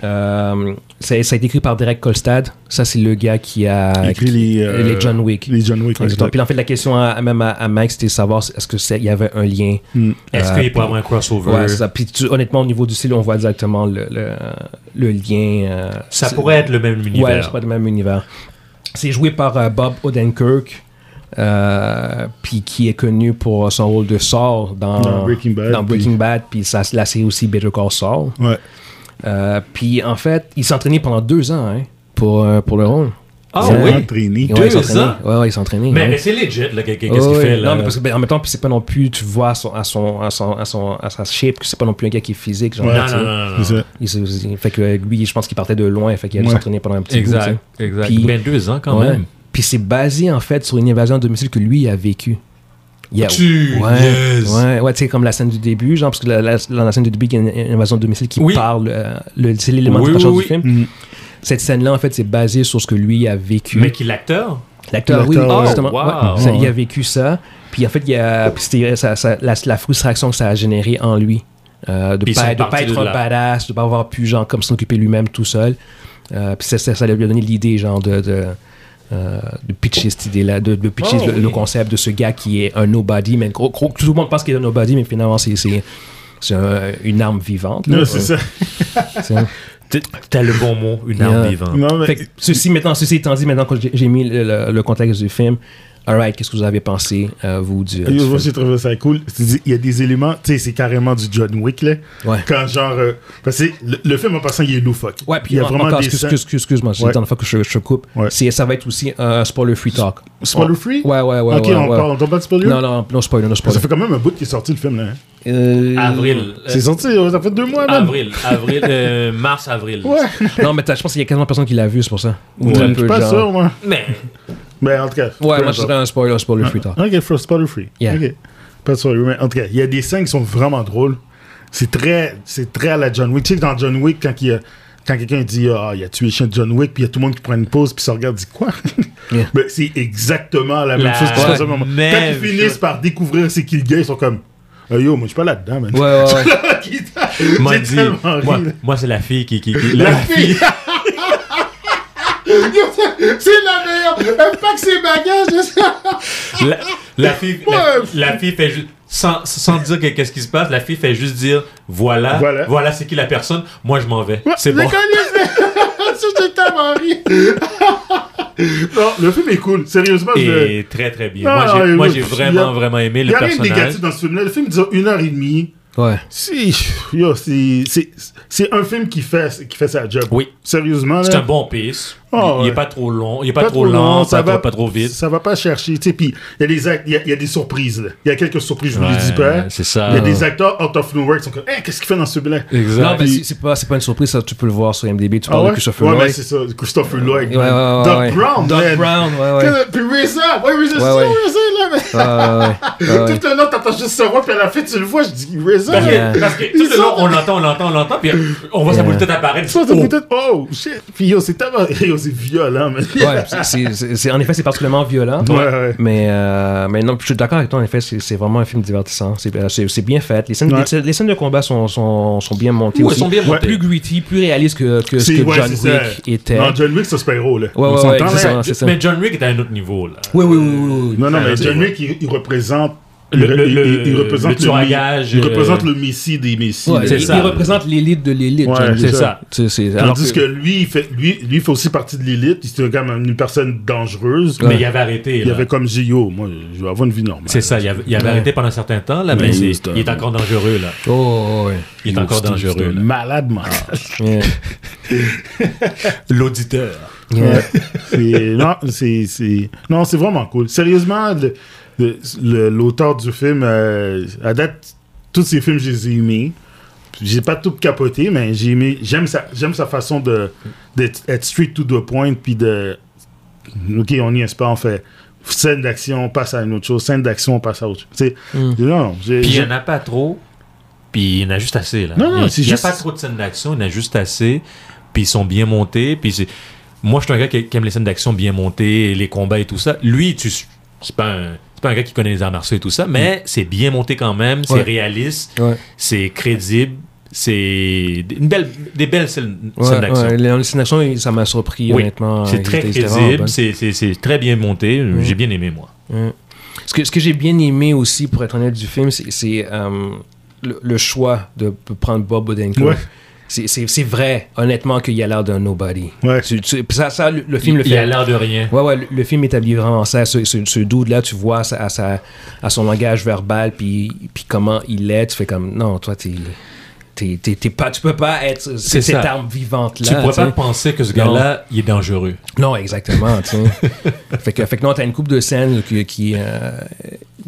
A: euh, c'est- ça a été écrit par Derek Kolstad. Ça, c'est le gars qui
C: Il
A: a
C: écrit les, euh,
A: les John Wick.
C: Les John Wick,
A: Exactement.
C: exact.
A: Puis en fait, la question à, à- même à, à Mike, c'était de savoir si- est-ce que c'est- il y avait un lien.
C: Hmm.
D: Est-ce
A: Euh,
D: qu'il peut y avoir un crossover?
A: Ouais, c'est
D: ça
A: ça. Puis tu- honnêtement, au niveau du style, on voit exactement le, le, le lien. euh, c'est-
D: pourrait être le même
A: Ouais, c'est
D: univers.
A: pas le même univers. C'est joué par euh, Bob Odenkirk, euh, puis qui est connu pour son rôle de Saul dans,
C: Dans Breaking Bad,
A: dans Breaking Bad, puis ça- la série aussi Better Call Saul.
C: Ouais.
A: Euh, puis en fait, il s'est entraîné pendant deux ans hein, pour, euh, pour le rôle.
D: ah
A: Ouais.
D: oui?
C: Entraîné.
A: Ouais, il s'est
D: Deux
A: entraîné.
D: ans?
A: Ouais, ouais, il s'est entraîné.
D: Mais,
A: ouais.
D: mais c'est legit, là, qu'est- qu'est-ce
A: Ouais,
D: qu'il
A: ouais.
D: fait, là?
A: Non, mais parce que, ben, en même temps, puis c'est pas non plus, tu vois à son, à son, à son, à son- à sa shape que c'est pas non plus un gars qui est physique. Genre,
C: Ouais.
A: tu
D: non,
A: sais.
D: non, non, non, non.
C: C'est ça.
A: Il s'est- fait que euh, lui, je pense qu'il partait de loin, fait qu'il allait
C: Ouais.
A: s'entraîner pendant un petit bout, tu sais.
D: Exact, exact.
A: Puis-
D: Ben, deux ans, quand
A: Ouais.
D: même.
A: Puis c'est basé en fait sur une évasion à domicile que lui a vécue. Il a-
D: Tu...
A: Ouais,
D: yes.
A: ouais, ouais, tu sais, comme la scène du début, genre, parce que la, la- dans la scène du début, il y a une, une évasion de domicile qui
D: Oui.
A: parle, euh, le- c'est l'élément
D: Oui,
A: de
D: oui, oui.
A: du film.
C: Hmm.
A: Cette scène-là, en fait, c'est basé sur ce que lui a vécu.
D: Mais qui l'acteur?
A: L'acteur, oui,
C: L'acteur,
A: justement.
D: ouais. Oh, wow.
A: ouais. Ça, il a vécu ça. Puis en fait, il y a, puis c'était ça- ça- la, la frustration que ça a généré en lui. euh, de
D: Puis
A: ne
D: ils sont
A: pas, de pas
D: partis
A: être
D: de
A: un
D: là.
A: badass, de pas avoir pu genre, comme s'en occuper lui-même tout seul. Euh, puis ça, ça, ça lui a donné l'idée genre de, de, euh, de pitcher cette idée-là, de, de pitcher
D: Oh,
A: le,
D: oui.
A: le concept de ce gars qui est un nobody. Mais gros, gros, tout le monde pense qu'il est un nobody, mais finalement, c'est- c'est c'est un- une arme vivante. là.
C: Non, c'est ça.
A: C'est-
D: T'es- T'as le bon mot, une
A: Yeah.
D: arme vivante.
C: Non, mais-
A: Fait que ceci, maintenant, ceci étant dit, maintenant que j'ai- j'ai mis le, le- le contexte du film, alright, qu'est-ce que vous avez pensé, euh, vous, du, du
C: Yo,
A: film?
C: Moi, j'ai trouvé ça cool. C'est- Il y a des éléments, tu sais, c'est carrément du John Wick, là.
A: Ouais.
C: Quand genre. euh, parce que le, le film en passant, il est loufoque.
A: Ouais, puis
C: il y a
A: en-
C: vraiment
A: encore,
C: des.
A: excuse,
C: scènes-
A: excuse, excuse, moi c'est
C: Ouais.
A: la dernière fois que je, je coupe.
C: Ouais.
A: C'est, ça va être aussi un spoiler free talk.
C: Spoiler free?
A: Ouais, ouais, ouais.
C: ok,
A: ouais,
C: on
A: ouais.
C: parle, on parle pas de spoiler?
A: Non, non, non spoiler, non
C: Ça
A: spoiler.
C: fait quand même un bout qui est sorti le film, là. hein.
A: Euh,
D: Avril. euh,
C: C'est sorti, euh, ça fait deux mois, même.
D: Avril, avril, euh, mars, avril.
C: Ouais.
A: non, mais t'as- je pense qu'il y a quasiment personne qui l'a vu, c'est pour ça. Ou
C: Ouais,
A: très
C: je suis
A: peu,
C: pas
A: genre.
C: sûr, moi.
D: Mais
C: Mais en tout cas. peu
A: Ouais, moi,
C: importe.
A: je dirais un spoiler, spoiler free talk.
C: Ah. Ok, for spoiler free.
A: Yeah.
C: Ok. Pas de spoiler, mais en tout cas, il y a des scènes qui sont vraiment drôles. C'est très, c'est très à la John Wick. Tu sais, que dans John Wick, quand, il y a- quand quelqu'un dit Ah, il a tué le chien de John Wick, puis il y a tout le monde qui prend une pause, puis ça regarde, dit Quoi
A: Yeah.
C: Ben, C'est exactement la même
D: La
C: chose qui se passe au
D: même
C: moment. Quand ils
D: chose.
C: finissent par découvrir c'est qui le gars, ils sont comme Ah, Yo, moi, je suis pas là-dedans, man.
A: Ouais, ouais, ouais.
D: m'a
C: J'ai
D: dit,
C: tellement ri,
D: moi,
C: là.
D: moi, c'est la fille qui, qui, qui-
C: La
D: la-
C: fille C'est la meilleure Elle pack ses bagages
D: La, la fille, la, la fille fait juste. Sans, sans dire que- qu'est-ce qui se passe, la fille fait juste dire voilà,
C: Voilà.
D: voilà, c'est qui la personne, moi je m'en vais. c'est
C: Je
D: bon.
C: l'ai connu, c'est- J'ai tellement ri. Non, le film est cool. Sérieusement, je...
D: Et très très bien.
C: Ah,
D: moi j'ai-
C: oui,
D: moi
C: oui,
D: j'ai
C: il y a-
D: vraiment vraiment aimé
C: Il n'y
D: le
C: a rien de
D: personnage.
C: négatif dans ce film-là. Le film dure une heure et demie.
A: Ouais.
C: Si, yo, c'est- c'est c'est un film qui fait, qui fait sa job.
D: Oui.
C: Sérieusement, là.
D: C'est un bon piste.
C: Ah,
D: il, il
C: ouais.
D: est pas trop long, il est pas, trop lent, pas, trop, pas trop vite.
C: Ça va pas chercher. Tu sais, puis il y a des act- il y a- il y a des surprises. là. Il y a quelques surprises, je vous
D: Ouais,
C: les dis pas.
D: c'est ça.
C: Il y a des acteurs out of nowhere qui sont comme, Hey, qu'est-ce qu'il fait dans ce film-là
D: Exact.
A: Non, mais
C: Puis-
A: c'est, c'est pas, c'est pas une surprise, ça, tu peux le voir sur MDB, tu
C: Ah
A: parles
C: ouais?
A: de Christopher
C: ouais,
A: Lloyd.
C: mais c'est ça, Christopher Lloyd.
A: Ouais, ouais, ouais,
C: Doc
A: ouais.
C: Brown,
A: Doc
C: man.
A: Brown, ouais, ouais.
C: Que- Puis Reza, ouais, Reza,
A: Ouais,
C: c'est
A: ouais.
C: Reza, là, mais-
A: Ouais, ouais, ouais. Ouais, ouais.
C: Tout le long, t'entends juste ce roi, puis à la fin, tu le vois, je dis, Reza, ça.
B: Parce
A: Yeah.
B: que, parce que tout
C: Ils
B: le long,
C: sont-
B: on l'entend, on l'entend, on l'entend, puis on voit sa
A: Yeah.
B: boule de tête apparaître.
C: Ça, ça
B: Oh.
C: peut être. Oh, shit. Puis yo, c'est tellement. Yo, c'est violent, man.
A: Ouais, c'est- c'est- c'est- c'est- en effet, c'est particulièrement violent.
C: Ouais, ouais.
A: Mais, euh, mais non, je suis d'accord avec toi, en effet, c'est c'est vraiment un film divertissant. C'est euh, c'est- c'est bien fait. Les scènes,
C: Ouais.
A: les, les scènes de combat sont, sont, sont bien montées.
B: Ouh, elles
A: aussi.
B: sont bien montées.
A: Plus gritty, plus réaliste que, que ce
C: C'est-
A: que
C: ouais,
A: John
C: c'est ça.
A: Wick était.
C: Non, John Wick, c'est un super-héros, là.
A: Ouais,
C: On
A: ouais, ouais,
C: s'entend, là?
A: exactement. c'est ça.
B: Mais John Wick est à un autre niveau, là.
A: Oui, oui, oui, oui, oui.
C: Non, non,
B: Ça,
C: mais
B: c'est
C: John
B: vrai.
C: Wick, il, il représente.
B: Le-
C: il-
B: le-
C: il-
B: le-
C: il- il représente
B: le tueur à gages,
C: Il
B: euh,
C: représente le messie des messies.
A: Ouais,
C: là.
B: c'est
A: il,
B: ça.
A: il représente l'élite de l'élite.
C: Ouais,
A: John Wick.
C: c'est
B: ça.
A: Tu sais, c'est- alors
C: Tandis que, lui, il fait, lui, lui, il fait aussi partie de l'élite. Il était quand même une personne dangereuse.
B: Mais
C: Mais
B: il avait arrêté.
C: il y
B: là.
C: avait comme J.O. Moi, je vais avoir une vie normale.
B: C'est ça, il avait, il avait
A: Ouais.
B: arrêté pendant un certain temps, là, mais,
C: Mais
B: c'est-
C: c'est un-
B: il est encore dangereux, là.
A: Oh, ouais.
B: Il est
C: Yo,
B: encore
C: c'est- c'est un
B: dangereux, là.
C: Malade mental.
A: Yeah.
B: L'auditeur.
A: Yeah.
C: Ouais. C'est- non, c'est, c'est- non, c'est vraiment cool. Sérieusement, le- le- le- l'auteur du film, euh, à date, tous ces films, je les ai aimés. J'ai pas tout capoté, mais j'ai aimé, j'aime, sa, j'aime sa façon de, d'être être straight to the point, puis de. Ok, on y est pas, on fait scène d'action, on passe à une autre chose, scène d'action, on passe à autre chose. Tu sais,
A: Mm.
C: Non, non, j'ai-
B: Hmm. Puis il n'y
C: j'ai-
B: en a pas trop, puis il y en a juste assez, là.
C: Non, non,
B: Il y a-
C: c'est
B: il n'y a
C: juste-
B: pas trop de scènes d'action, il y en a juste assez, puis ils sont bien montés, puis c'est- Moi, je suis un gars qui, qui aime les scènes d'action bien montées, les combats et tout ça. Lui, tu... c'est pas un... C'est pas un gars qui connaît les arts martiaux et tout ça, mais c'est bien monté quand même, c'est
A: Ouais.
B: réaliste,
A: Ouais.
B: c'est crédible, c'est une belle, des belles scènes,
A: Ouais,
B: scènes d'action.
A: ouais, les hallucinations, il- ça m'a surpris,
B: Oui.
A: honnêtement.
B: C'est
A: Il
B: très
A: était- c'était vraiment
B: crédible,
A: bon.
B: c'est- c'est c'est très bien monté. J'ai bien aimé, moi.
A: Ce que, ce que j'ai bien aimé aussi, pour être honnête, du film, c'est- c'est euh, le, le choix de p- prendre Bob Odenkirk.
C: Ouais.
A: C'est- C'est c'est vrai, honnêtement, qu'il a l'air d'un nobody.
C: ouais.
A: Tu- tu- puis ça, ça, le, le film le fait.
B: Il a l'air de rien.
A: Ouais, ouais, le, le film établit vraiment ça. Ce, ce, ce dude-là, tu vois ça, à, sa- à son langage verbal, puis, puis comment il est. Tu fais comme, non, toi, t'es. t'es- t'es- t'es pas, tu peux pas être c-
B: C'est
A: cette
B: ça.
A: arme vivante-là.
B: Tu pourrais
A: tu sais.
B: pas penser que ce gars-là, il est dangereux.
A: Non, exactement. tu sais. fait, que, fait que non, t'as une coupe de scènes qui, qui, euh,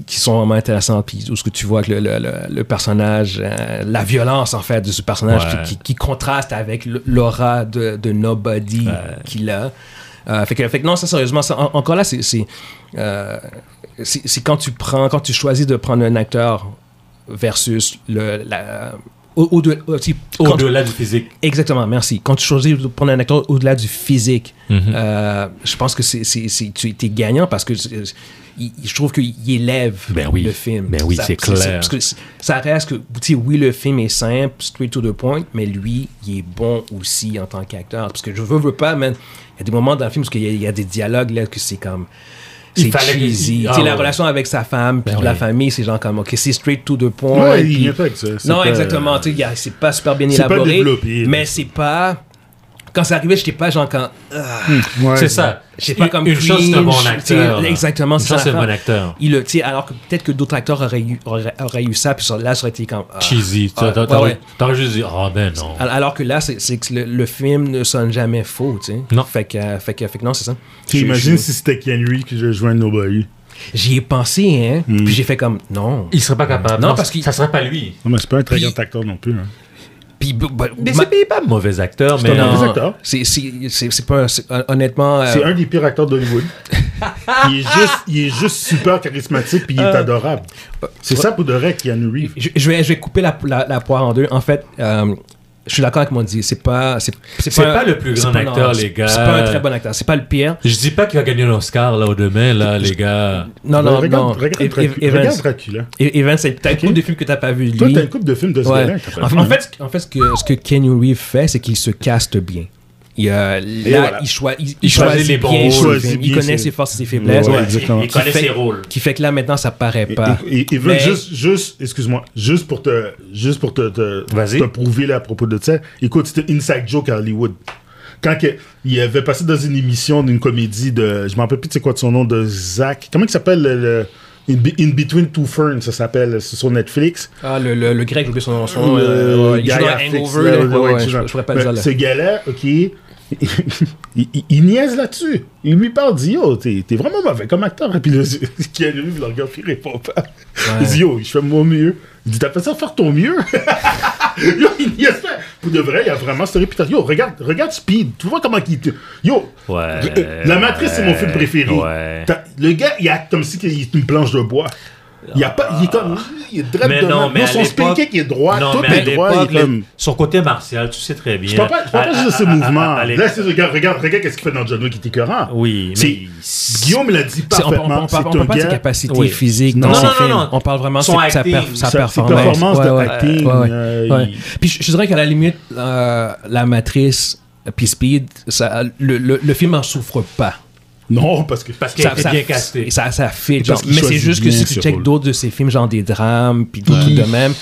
A: qui sont vraiment intéressantes. Puis où ce que tu vois que le, le- le- le personnage, euh, la violence en fait de ce personnage
B: Ouais.
A: qui, qui- qui contraste avec l- l'aura de, de Nobody qu'il a. Euh, fait, que, fait que non, ça sérieusement, ça, en- encore là, c'est c'est, euh, c'est- c'est quand tu prends, quand tu choisis de prendre un acteur versus le la, au, au- de- au- tu- quand-
B: Au-delà du physique.
A: Exactement, merci. Quand tu choisis de prendre un acteur au-delà du physique,
B: Mhm.
A: euh, je pense que c'est, c'est, c'est- tu es gagnant parce que c'est- il- je trouve qu'il élève
B: Ben oui.
A: le film.
B: Ben oui,
A: Ça-
B: c'est clair.
A: parce que c'est- ça reste que, tu sais, oui, le film est simple, straight to the point, mais lui, il est bon aussi en tant qu'acteur. Parce que je veux, veux pas, man. Il y a des moments dans le film parce qu'il y a- il y, a des dialogues là que c'est comme.
B: Il
A: C'est
B: fallait-
A: cheesy. Tu
B: il-
A: sais,
B: ah,
A: la
B: ouais.
A: relation avec sa femme, puis
B: Ben
A: la
B: oui.
A: famille, c'est genre comme, ok, c'est straight to the point.
C: Ouais, il
A: puis-
C: y a pas que ça. C'est
A: non,
C: pas-
B: euh,
A: exactement. Tu sais, y a- c'est pas super bien
C: C'est pas
A: élaboré.
C: développé, là.
A: mais c'est pas. Quand c'est arrivé, j'étais pas genre quand. ah,
C: Ouais.
B: C'est ça.
A: J'ai pas
B: Une-
A: comme
B: Une chose, c'est un bon
A: cringe,
B: acteur.
A: t'sais,
B: là.
A: exactement,
B: Une
A: c'est
B: chose,
A: ça
B: c'est un bon
A: l'affaire.
B: acteur.
A: Il le, tu sais, alors que peut-être que d'autres acteurs auraient eu, auraient, auraient eu ça, puis ça- là, ça aurait été comme. ah.
B: Cheesy.
A: Ah,
B: T'as- t'as-
A: ouais, ouais.
B: T'aurais t'aurais juste dit, oh ben non.
A: Al- Alors que là, c'est c'est que le, le film ne sonne jamais faux, tu sais.
B: Non.
A: Fait que, euh, fait que, fait que non, c'est ça.
C: Tu
A: Je-
C: imagines
A: je-
C: si c'était Ken Reed qui jouait un Nobody.
A: J'y ai pensé, hein,
B: Hmm.
C: Mm.
A: puis j'ai fait comme, non.
B: Il serait pas capable.
A: Non, parce qu'il-
B: ça serait pas lui.
C: Non, mais c'est pas un très
A: Puis-
C: grand acteur non plus. Hein.
A: Puis, bah, bah,
B: Mais
A: ma-
B: c'est il est pas un mauvais acteur, mais.
A: non,
C: un mauvais
B: Non.
C: acteur.
A: c'est- c'est- c'est- c'est pas un- c'est- hon- Honnêtement. euh,
C: C'est un des pires acteurs d'Hollywood. il, est juste, il est juste super charismatique puis il est
A: Euh.
C: adorable. C'est ça pour de vrai Keanu Reeves.
A: je, je vais, je vais couper la, la, la poire en deux. En fait, euh, je suis d'accord avec Mondi. C'est pas, c'est,
B: C'est
A: un-
B: pas le plus
A: c'est
B: grand
A: non,
B: acteur,
A: c'est-
B: les gars.
A: C'est pas un très bon acteur. C'est pas le pire.
B: Je dis pas qu'il va gagner un Oscar là au demain, là, les gars.
A: Non, non,
C: regarde,
A: non.
C: Regarde,
A: Ev-
C: Dracula-
A: Ev- Evans,
C: regarde Dracula.
A: Ev- Evans, c'est peut-être
C: Ok.
A: un des films que t'as pas vu. Lui.
C: Toi, t'as une couple de films de ce
A: Ouais.
C: gars-là.
A: En, en fait, ce- en fait, ce que, ce que Kenny Reeves fait, c'est qu'il se caste bien. Il, euh, là,
C: voilà.
A: il, choi- il, il
B: Il choisit
A: choisit
B: les bons
A: bien
B: rôles.
A: ses
C: Il choisit
A: films. Il
C: bien
A: connaît
C: ses-
A: ses forces et ses faiblesses.
C: Ouais, exactement.
B: Il connaît
A: Qui fait-
B: ses rôles.
A: Qui fait que là, maintenant, ça paraît pas.
C: Et, et,
A: Mais-
C: juste, juste, excuse-moi, juste pour te, juste pour te, te,
B: Vas-y.
C: te prouver là, à propos de ça. Écoute, c'était Inside Joke à Hollywood. Quand que- il avait passé dans une émission d'une comédie de, je m'en rappelle plus, c'est quoi de son nom, de Zach. Comment il s'appelle le, le- In, Be- In Between Two Ferns, ça s'appelle, c'est sur Netflix.
A: Ah, le, le, le grec, j'ai oublié son nom.
C: Le
A: euh, il joue dans
C: gars fixe,
A: Hangover.
C: là,
A: là. Ouais,
C: ouais, ouais, Ben,
A: ouais,
C: tu
A: Je
C: vois.
A: je pourrais pas
C: Mais
A: le dire là.
C: Ce gars-là, ok, il, il- il niaise là-dessus. Il lui parle, dit yo, t'es t'es vraiment mauvais comme acteur. Et puis le qui a lui, le regard, puis il répond pas. Il dit yo, je fais mon mieux. Il dit t'as fait ça faire ton mieux. yo, il niaise pas. Pour de vrai, il a vraiment cette réputation. Yo, regarde, regarde Speed. Tu vois comment il te. Yo,
B: Ouais.
C: euh, La Matrice, c'est mon film préféré.
B: Ouais.
C: T'as- Le gars, il a comme si il était une planche de bois. Il, a pas, il est comme. il est droit
B: Mais
C: de
B: non,
C: même.
B: mais à
C: son spin
B: l'époque-
C: kick il est droit,
B: Non,
C: tout
B: mais à
C: est droit.
B: l'époque,
C: il est comme-
B: le- son côté martial, tu sais très bien.
C: Je parle pas, je parle pas
B: À-
C: juste de
B: à-
C: ses
B: à- à-
C: mouvements.
B: à- à-
C: Là, c'est- regarde, regarde, regarde qu'est-ce qu'il fait dans John Wick, il est écœurant.
B: Oui,
C: C'est-
B: mais il-
C: Guillaume l'a dit
A: C'est- on- on- on-
C: parfaitement.
A: on
C: C'est
A: parle
C: un
A: pas de ses
C: gars.
A: capacités
B: Oui.
A: physiques
C: Non,
A: dans son
B: non, non,
A: film.
B: non.
A: On parle vraiment de
B: Son
A: sa, sa
B: acting,
A: perf- sa
C: sa- ses
A: performance.
C: performances
A: Ouais,
C: de
A: ouais.
C: acting,
A: Ouais, ouais.
C: euh,
A: Ouais.
C: il-
A: Puis je, je dirais qu'à la limite, euh, la matrice, euh, puis Speed, ça, le, le- le film en souffre pas.
C: Non, parce que.
B: parce qu'il était bien casté.
A: Ça, ça fit.
C: Parce
A: genre.
C: qu'il
A: mais c'est
C: choisit
A: juste que
C: bien
A: si tu
C: ses
A: check
C: rôles.
A: d'autres de ses films, genre des drames, puis d'autres trucs de même,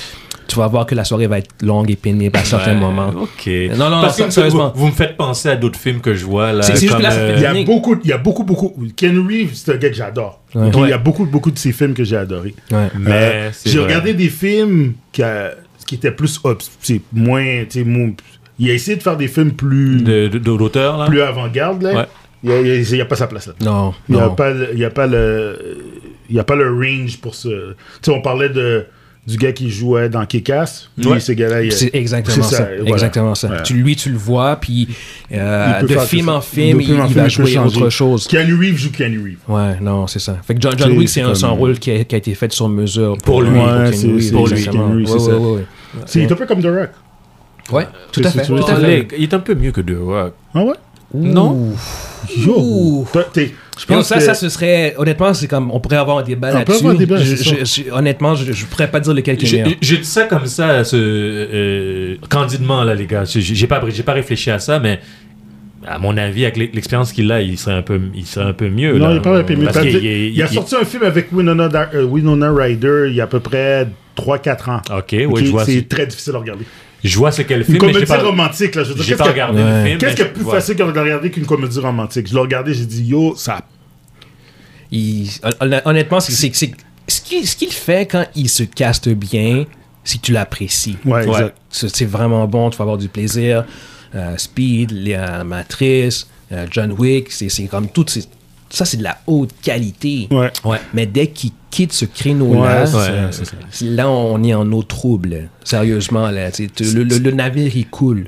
A: tu vas voir que la soirée va être longue et pénible à certains
B: Ouais,
A: moments.
B: Ok.
A: Non, non,
B: Parce
A: non,
B: que vous,
A: sérieusement.
B: vous me faites penser à d'autres films que je vois là.
A: C'est- c'est juste
B: comme,
A: que là, ça
B: euh,
A: fait
C: Il y, a
A: Nick.
C: beaucoup, il y a beaucoup, beaucoup. Ken Reeves, c'est un gars que j'adore.
A: Ouais.
C: Ok, Il y
B: Ouais.
C: a beaucoup, beaucoup de ses films que j'ai adorés.
A: Ouais.
B: Mais
C: Euh,
B: c'est
C: j'ai
B: vrai.
C: regardé des films qui, euh, qui étaient plus obs- c'est moins, tu sais, mou- Il a essayé de faire des films plus,
B: de, de, de- d'auteur, là.
C: plus avant-garde là.
B: Ouais.
C: Il y a- il y a, il y a pas sa place là.
A: Non,
C: Il n'y a
A: non.
C: pas, le- il y a pas le, il y a pas le range pour ce. Tu sais, on parlait de du gars qui jouait dans Kick-Ass. Lui,
B: Ouais.
C: ce gars-là, il-
A: C'est exactement
C: c'est
A: ça.
C: ça, voilà.
A: Exactement ça.
C: Voilà.
A: Tu, lui, tu le vois, puis euh,
C: il peut
A: de
C: faire
A: film
C: que ça.
A: en film,
C: De
A: il,
C: film en
A: il
C: film,
A: va
C: il peut
A: jouer
C: changer.
A: autre chose.
C: Keanu Reeves joue Keanu Reeves.
A: Ouais, non, c'est ça. Fait que John, John
C: C'est
A: Wick, c'est un,
C: comme-
A: c'est un rôle qui a, qui a été fait sur mesure.
B: Pour lui.
A: Keanu
C: Ouais,
A: Reeves,
C: c'est- c'est-
A: pour
C: c'est
A: lui.
C: Keanu Reeves,
A: Ouais,
C: c'est
A: ouais,
C: ça.
A: ouais, ouais.
C: C'est il est un peu comme The Rock.
A: Ouais, tout
C: C'est-
A: à fait.
C: c'est-
A: Tout à
B: Oh,
A: fait.
B: les- il est un peu mieux que The Rock.
C: Ah ouais?
B: Non?
C: Yo!
A: Ouh.
C: T'as- t'es- Je
A: Non,
C: pense
A: ça,
C: que
A: ça, ce serait. Honnêtement, c'est comme. On pourrait avoir un débat
C: On peut
A: là-dessus.
C: avoir un débat,
A: Je-
C: c'est ça.
A: je- je- Honnêtement, je, je pourrais pas dire lequel qui est meilleur.
B: J'ai j'ai dit ça comme ça, ce, euh, candidement, là, les gars. J'ai- J'ai pas, j'ai pas réfléchi à ça, mais à mon avis, avec l'e- l'expérience qu'il a, il serait un peu, il serait un peu mieux.
C: Non,
B: là.
C: il est pas un peu mieux.
B: Parce
C: Parce
B: qu'il-
C: que-
B: il-
C: il a
B: il-
C: sorti un film avec Winona, Dar- euh, Winona Ryder il y a à peu près 3-4 ans.
B: Ok, ouais,
C: Ok,
B: Ah, je vois.
C: c'est très difficile à regarder.
B: Je vois c'est quel
C: Une
B: film, mais
C: comédie
B: j'ai pas,
C: romantique, là. Je veux dire,
B: j'ai
C: qu'est-ce
B: pas
C: que-
B: regardé
A: Ouais.
B: le film.
C: Qu'est-ce qui
B: mais
C: est plus
B: je vois.
C: facile que de regarder qu'une comédie romantique? Je l'ai regardé, j'ai dit, yo, ça.
A: Il- hon- honnêtement, c'est, c'est- c'est- ce, qu'il, ce qu'il fait quand il se caste bien, c'est que tu l'apprécies.
C: Ouais,
A: Tu vois,
C: exact.
A: C'est, c'est vraiment bon, tu vas avoir du plaisir. Euh, Speed, la Matrice, euh, John Wick, c'est, c'est comme tout. c'est- ça, c'est de la haute qualité.
C: Ouais.
B: Ouais.
A: Mais dès qu'il quitte ce créneau-là,
C: Ouais, c'est-
B: Ouais, c'est ça.
A: là, on est en eau trouble. Sérieusement, là. tu sais, tu- le, le- le navire, il coule.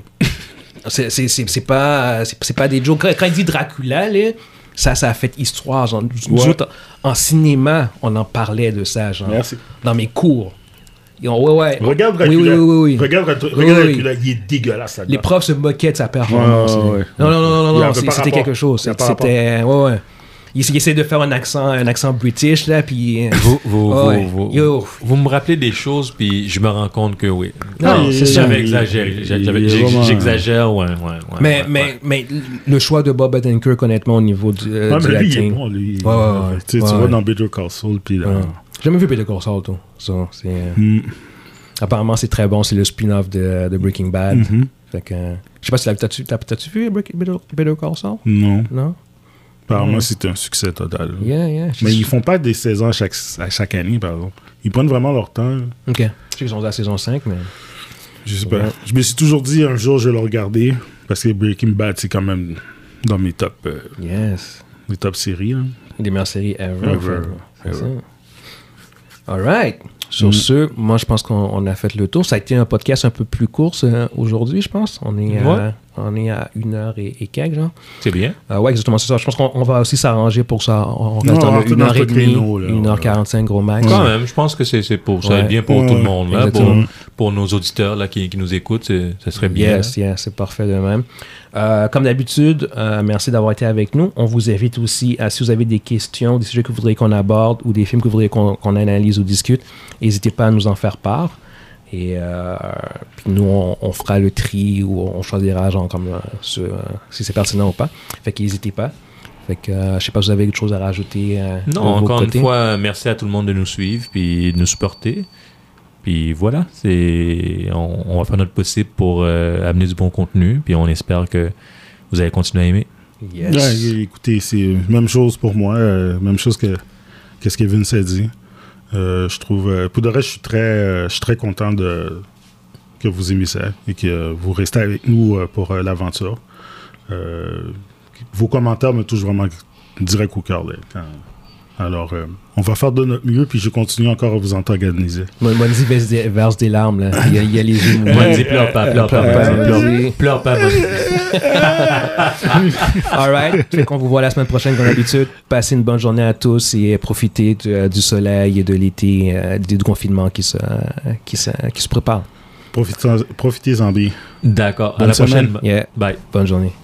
A: C'est, c'est, c'est, c'est pas, euh, c'est, c'est pas des jokes. Quand, quand il dit Dracula, là, ça, ça a fait histoire. genre, nous- nous
C: Ouais.
A: autres, en, en cinéma, on en parlait de ça, genre.
C: Merci.
A: Dans mes cours. Ils ont- ouais, ouais.
C: Regarde
A: oui,
C: Dracula.
A: oui, oui, oui, oui.
C: Regarde, Dra-
A: Oui,
C: regarde
A: oui.
C: Dracula, il est dégueulasse, là
A: Les profs se moquaient de sa performance.
C: Ouais, ouais,
A: là.
C: ouais.
A: Non, non, non, non,
C: Il y
A: non,
C: avait
A: c'est-
C: pas
A: c'était
C: rapport.
A: quelque chose.
C: Il y a pas
A: C'était. Ouais, ouais. Il, il essayait de faire un accent, un accent british, là, puis. euh,
B: Vous, vous,
A: Ouais.
B: vous, vous-
A: Yo.
B: vous me rappelez des choses, puis je me rends compte que oui.
A: Non,
B: Non,
A: c'est
B: j'avais
C: il-
B: exagéré. J'a-
C: il-
B: j'avais-
C: il est
B: j'ai-
C: vraiment-
B: J'exagère, ouais, ouais, ouais.
A: Mais,
B: ouais,
A: mais,
B: ouais.
A: mais le choix de Bob Odenkirk, honnêtement, au niveau du, euh,
C: Ouais,
A: du
C: mais lui, il est
A: acting.
C: bon, lui.
A: Ouais, ouais, ouais.
C: Tu sais, tu
A: Ouais,
C: vois
A: ouais. Ah.
C: dans Better Call Saul, puis là.
A: Ouais. J'ai jamais vu Peter Corsall, toi. Ça, c'est, euh,
C: Hmm.
A: Apparemment, c'est très bon. C'est le spin-off de, de Breaking Bad.
C: Mhm.
A: Fait que, euh, je sais pas si t'as- t'as-tu t'as- t'as-tu vu Breaking- Better Better Call Saul?
C: Non.
A: Non?
C: Apparemment, c'est un succès total.
A: Yeah, yeah. je-
C: Mm. Mais ils font pas des saisons à chaque, à chaque année, par exemple. Ils prennent vraiment leur temps.
A: Ok. Je sais qu'ils sont à la saison 5, mais...
C: Je sais pas. Je me suis toujours dit un jour je vais le regarder parce que Breaking Bad c'est quand même dans mes top, euh,
A: Yes.
C: mes top séries. là.
A: Une des meilleures séries ever. en
C: Ever, Mm.
A: fait. C'est ça. All right. Sur ce, moi, je pense qu'on on a fait le tour. Ça a été un podcast un peu plus court ce- aujourd'hui, je pense. On est,
B: Ouais.
A: à, on est à une heure et, et quelques, genre.
B: C'est bien.
A: Euh, ouais, exactement, c'est ça. Je pense qu'on on va aussi s'arranger pour ça. On reste
C: Non, on
A: dans
C: reste
A: le 1
C: dans
A: heure et
C: notre
A: demie,
C: créneau, là,
A: 1h45 gros max.
B: Quand même, je pense que c'est c'est pour ça.
A: Ouais.
B: va être bien pour
C: Ouais,
B: tout le monde, là, pour,
A: exactement.
B: pour nos auditeurs là, qui, qui nous écoutent, c'est- ça serait bien.
A: Yes, yes, c'est parfait de même. Euh, comme d'habitude, euh, merci d'avoir été avec nous. On vous invite aussi à, si vous avez des questions, des sujets que vous voudriez qu'on aborde ou des films que vous voudriez qu'on qu'on analyse ou discute, n'hésitez pas à nous en faire part. Et euh, puis nous, on, on fera le tri ou on choisira genre comme euh, ce- euh, si c'est pertinent ou pas. Fait que n'hésitez pas. Fait que euh, je sais pas si vous avez quelque chose à rajouter. euh, de
B: Non,
A: vos
B: encore
A: côtés.
B: une fois, merci à tout le monde de nous suivre puis de nous supporter. Puis voilà, c'est on, on va faire notre possible pour euh, amener du bon contenu. Puis on espère que vous allez continuer à aimer.
A: Yes.
C: Ouais, écoutez, c'est euh, même chose pour moi, euh, même chose que qu'est-ce que Vince a dit. Euh, je trouve, euh, pour de reste, je suis très, euh, je suis très content de que vous aimiez ça et que euh, vous restez avec nous euh, pour euh, l'aventure. Euh, vos commentaires me touchent vraiment direct au cœur là, quand, Alors, euh, on va faire de notre mieux, puis je continue encore à vous antagoniser.
A: Mon- Monzi verse des- verse des larmes, là. Il y a, il y a les yeux mous.
B: Monzi, pleure pas, pleure pas,
A: Pleure pas,
B: Monzi, pleure-
A: Monzi.
B: pleure pas, Monzi.
A: Alright. Fait qu'on vous voit la semaine prochaine, comme d'habitude. Passez une bonne journée à tous et profitez du, euh, du soleil et de l'été, euh, du confinement qui se, euh, qui se, qui se prépare.
C: Profitez-en- Profitez-en bien.
B: D'accord, à
C: Bonne
B: la
C: semaine.
B: prochaine.
A: Yeah.
B: Bye.
A: Bonne journée.